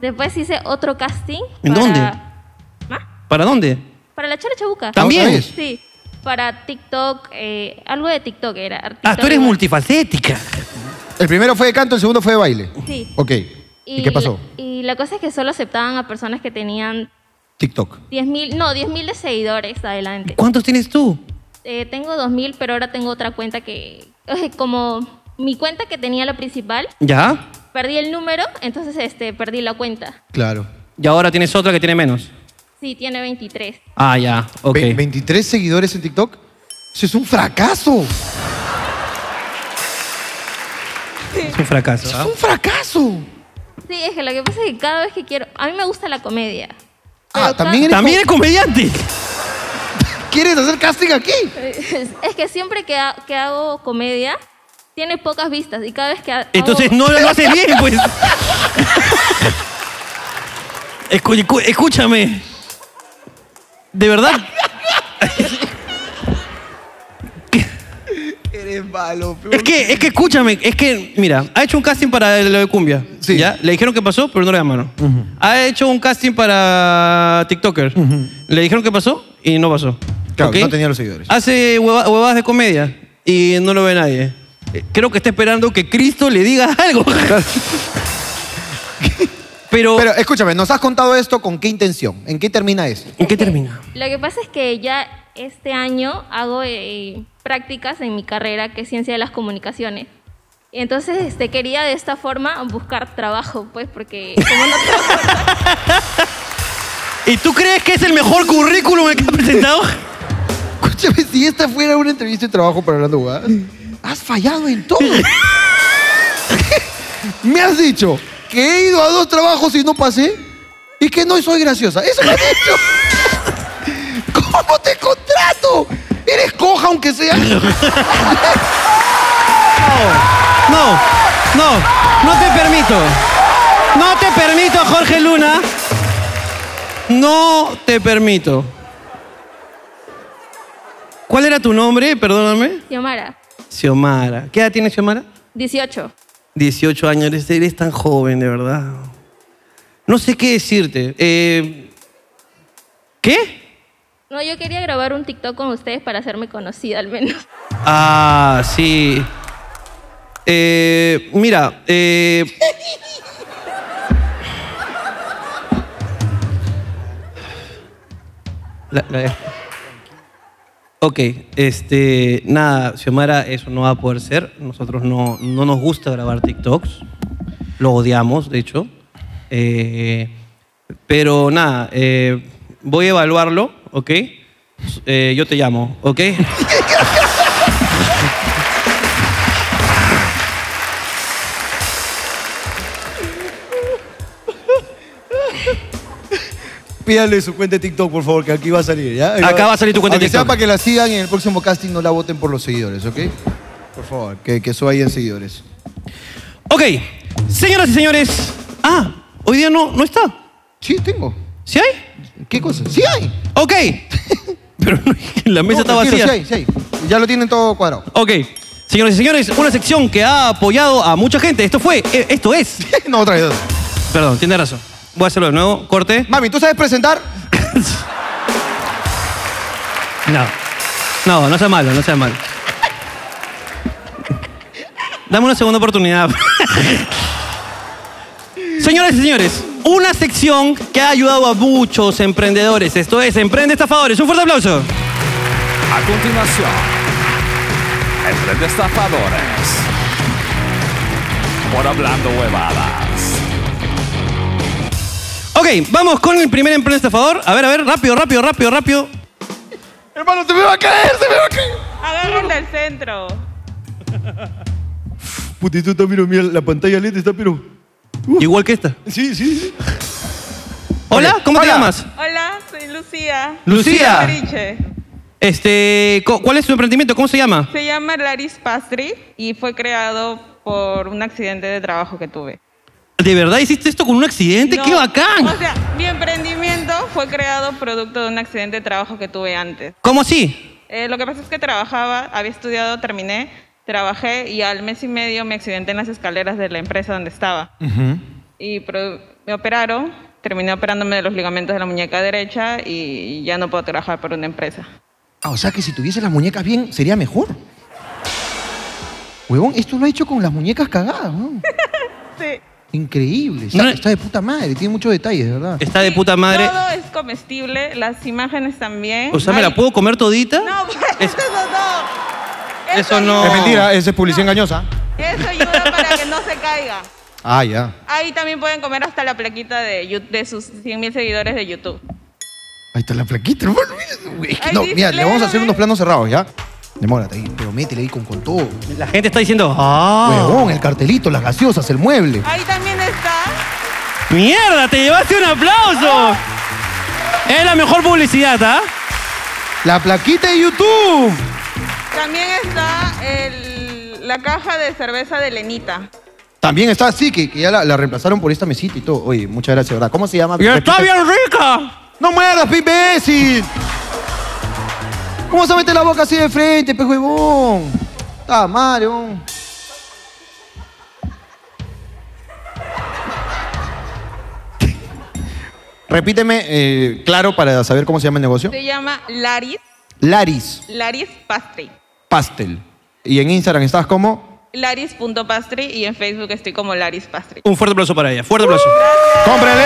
Speaker 24: Después hice otro casting.
Speaker 1: ¿En
Speaker 24: para,
Speaker 1: dónde? ¿Para dónde?
Speaker 24: Para la Chara Chabuca.
Speaker 1: ¿También? ¿Otra vez?
Speaker 24: Sí. Para TikTok, eh, algo de TikTok era.
Speaker 1: Ah, tú
Speaker 24: TikTok
Speaker 1: eres
Speaker 24: igual.
Speaker 1: multifacética.
Speaker 2: El primero fue de canto, el segundo fue de baile.
Speaker 24: Sí.
Speaker 2: Ok. ¿Y qué pasó?
Speaker 24: la- y la cosa es que solo aceptaban a personas que tenían
Speaker 2: TikTok.
Speaker 24: 10.000, no, 10.000 de seguidores adelante.
Speaker 1: ¿Cuántos tienes tú?
Speaker 24: Eh, tengo 2.000, pero ahora tengo otra cuenta que, como mi cuenta que tenía la principal,
Speaker 1: ¿Ya?
Speaker 24: perdí el número, entonces este, perdí la cuenta.
Speaker 2: Claro.
Speaker 1: Y ahora tienes otra que tiene menos.
Speaker 24: Sí, tiene 23.
Speaker 1: Ah, ya. Ok.
Speaker 2: Ve- 23 seguidores en TikTok. Eso es un fracaso.
Speaker 1: Es un fracaso. ¿ah?
Speaker 2: fracaso.
Speaker 24: Sí, es que lo que pasa es que cada vez que quiero, a mí me gusta la comedia.
Speaker 2: Ah, también eres,
Speaker 1: También eres comediante.
Speaker 2: ¿Quieres hacer casting aquí?
Speaker 24: Eh, Es que siempre que, ha- que hago comedia, tiene pocas vistas y cada vez que... ha-
Speaker 14: Entonces no lo haces bien, pues. Escu- escu- Escúchame. De verdad,
Speaker 13: Eres malo, pe-
Speaker 1: Es que, es que escúchame, es que, mira, ha hecho un casting para lo de Cumbia. ¿ya? Le dijeron que pasó, pero no le llamaron. Ha hecho un casting para TikToker. Le dijeron que pasó y no pasó.
Speaker 2: Claro,
Speaker 1: ¿Ok?
Speaker 2: no tenía los seguidores.
Speaker 1: Hace hueva- huevadas de comedia y no lo ve nadie. Eh, Creo que está esperando que Cristo le diga algo.
Speaker 2: Pero, escúchame, ¿nos has contado esto con qué intención? ¿En qué termina eso?
Speaker 1: ¿En qué termina?
Speaker 24: Lo que pasa es que ya este año hago eh, prácticas en mi carrera, que es ciencia de las comunicaciones. Y entonces este, quería de esta forma buscar trabajo, pues, porque como no
Speaker 1: ¿Y tú crees que es el mejor currículum el que ha presentado?
Speaker 2: Escúchame, si esta fuera una entrevista de trabajo para Hablando Huevadas, has fallado en todo. Me has dicho que he ido a dos trabajos y no pasé y que no soy graciosa. ¡Eso me has dicho! ¿Cómo te contrato? Eres coja aunque sea.
Speaker 1: No, no, no te permito. No te permito, Jorge Luna. No te permito. ¿Cuál era tu nombre? Perdóname.
Speaker 24: Yamara,
Speaker 1: Xiomara. ¿Qué edad tienes, Xiomara?
Speaker 24: 18.
Speaker 1: 18 años. Eres, eres tan joven, de verdad. No sé qué decirte. Eh, ¿Qué?
Speaker 24: No, yo quería grabar un TikTok con ustedes para hacerme conocida al menos.
Speaker 1: Ah, sí. Eh, mira, eh, La- la dejo. Ok, este, nada, Xiomara, eso no va a poder ser. Nosotros no, no nos gusta grabar TikToks. Lo odiamos, de hecho. Eh, pero nada, eh, voy a evaluarlo, ¿ok? Eh, yo te llamo, ¿ok?
Speaker 5: Pídale su cuenta de TikTok, por favor, que aquí va a salir, ¿ya?
Speaker 2: Acá va a salir tu cuenta de
Speaker 5: Aunque sea
Speaker 2: TikTok.
Speaker 5: para que
Speaker 2: la sigan y en el próximo casting no la voten por los seguidores, ¿ok? Por favor, que, que suba ahí en seguidores.
Speaker 1: Ok, señoras y señores. Ah, hoy día no, no está. Sí, tengo. ¿Sí hay?
Speaker 2: ¿Qué cosa? Sí hay.
Speaker 1: Ok. Pero la mesa está
Speaker 2: No,
Speaker 1: vacía.
Speaker 2: tranquilo, sí hay, sí hay. Ya lo tienen todo cuadrado.
Speaker 1: Ok. Señoras y señores, una sección que ha apoyado a mucha gente. Esto fue, eh, esto es.
Speaker 2: no, otra vez.
Speaker 1: Perdón, tiene razón. Voy a hacerlo de nuevo, corte.
Speaker 2: Mami, ¿tú sabes presentar?
Speaker 1: No. No, no sea malo, no sea malo. Dame una segunda oportunidad. Señoras y señores, una sección que ha ayudado a muchos emprendedores. Esto es Emprende Estafadores. Un fuerte aplauso.
Speaker 25: A continuación, entre destafadores. Por hablando huevadas.
Speaker 1: Ok, vamos con el primer Emprende Estafador. A ver, a ver, rápido, rápido, rápido, rápido.
Speaker 5: Hermano, se me va a caer, se me va a caer.
Speaker 18: Agarren del centro.
Speaker 5: Putito está, mira, mira, la pantalla LED está, pero. uh.
Speaker 1: Igual que esta.
Speaker 5: Sí, sí.
Speaker 1: Hola, ¿cómo te llamas?
Speaker 18: Hola, soy Lucía.
Speaker 1: Lucía.
Speaker 18: Triche.
Speaker 1: Este, co- ¿cuál es tu emprendimiento? ¿Cómo se llama?
Speaker 18: Se llama Laris Pastry y fue creado por un accidente de trabajo que tuve.
Speaker 1: ¿De verdad hiciste esto con un accidente?
Speaker 18: No,
Speaker 1: ¡Qué bacán!
Speaker 18: O sea, mi emprendimiento fue creado producto de un accidente de trabajo que tuve antes.
Speaker 1: ¿Cómo así?
Speaker 18: Eh, lo que pasa es que trabajaba, había estudiado, terminé, trabajé y al mes y medio me accidenté en las escaleras de la empresa donde estaba. y pro- me operaron, terminé operándome de los ligamentos de la muñeca derecha y ya no puedo trabajar por una empresa.
Speaker 2: Ah, o sea que si tuviese las muñecas bien, sería mejor. Huevón, esto lo ha hecho con las muñecas cagadas, ¿no?
Speaker 18: Sí.
Speaker 2: Increíble. Está, está de puta madre, tiene muchos detalles, de verdad.
Speaker 1: Está de puta madre.
Speaker 18: Todo es comestible, las imágenes también.
Speaker 1: O sea, ¿me
Speaker 18: Ay,
Speaker 1: la puedo comer todita?
Speaker 18: No,
Speaker 1: Es-
Speaker 18: eso no.
Speaker 1: Eso no.
Speaker 5: Es mentira, esa es publicidad engañosa.
Speaker 18: Eso ayuda para que no se caiga.
Speaker 2: Ah, ya.
Speaker 18: Ahí también pueden comer hasta la plaquita de, Yu- de sus 100.000 seguidores de YouTube.
Speaker 2: Ahí está la plaquita, hermano. mira eso, güey. Es que
Speaker 18: Ay, eh.
Speaker 2: no,
Speaker 18: sí,
Speaker 2: mira, le vamos a hacer
Speaker 18: léeme.
Speaker 2: unos planos cerrados, ¿ya? Demórate ahí, pero métele ahí con, con todo.
Speaker 1: La gente está diciendo, ¡ah!
Speaker 2: Huevón, el cartelito, las gaseosas, el mueble.
Speaker 18: Ahí también está.
Speaker 1: ¡Mierda! ¡Te llevaste un aplauso! Es la mejor publicidad, ¿ah?
Speaker 2: La plaquita de YouTube.
Speaker 18: También está el- La caja de cerveza de Lenita.
Speaker 2: También está así, que, que ya la, la reemplazaron por esta mesita y todo. Oye, muchas gracias, ¿verdad? ¿Cómo se llama?
Speaker 14: ¡Y está bien
Speaker 2: rica! ¡No mueras, pe imbécil! ¿Cómo se mete la boca así de frente, pe huevón? Está mal, huevón. Repíteme, eh, claro, para saber cómo se llama el negocio.
Speaker 18: Se llama Laris,
Speaker 2: Laris
Speaker 18: Laris Pastry.
Speaker 2: Pastel. Y en Instagram estás como...
Speaker 18: Laris.pastry y en Facebook estoy como Laris Pastry.
Speaker 1: Un fuerte aplauso para ella, fuerte aplauso.
Speaker 2: ¡Cómprele!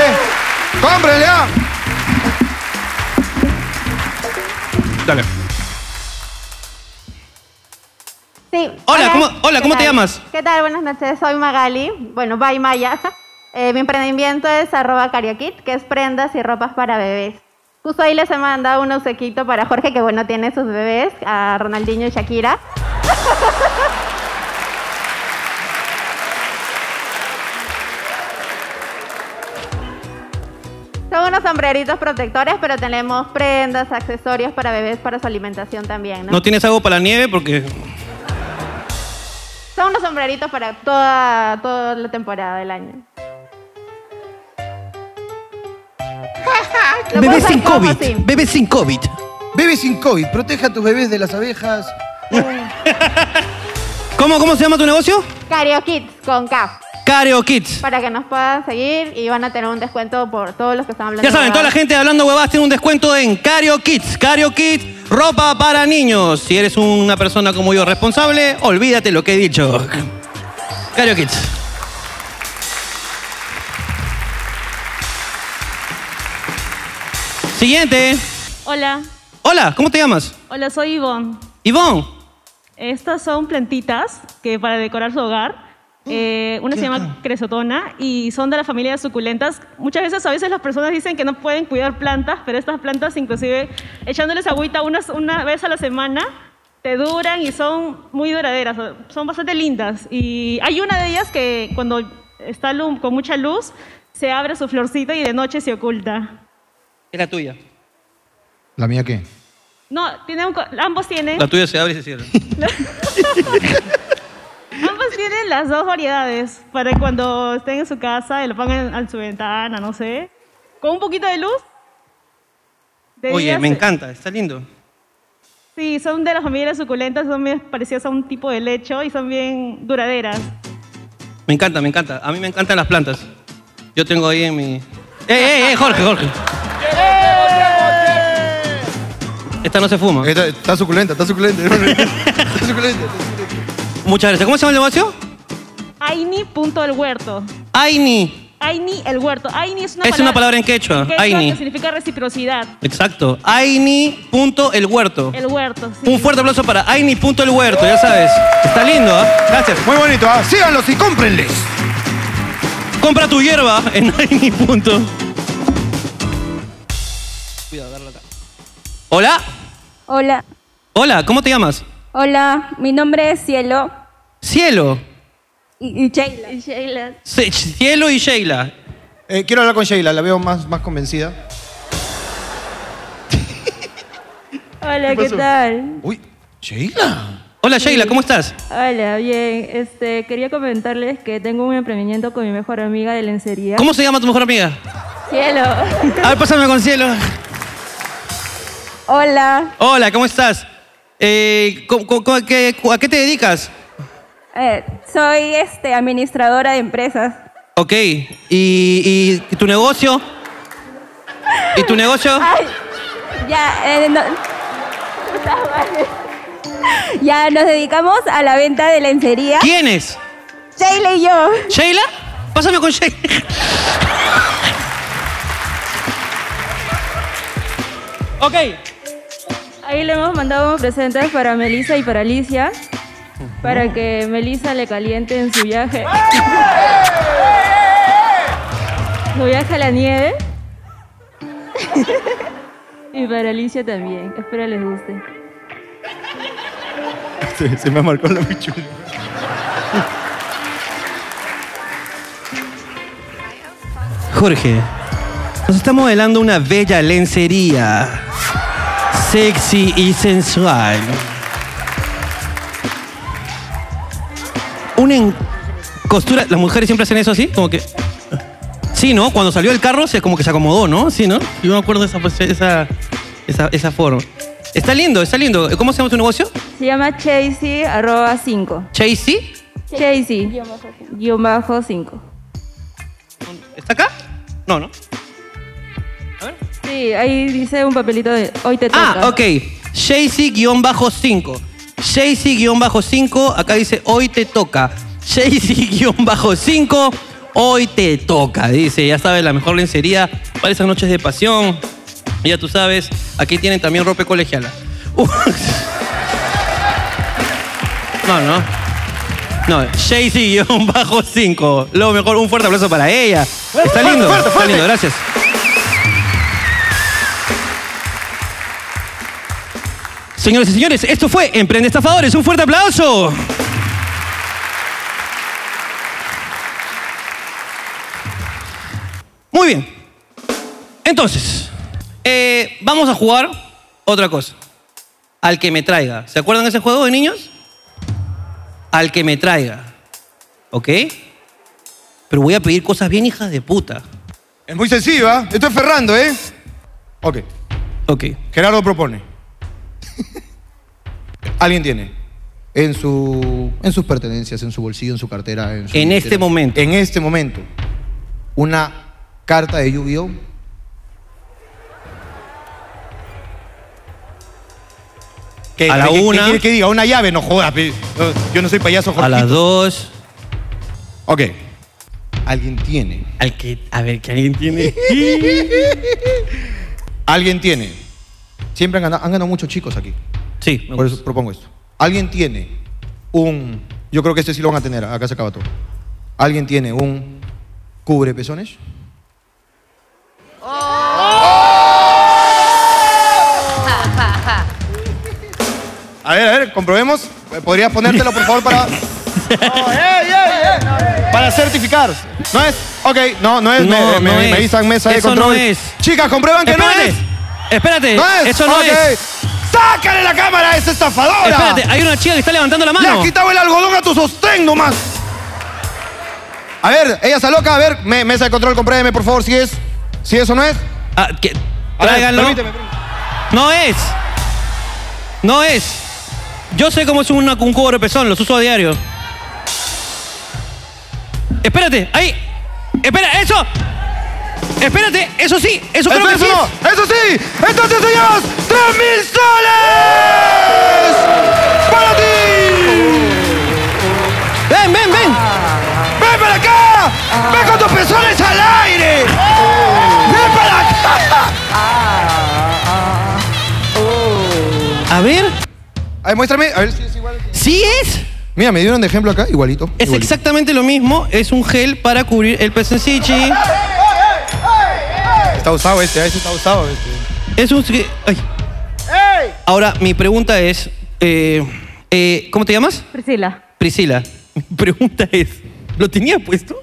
Speaker 2: ¡Cómprele! ah!
Speaker 1: Dale.
Speaker 26: Sí.
Speaker 1: Hola, ¿cómo- hola,
Speaker 26: ¿qué
Speaker 1: ¿cómo te
Speaker 26: tal?
Speaker 1: llamas?
Speaker 26: ¿Qué tal? Buenas noches, soy Magali. Bueno, bye Maya. Eh, mi emprendimiento es arroba cariokit, que es prendas y ropas para bebés. Justo ahí les he mandado un obsequito para Jorge, que bueno, tiene sus bebés, a Ronaldinho y Shakira. Son unos sombreritos protectores, pero tenemos prendas, accesorios para bebés, para su alimentación también, ¿no?
Speaker 1: ¿No tienes algo para la nieve? Porque
Speaker 26: Son unos sombreritos para toda, toda la temporada del año. Lo puedo
Speaker 14: Bebés
Speaker 26: usar
Speaker 14: sin
Speaker 26: como
Speaker 14: COVID.
Speaker 26: así.
Speaker 14: Bebés sin COVID.
Speaker 2: Bebés sin COVID. Proteja a tus bebés de las abejas.
Speaker 1: ¿Cómo, ¿Cómo se llama tu negocio?
Speaker 26: Cario Kids con K.
Speaker 1: Careo Kids.
Speaker 26: Para que nos puedan seguir y van a tener un descuento por todos los que están hablando.
Speaker 1: Ya saben, toda la
Speaker 26: huevadas.
Speaker 1: gente de hablando huevadas tiene un descuento en Cario Kids. Cario Kids, ropa para niños. Si eres una persona como yo responsable, olvídate lo que he dicho. Cario Kids. Siguiente.
Speaker 27: Hola,
Speaker 1: Hola, ¿cómo te llamas?
Speaker 27: hola, soy Ivonne.
Speaker 1: Ivonne.
Speaker 27: Estas son plantitas que para decorar su hogar.
Speaker 14: Oh,
Speaker 27: Eh, una se llama cresotona y son de la familia de suculentas. Muchas veces, a veces las personas dicen que no pueden cuidar plantas, pero estas plantas, inclusive echándoles agüita unas- una vez a la semana, te duran y son muy duraderas, son bastante lindas. Y hay una de ellas que cuando está lu- con mucha luz, se abre su florcita y de noche se oculta.
Speaker 1: Es la tuya.
Speaker 2: ¿La mía qué?
Speaker 27: No, tiene un co- ambos
Speaker 26: ¿Eh?
Speaker 27: tienen.
Speaker 1: La tuya se abre y se cierra.
Speaker 27: Ambos tienen las dos variedades para que cuando estén en su casa y lo pongan en su ventana, no sé. Con un poquito de luz. De
Speaker 1: Oye,
Speaker 27: días-
Speaker 1: me encanta, está lindo.
Speaker 27: Sí, son de las familias suculentas, son bien parecidas a un tipo de lecho y son bien duraderas.
Speaker 1: Me encanta, me encanta. A mí me encantan las plantas. Yo tengo ahí en mi. ¡Eh, eh, eh, Jorge, Jorge! Esta no se fuma.
Speaker 2: Está, suculenta, está suculenta. está suculenta.
Speaker 1: Muchas gracias. ¿Cómo se llama el negocio?
Speaker 27: Aini punto el huerto.
Speaker 1: Aini.
Speaker 27: Aini el huerto. Aini es una
Speaker 1: Es
Speaker 27: palabra.
Speaker 1: una palabra en quechua, Aini.
Speaker 27: Que significa reciprocidad.
Speaker 1: Exacto. Aini. punto El huerto.
Speaker 27: El huerto. sí.
Speaker 1: Un fuerte aplauso para Aini. punto El huerto, ya sabes. Está lindo, ¿ah? Gracias.
Speaker 2: Muy bonito, ¿ah? Síganlos y cómprenles.
Speaker 1: Compra tu hierba en Aini. punto. Hola.
Speaker 28: Hola,
Speaker 1: Hola, ¿cómo te llamas?
Speaker 28: hola, mi nombre es Cielo
Speaker 1: Cielo.
Speaker 28: y, y Sheila.
Speaker 1: Se- Cielo y Sheila.
Speaker 2: Eh, quiero hablar con Sheila, la veo más, más convencida.
Speaker 28: Hola,
Speaker 2: ¿Qué
Speaker 28: ¿qué
Speaker 2: pasó?
Speaker 28: tal?
Speaker 2: ¿Sheila?
Speaker 1: Hola, Sheila, ¿cómo estás?
Speaker 28: Hola, bien. Este, quería comentarles que tengo un emprendimiento con mi mejor amiga de lencería.
Speaker 1: ¿Cómo se llama tu mejor amiga?
Speaker 28: Cielo.
Speaker 1: A ver, pásame con Cielo.
Speaker 28: Hola,
Speaker 1: Hola, ¿cómo estás? Eh, ¿cómo- cómo- cómo- qué- ¿A qué te dedicas?
Speaker 28: eh, soy este, administradora de empresas.
Speaker 1: Ok, ¿y, y tu negocio? ¿Y tu negocio?
Speaker 28: Ay, ya, eh, no- ya nos dedicamos a la venta de lencería.
Speaker 1: ¿Quién es?
Speaker 28: Sheila y yo.
Speaker 1: ¿Sheila? Pásame con Sheila. Ok.
Speaker 28: Ahí le hemos mandado presentes para Melissa y para Alicia. Para que Melissa le caliente en su viaje. su viaje a la nieve. y para Alicia también. Espero les guste.
Speaker 2: Se, se me marcó la pichula.
Speaker 1: Jorge, nos está modelando una bella lencería. Sexy y sensual. ponen costura. Las mujeres siempre hacen eso así, como que. Sí, ¿no? Cuando salió el carro, se, como que se acomodó, ¿no? Sí, ¿no? Yo me acuerdo de esa, pues, esa, esa, esa forma. Está lindo, está lindo. ¿Cómo se llama tu negocio?
Speaker 28: Se llama Chasey arroba 5.
Speaker 1: ¿Chasey?
Speaker 28: Chasey guión bajo 5.
Speaker 1: ¿Está acá? No, ¿no?
Speaker 28: Sí, ahí dice un papelito de hoy te toca.
Speaker 1: Ah, ok. Jaycee-5. Jaycee-5. Acá dice hoy te toca. Jaycee-5. Hoy te toca. Dice, ya sabes, la mejor lencería para esas noches de pasión. Ya tú sabes, aquí tienen también ropa colegiala. Uh, no, no. No, Jaycee-5. Lo mejor, un fuerte aplauso para ella. Está lindo,
Speaker 14: fuerte,
Speaker 1: está
Speaker 14: fuerte.
Speaker 1: lindo, gracias. Señores y señores, esto fue Emprende Estafadores. Un fuerte aplauso. Muy bien. Entonces, eh, vamos a jugar otra cosa. Al que me traiga. ¿Se acuerdan de ese juego de niños? Al que me traiga. ¿Ok? Pero voy a pedir cosas bien hijas de puta.
Speaker 3: Es muy sencillo, ¿ah? Esto es Ferrando, ¿eh? Ok.
Speaker 1: Ok.
Speaker 3: Gerardo propone. Alguien tiene.
Speaker 2: En, su, en sus pertenencias, en su bolsillo, en su cartera. En, su
Speaker 3: En este
Speaker 1: momento.
Speaker 2: En este momento. Una carta de Yu-Gi-Oh!
Speaker 3: ¿Qué-
Speaker 1: A la
Speaker 3: qué- qué
Speaker 1: una.
Speaker 3: quiere que diga? Una llave, no jodas. pe. No, Yo no soy payaso,
Speaker 1: A las dos.
Speaker 3: Ok. Alguien tiene.
Speaker 1: Al que. A ver, que alguien tiene.
Speaker 2: Alguien tiene. Siempre han ganado, han ganado muchos chicos aquí.
Speaker 1: Sí.
Speaker 2: Por eso propongo esto. Alguien tiene un. Yo creo que este sí lo van a tener. Acá se acaba todo. Alguien tiene un cubre pezones.
Speaker 3: A ver, a ver, comprobemos. ¿Podrías ponértelo, por favor, para. Para certificar. No es. Ok, no, no es. me,
Speaker 1: No,
Speaker 3: me-
Speaker 1: no
Speaker 3: me
Speaker 1: es.
Speaker 3: avisan mesa de
Speaker 1: Eso no
Speaker 3: control.
Speaker 1: es.
Speaker 3: Chicas, comprueban que
Speaker 1: Espérate, Espérate,
Speaker 3: no es. No es.
Speaker 1: eso no
Speaker 3: Ok.
Speaker 1: es.
Speaker 3: ¡Sácale la cámara a esa estafadora!
Speaker 1: Espérate, hay una chica que está levantando la
Speaker 3: Le
Speaker 1: mano.
Speaker 3: has quitado el algodón a tu sostén nomás. A ver, ella está loca. A ver, me- mesa de control, compruébeme, por favor, si es. Si eso no es.
Speaker 1: Ah, que,
Speaker 3: A ver,
Speaker 1: tráiganlo.
Speaker 3: permíteme,
Speaker 1: No es. No es. Yo sé cómo es una, un cubo de pezón, los uso a diario. Espérate, ahí. Espera, eso. Espérate, eso sí, eso creo que
Speaker 3: Eso
Speaker 1: sí.
Speaker 3: no, eso sí. Entonces, señores, ¡tres mil soles! ¡Para ti!
Speaker 1: ¡Ven, ven, ven!
Speaker 3: ¡Ven para acá! ¡Ven con tus pezones al aire! ¡Ven para acá!
Speaker 1: A ver.
Speaker 2: A ver, muéstrame. A ver si es igual.
Speaker 1: ¿Sí es?
Speaker 2: Mira, me dieron de ejemplo acá, igualito.
Speaker 1: Es exactamente lo mismo, es un gel para cubrir el pezoncichi.
Speaker 3: Está usado este, ese está usado este.
Speaker 1: Es un... ay. Ahora, mi pregunta es... eh, eh, ¿Cómo te llamas?
Speaker 26: Priscila.
Speaker 1: Priscila, mi pregunta es, ¿lo tenía puesto?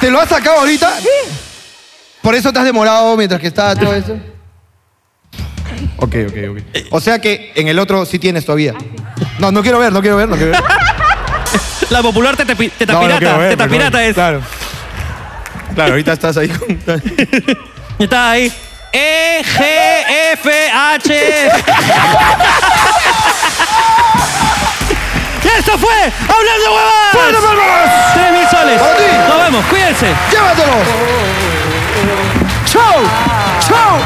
Speaker 2: ¿Te lo has sacado ahorita? Por eso te has demorado mientras que está todo eso.
Speaker 3: Ok, ok, ok. O sea que en el otro sí tienes todavía. No, no quiero ver, no quiero ver, no quiero ver.
Speaker 1: La popular te te eh.
Speaker 3: No, no quiero
Speaker 1: pirata,
Speaker 3: ver,
Speaker 1: teta
Speaker 3: pero
Speaker 1: pirata es.
Speaker 3: Claro. Claro, ahorita estás ahí con.
Speaker 1: Está ahí. E, G, F, H. Y esto fue Hablando Huevas.
Speaker 14: ¡Fuerte palmas!
Speaker 1: ¡Tres mil soles!
Speaker 14: ¡Para ti!
Speaker 1: Nos vemos, cuídense.
Speaker 2: ¡Llévatelo!
Speaker 3: ¡Chau! ¡Chau!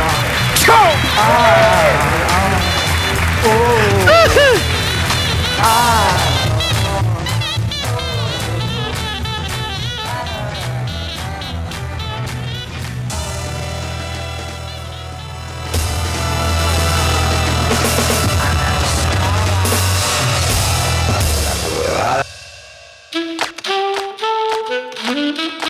Speaker 3: ¡Chau!
Speaker 1: Ah. Ah.